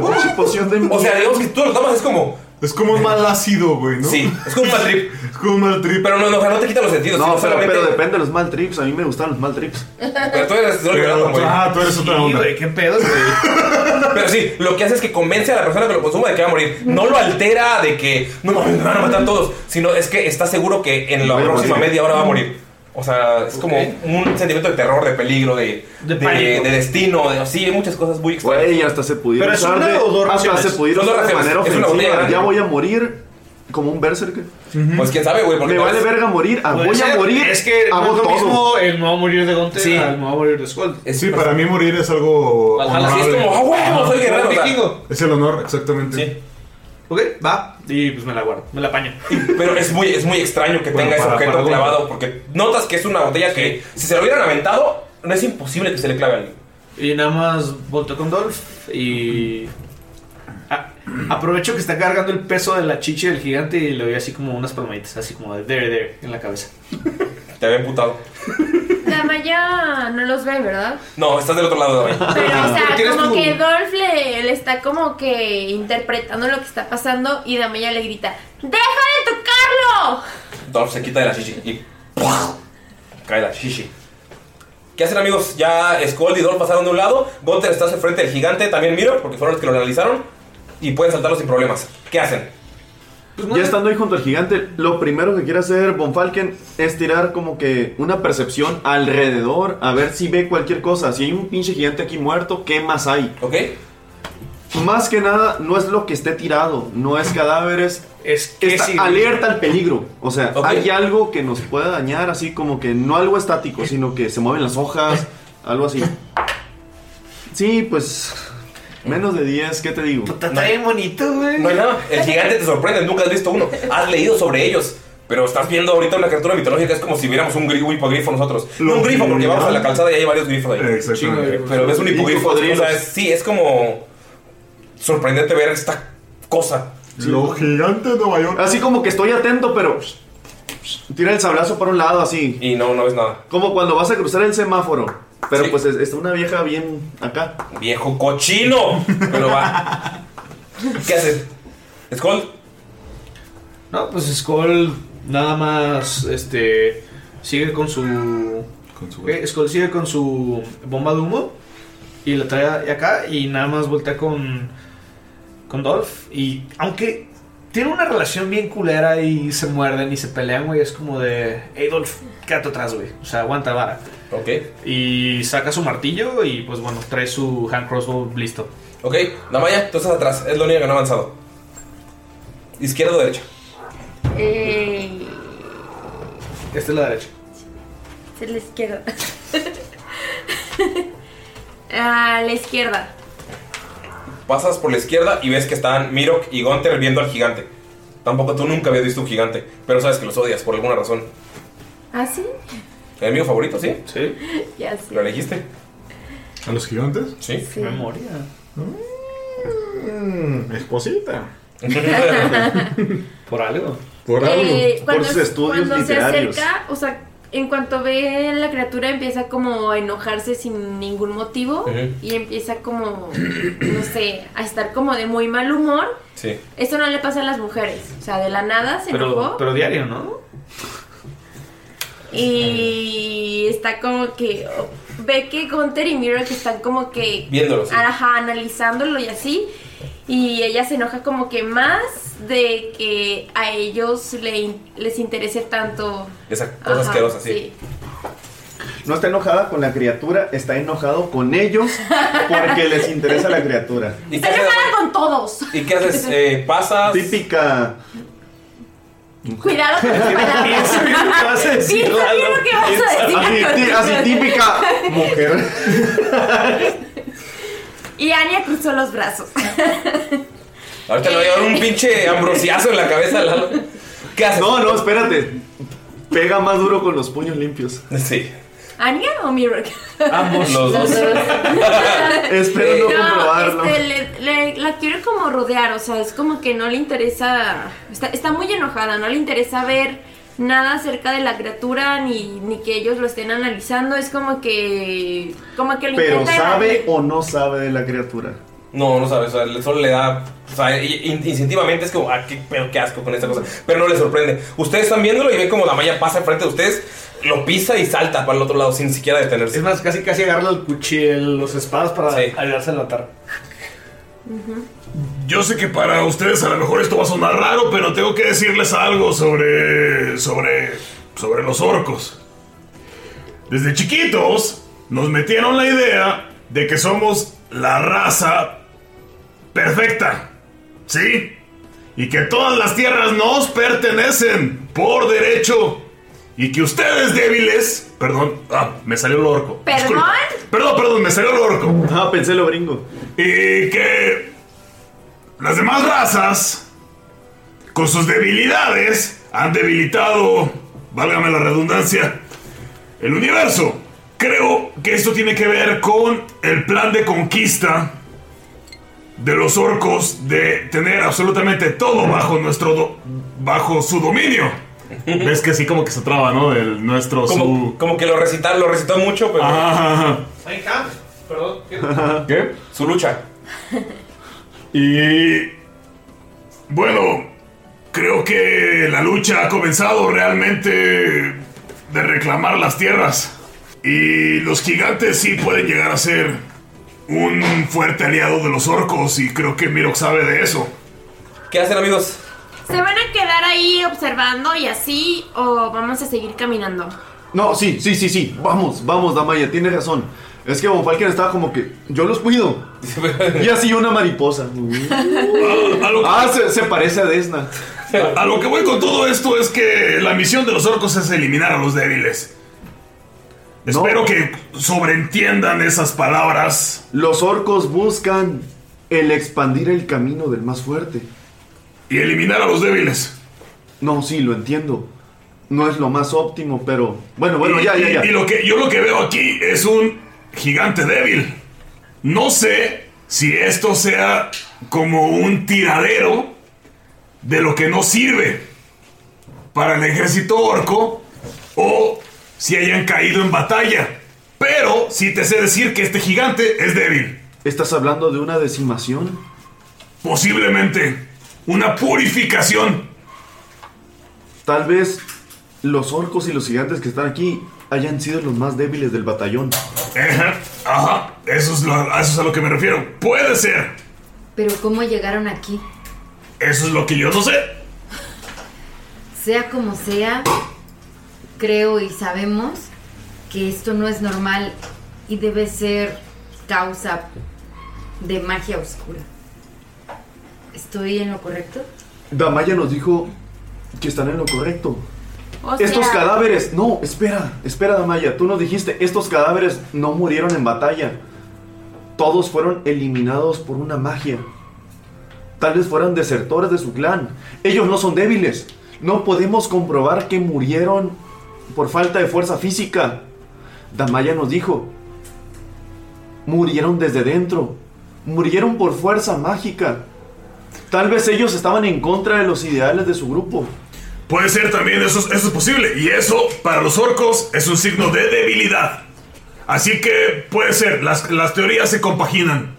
O sea, digamos que tú lo tomas es como... Es como un mal ácido, güey, ¿no? Sí, es como un mal trip. es como un mal trip. Pero no, no, o sea, no te quita los sentidos. No, sino pero, solamente- pero depende de los mal trips. A mí me gustan los mal trips. Pero tú eres... Ah, tú eres otra onda. ¿Qué pedo, Pero sí, lo que hace es que convence a la persona que lo consuma de que va a morir. No lo altera de que no mames, me van a matar todos, sino es que está seguro que en la Voy a próxima morir. media hora va a morir. O sea, es como un sentimiento de terror, de peligro, de, de, pánico. de destino. de- sí, hay muchas cosas muy extrañas. Güey, hasta se pudiera usar de, hasta se pudiera Son dos usar de raciones. manera Es una botella ofensiva. grande. Ya voy a morir como un berserker. Pues quién sabe, güey. porque Me tal vale vez- verga morir. ah, voy a morir. Es que no hago es lo todo. mismo el no morir de Gonte Sí. al no morir de Skull. Sí, para mí morir es algo. Valhalla, sí, es honorable. como, "Ah, huevo, soy guerrero", Ajá. vikingo. Es el honor, exactamente. Ok, va. Y pues me la guardo, me la apaño. Pero es muy, es muy extraño que tenga ese para- objeto para- clavado porque notas que es una botella que si se lo hubieran aventado, no es imposible que se le clave a alguien. Y nada más volto con Dolph y. Ah, aprovecho que está cargando el peso de la chiche del gigante y le doy así como unas palmaditas, así como de there, there, en la cabeza. Te había emputado. La Maya no los ve, ¿verdad? No, estás del otro lado de Pero, o sea, como que Dolph le, le está como que interpretando lo que está pasando y Damaya le grita, ¡Deja de tocarlo! Dolph se quita de la shishi y ¡pua! cae la shishi. ¿Qué hacen amigos? Ya Skull y Dolph pasaron de un lado. Gunther está hacia el frente del gigante, también Mirror, porque fueron los que lo analizaron. Y pueden saltarlo sin problemas. ¿Qué hacen? ya estando ahí junto al gigante, lo primero que quiere hacer Von Falken es tirar como que una percepción alrededor, a ver si ve cualquier cosa. Si hay un pinche gigante aquí muerto, ¿qué más hay? Ok. Más que nada, no es lo que esté tirado, no es cadáveres. Es que sí, güey. alerta al peligro. O sea, Ok. hay algo que nos pueda dañar, así como que no algo estático, sino que se mueven las hojas, algo así. Sí, pues. Menos de 10, ¿qué te digo? Está bien bonito, güey. No hay nada. El gigante te sorprende, nunca has visto uno. Has leído sobre ellos. Pero estás viendo ahorita una criatura mitológica, es como si viéramos un, gri- un hipogrifo nosotros. No un grifo, porque vamos a la calzada y hay varios grifos ahí. Exactamente. Chingo de grifos. Pero ves un Y hipogrifo, o sea, cocodrilos. es- sí, es como sorprendente ver esta cosa. Los gigantes de Nueva York. Así como que estoy atento, pero. Tira el sablazo para un lado, así. Y no, no ves nada. Como cuando vas a cruzar el semáforo. Pero pues es- está una vieja bien acá. Viejo cochino. Pero va. ¿Qué haces? ¿Skull? No, pues Skull nada más este sigue con su. Ok, Skull sigue con su bomba de humo y la trae acá y nada más voltea con. con Dolph. Y aunque tiene una relación bien culera y se muerden y se pelean, güey, es como de. Hey Dolph, quédate atrás, güey. O sea, aguanta vara. Ok. Y saca su martillo y pues bueno, trae su hand crossbow listo. Ok, Damaya, tú estás atrás. Es lo único que no ha avanzado. ¿Izquierda o derecha? Eh, Esta es la derecha. es la izquierda. A la izquierda. Pasas por la izquierda y ves que están Mirok y Gunter viendo al gigante. Tampoco tú nunca habías visto un gigante, pero sabes que los odias por alguna razón. ¿Ah, sí? ¿El mío favorito, sí? Sí. Ya sé. ¿Lo elegiste? ¿A los gigantes? Sí. Memoria. esposita. Por algo. Por algo. Eh, por cuando sus estudios cuando se literarios. acerca, o sea, en cuanto ve la criatura empieza como a enojarse sin ningún motivo Ujú. y empieza como, no sé, a estar como de muy mal humor. Sí. Eso no le pasa a las mujeres, o sea, de la nada se Pero, enojó pero diario, ¿no? y está como que oh, ve que Gunter y Mirror que están como que Viéndolo, sí. ajá, analizándolo y así y ella se enoja como que más de que a ellos le in- les interese tanto Esa Ajá, cosa asquerosa, sí. No está enojada con la criatura, está enojado con ellos porque les interesa la criatura. ¿Y qué Está haces? enojada con todos. ¿Y qué haces? Eh, pasas. Típica. Cuidado con las palabras. Piensa bien lo que vas a decir, Piensa bien Lalo. lo que vas a decir. Así, a tí- continuación. así típica mujer. Y Anya cruzó los brazos. Ahorita le voy a dar un pinche ambrosiazo en la cabeza a Lalo. ¿Qué haces? No, no, espérate. Pega más duro con los puños limpios. Sí. ¿Anya o Mirok? Ambos. Los dos. Espero no comprobarlo. este, le- le- la quiere como rodear, o sea, es como que no le interesa. Está, está muy enojada, no le interesa ver nada acerca de la criatura ni, ni que ellos lo estén analizando. Es como que. Como que lo Pero intenta sabe o no sabe de la criatura. No, no sabes, o sea, le- solo le da. O sea, i- in- instintivamente es como, ah, qué, pero qué asco con esta cosa. Pero no le sorprende. Ustedes están viéndolo y ven como la malla pasa enfrente de ustedes, lo pisa y salta para el otro lado sin siquiera detenerse. Es más, casi casi agarra el cuchillo, los espadas para ayudarse a matar. Yo sé que para ustedes a lo mejor esto va a sonar raro, pero tengo que decirles algo sobre. sobre. sobre los orcos. Desde chiquitos nos metieron la idea de que somos la raza perfecta. ¿Sí? Y que todas las tierras nos pertenecen por derecho. Y que ustedes débiles... Perdón, ah, me salió el orco. ¿Perdón? Perdón, perdón, me salió el orco. Ah, pensé lo gringo. Y que las demás razas, con sus debilidades, han debilitado, válgame la redundancia, el universo. Creo que esto tiene que ver con el plan de conquista de los orcos de tener absolutamente todo bajo nuestro do- bajo su dominio. Ves que así como que se traba, ¿no? El nuestro Como- su. Como que lo recita, lo recitó mucho, pero. Ah. Perdón. ¿qué? ¿Qué? Su lucha. Y bueno, creo que la lucha ha comenzado realmente de reclamar las tierras. Y los gigantes sí pueden llegar a ser un fuerte aliado de los orcos y creo que Mirok sabe de eso. ¿Qué hacen amigos? ¿Se van a quedar ahí observando y así o vamos a seguir caminando? No, sí, sí, sí, sí. Vamos, vamos, Damaya, tiene razón. Es que Von Falken estaba como que, yo los cuido. y así una mariposa. ah, se, se parece a Desna. A- A lo que voy con todo esto es que la misión de los orcos es eliminar a los débiles. Espero que sobreentiendan esas palabras. Los orcos buscan el expandir el camino del más fuerte. Y eliminar a los débiles. No, sí, lo entiendo. No es lo más óptimo, pero... Bueno, bueno, Y- ya, ya, y- ya. Y lo que, yo lo que veo aquí es un gigante débil. No sé si esto sea como un tiradero de lo que no sirve para el ejército orco o si hayan caído en batalla. Pero sí te sé decir que este gigante es débil. ¿Estás hablando de una decimación? Posiblemente una purificación. Tal vez los orcos y los gigantes que están aquí hayan sido los más débiles del batallón. Ajá, ajá, eso es, lo- a eso es a lo que me refiero. Puede ser. Pero ¿cómo llegaron aquí? Eso es lo que yo no sé. Sea como sea, creo y sabemos que esto no es normal y debe ser causa de magia oscura. ¿Estoy en lo correcto? Damaya nos dijo que están en lo correcto. O estos sea- cadáveres, no, espera, espera Damaya, tú nos dijiste, estos cadáveres no murieron en batalla. Todos fueron eliminados por una magia. Tal vez fueran desertores de su clan. Ellos no son débiles. No podemos comprobar que murieron por falta de fuerza física. Damaya nos dijo, murieron desde dentro. Murieron por fuerza mágica. Tal vez ellos estaban en contra de los ideales de su grupo. Puede ser también, eso, es- eso es posible. Y eso, para los orcos, es un signo de debilidad. Así que puede ser, las, las teorías se compaginan.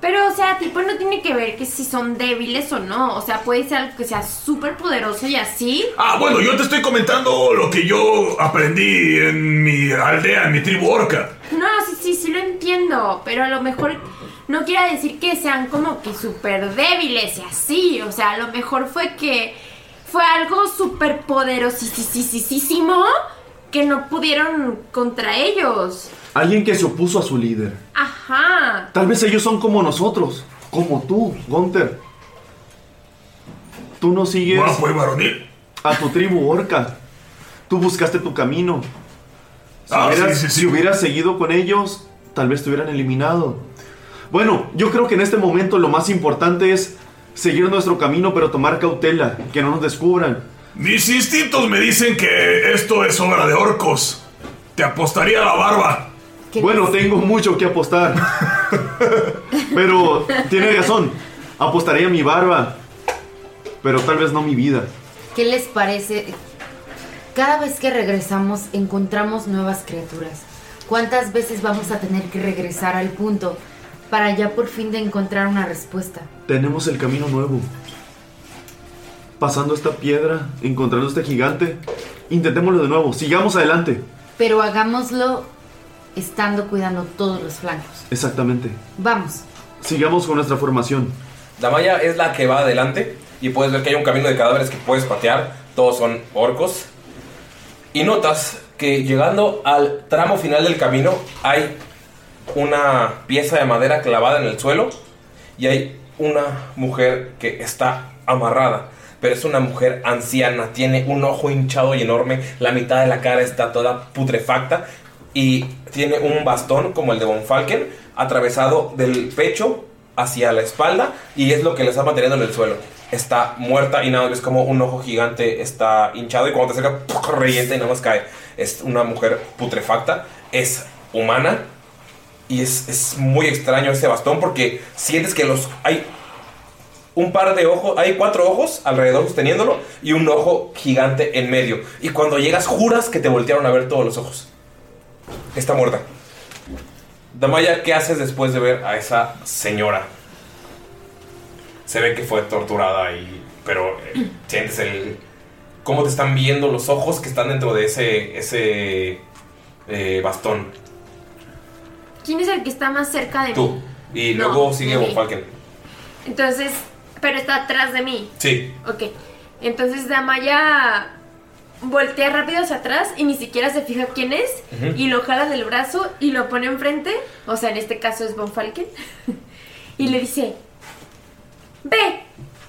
Pero, o sea, tipo, no tiene que ver que si son débiles o no. O sea, puede ser algo que sea súper poderoso y así. Ah, bueno, yo te estoy comentando lo que yo aprendí en mi aldea, en mi tribu orca. No, sí, sí, sí lo entiendo. Pero a lo mejor no quiera decir que sean como que súper débiles y así. O sea, a lo mejor fue que fue algo súper poderosísimo que no pudieron contra ellos. Alguien que se opuso a su líder. Ajá. Tal vez ellos son como nosotros, como tú, Gunther. Tú no sigues Bueno, pues, varonil. a tu tribu orca. Tú buscaste tu camino. Si, Ah, hubieras, sí, sí, sí. si hubieras seguido con ellos, tal vez te hubieran eliminado. Bueno, yo creo que en este momento lo más importante es seguir nuestro camino, pero tomar cautela, que no nos descubran. Mis instintos me dicen que esto es obra de orcos. Te apostaría la barba. Bueno, tengo mucho que apostar. Pero tiene razón. Apostaría mi barba. Pero tal vez no mi vida. ¿Qué les parece? Cada vez que regresamos encontramos nuevas criaturas. ¿Cuántas veces vamos a tener que regresar al punto para ya por fin de encontrar una respuesta? Tenemos el camino nuevo. Pasando esta piedra, encontrando este gigante. Intentémoslo de nuevo. Sigamos adelante. Pero hagámoslo estando cuidando todos los flancos. Exactamente. Vamos. Sigamos con nuestra formación. La malla es la que va adelante y puedes ver que hay un camino de cadáveres que puedes patear. Todos son orcos. Y notas que llegando al tramo final del camino hay una pieza de madera clavada en el suelo y hay una mujer que está amarrada. Pero es una mujer anciana, tiene un ojo hinchado y enorme, la mitad de la cara está toda putrefacta y tiene un bastón como el de Von Falken atravesado del pecho hacia la espalda y es lo que le está manteniendo en el suelo. Está muerta y nada, más ves como un ojo gigante está hinchado y cuando te acerca ¡puc! revienta y nada más cae. Es una mujer putrefacta, es humana y es, es muy extraño ese bastón porque sientes que los hay un par de ojos, hay cuatro ojos alrededor sosteniéndolo y un ojo gigante en medio. Y cuando llegas juras que te voltearon a ver todos los ojos. Está muerta. Damaya, ¿qué haces después de ver a esa señora? Se ve que fue torturada y. Pero eh, sientes el. cómo te están viendo los ojos que están dentro de ese. ese. eh, bastón. ¿Quién es el que está más cerca de mí? Tú. Y luego sigue ok. Von Falken. Entonces, pero está atrás de mí. Sí. Ok. Entonces Damaya voltea rápido hacia atrás y ni siquiera se fija quién es Ujú. y lo jala del brazo y lo pone enfrente, o sea, en este caso es Von Falken, y le dice, ve,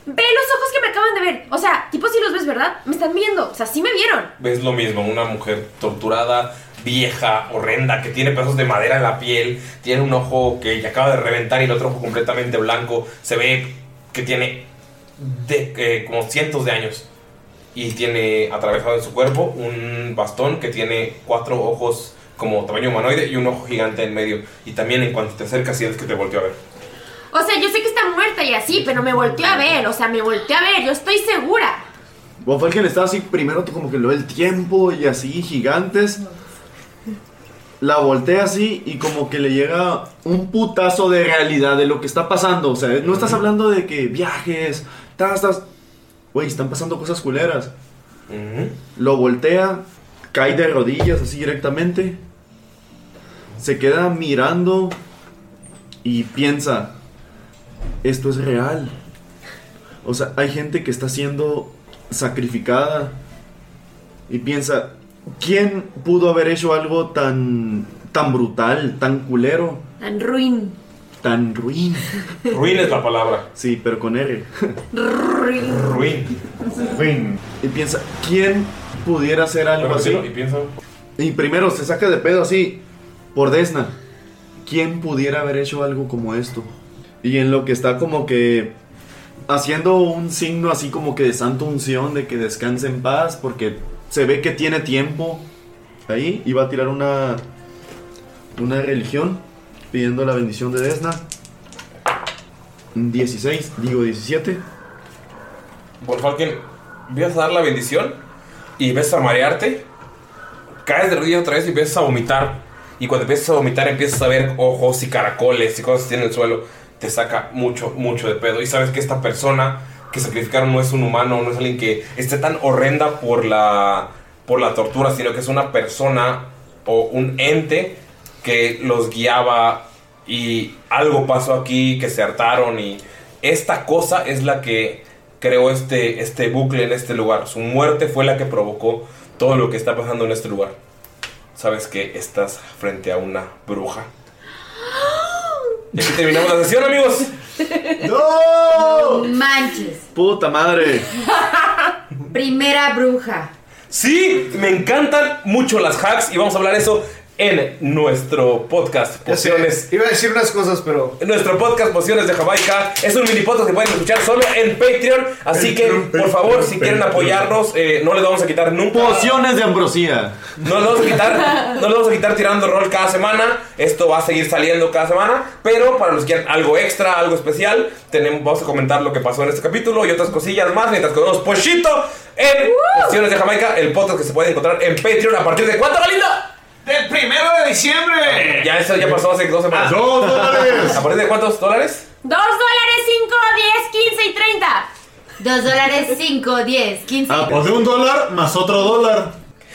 ve los ojos que me acaban de ver, o sea, tipo si los ves, ¿verdad? Me están viendo, o sea, sí me vieron. ves lo mismo, una mujer torturada, vieja, horrenda, que tiene pedazos de madera en la piel, tiene un ojo que ya acaba de reventar y el otro ojo completamente blanco, se ve que tiene de, eh, como cientos de años y tiene atravesado en su cuerpo un bastón que tiene cuatro ojos como tamaño humanoide y un ojo gigante en medio y también en cuanto te acercas sientes que te volteó a ver. O sea, yo sé que está muerta y así, pero me volteó a ver, o sea, me volteó a ver, yo estoy segura. Von Falken está así, primero como que lo ve el tiempo y así, gigantes. La voltea así y como que le llega un putazo de realidad de lo que está pasando. O sea, no estás hablando de que viajes, tas, tas. Güey, están pasando cosas culeras. Lo voltea, cae de rodillas así directamente. Se queda mirando y piensa, esto es real. O sea, hay gente que está siendo sacrificada. Y piensa, ¿quién pudo haber hecho algo tan, tan brutal, tan culero, Tan ruin. tan ruin? Ruin es la palabra. Sí, pero con R. Ruin. Ruin. Ruin. Y piensa, ¿quién pudiera hacer algo así? Y pienso, Y primero se saca de pedo así, por Desna. ¿Quién pudiera haber hecho algo como esto? Y en lo que está como que haciendo un signo así como que de santo unción, de que descanse en paz, porque se ve que tiene tiempo ahí y va a tirar una, una religión pidiendo la bendición de Desna. Un 16, digo 17. Por Falken, empiezas a dar la bendición y ves a marearte, caes de rodillas otra vez y empiezas a vomitar. Y cuando empiezas a vomitar, empiezas a ver ojos y caracoles y cosas así en el suelo. Te saca mucho, mucho de pedo. Y sabes que esta persona que sacrificaron no es un humano, no es alguien que esté tan horrenda por la, por la tortura, sino que es una persona o un ente que los guiaba y algo pasó aquí, que se hartaron y esta cosa es la que creó este, este bucle en este lugar. Su muerte fue la que provocó todo lo que está pasando en este lugar. Sabes que estás frente a una bruja. Y aquí terminamos la sesión, amigos. ¡No! Manches. Puta madre. Primera bruja. Sí, me encantan mucho las hacks y vamos a hablar eso en nuestro podcast Pociones. Iba a decir unas cosas, pero. Nuestro podcast Pociones de Jamaica es un mini podcast que pueden escuchar solo en Patreon. Así que, por favor, si quieren apoyarnos, eh, no les vamos a quitar nunca. Pociones de ambrosía. No le vamos a quitar, no le vamos a quitar tirando rol cada semana. Esto va a seguir saliendo cada semana. Pero para los que quieran algo extra, algo especial, tenemos, vamos a comentar lo que pasó en este capítulo y otras cosillas más mientras comemos pochito en Cuestiones de Jamaica, el podcast que se puede encontrar en Patreon a partir de cuánto, Galindo? ¡Del primero de Ah, diciembre! Ya eso ya pasó hace dos Ah, semanas. ¡Dos dólares! ¿A partir de cuántos dólares? Dos dólares, cinco, diez, quince y treinta. Dos dólares, cinco, diez, quince. Ah, pues de un dólar más otro dólar.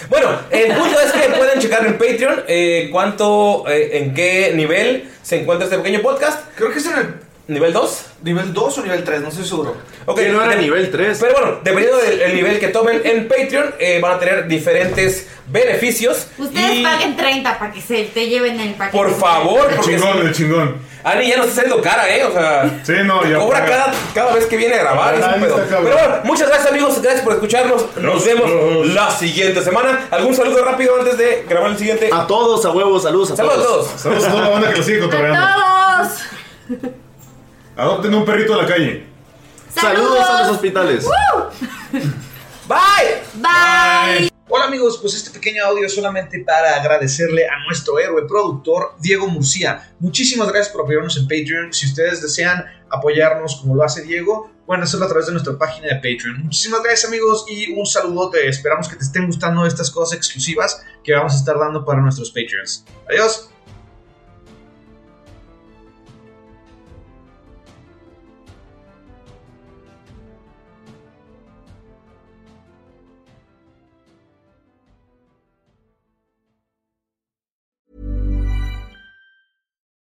Bueno, el punto es que pueden checar en Patreon eh, cuánto, eh, en qué nivel se encuentra este pequeño podcast. Creo que es en el ¿Nivel 2? ¿Nivel 2 o nivel 3? No estoy seguro. Ok, no era nivel 3. Pero bueno, dependiendo del el nivel que tomen en Patreon, eh, van a tener diferentes beneficios. Ustedes paguen 30 para que se te lleven el paquete. Por favor, El chingón, el chingón. Ani ya nos está saliendo cara, ¿eh? O sea, Sí, no, ya. cobra cada, cada vez que viene a grabar. Ah, es un ahí pedo. está, cabrón. Pero bueno, muchas gracias, amigos. Gracias por escucharnos. Nos vemos la siguiente semana. ¿Algún saludo rápido antes de grabar el siguiente? A todos, a huevos, saludos a Saludos a todos. todos. Saludos a toda la banda que lo sigue cotorreando. ¡Todos! Adopten un perrito de la calle. Saludos a los hospitales. Bye. Bye. Hola amigos, pues este pequeño audio es solamente para agradecerle a nuestro héroe productor Diego Murcia. Muchísimas gracias por apoyarnos en Patreon. Si ustedes desean apoyarnos como lo hace Diego, pueden hacerlo a través de nuestra página de Patreon. Muchísimas gracias amigos y un saludote. Esperamos que te estén gustando estas cosas exclusivas que vamos a estar dando para nuestros Patreons. Adiós.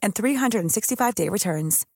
and 365-day returns.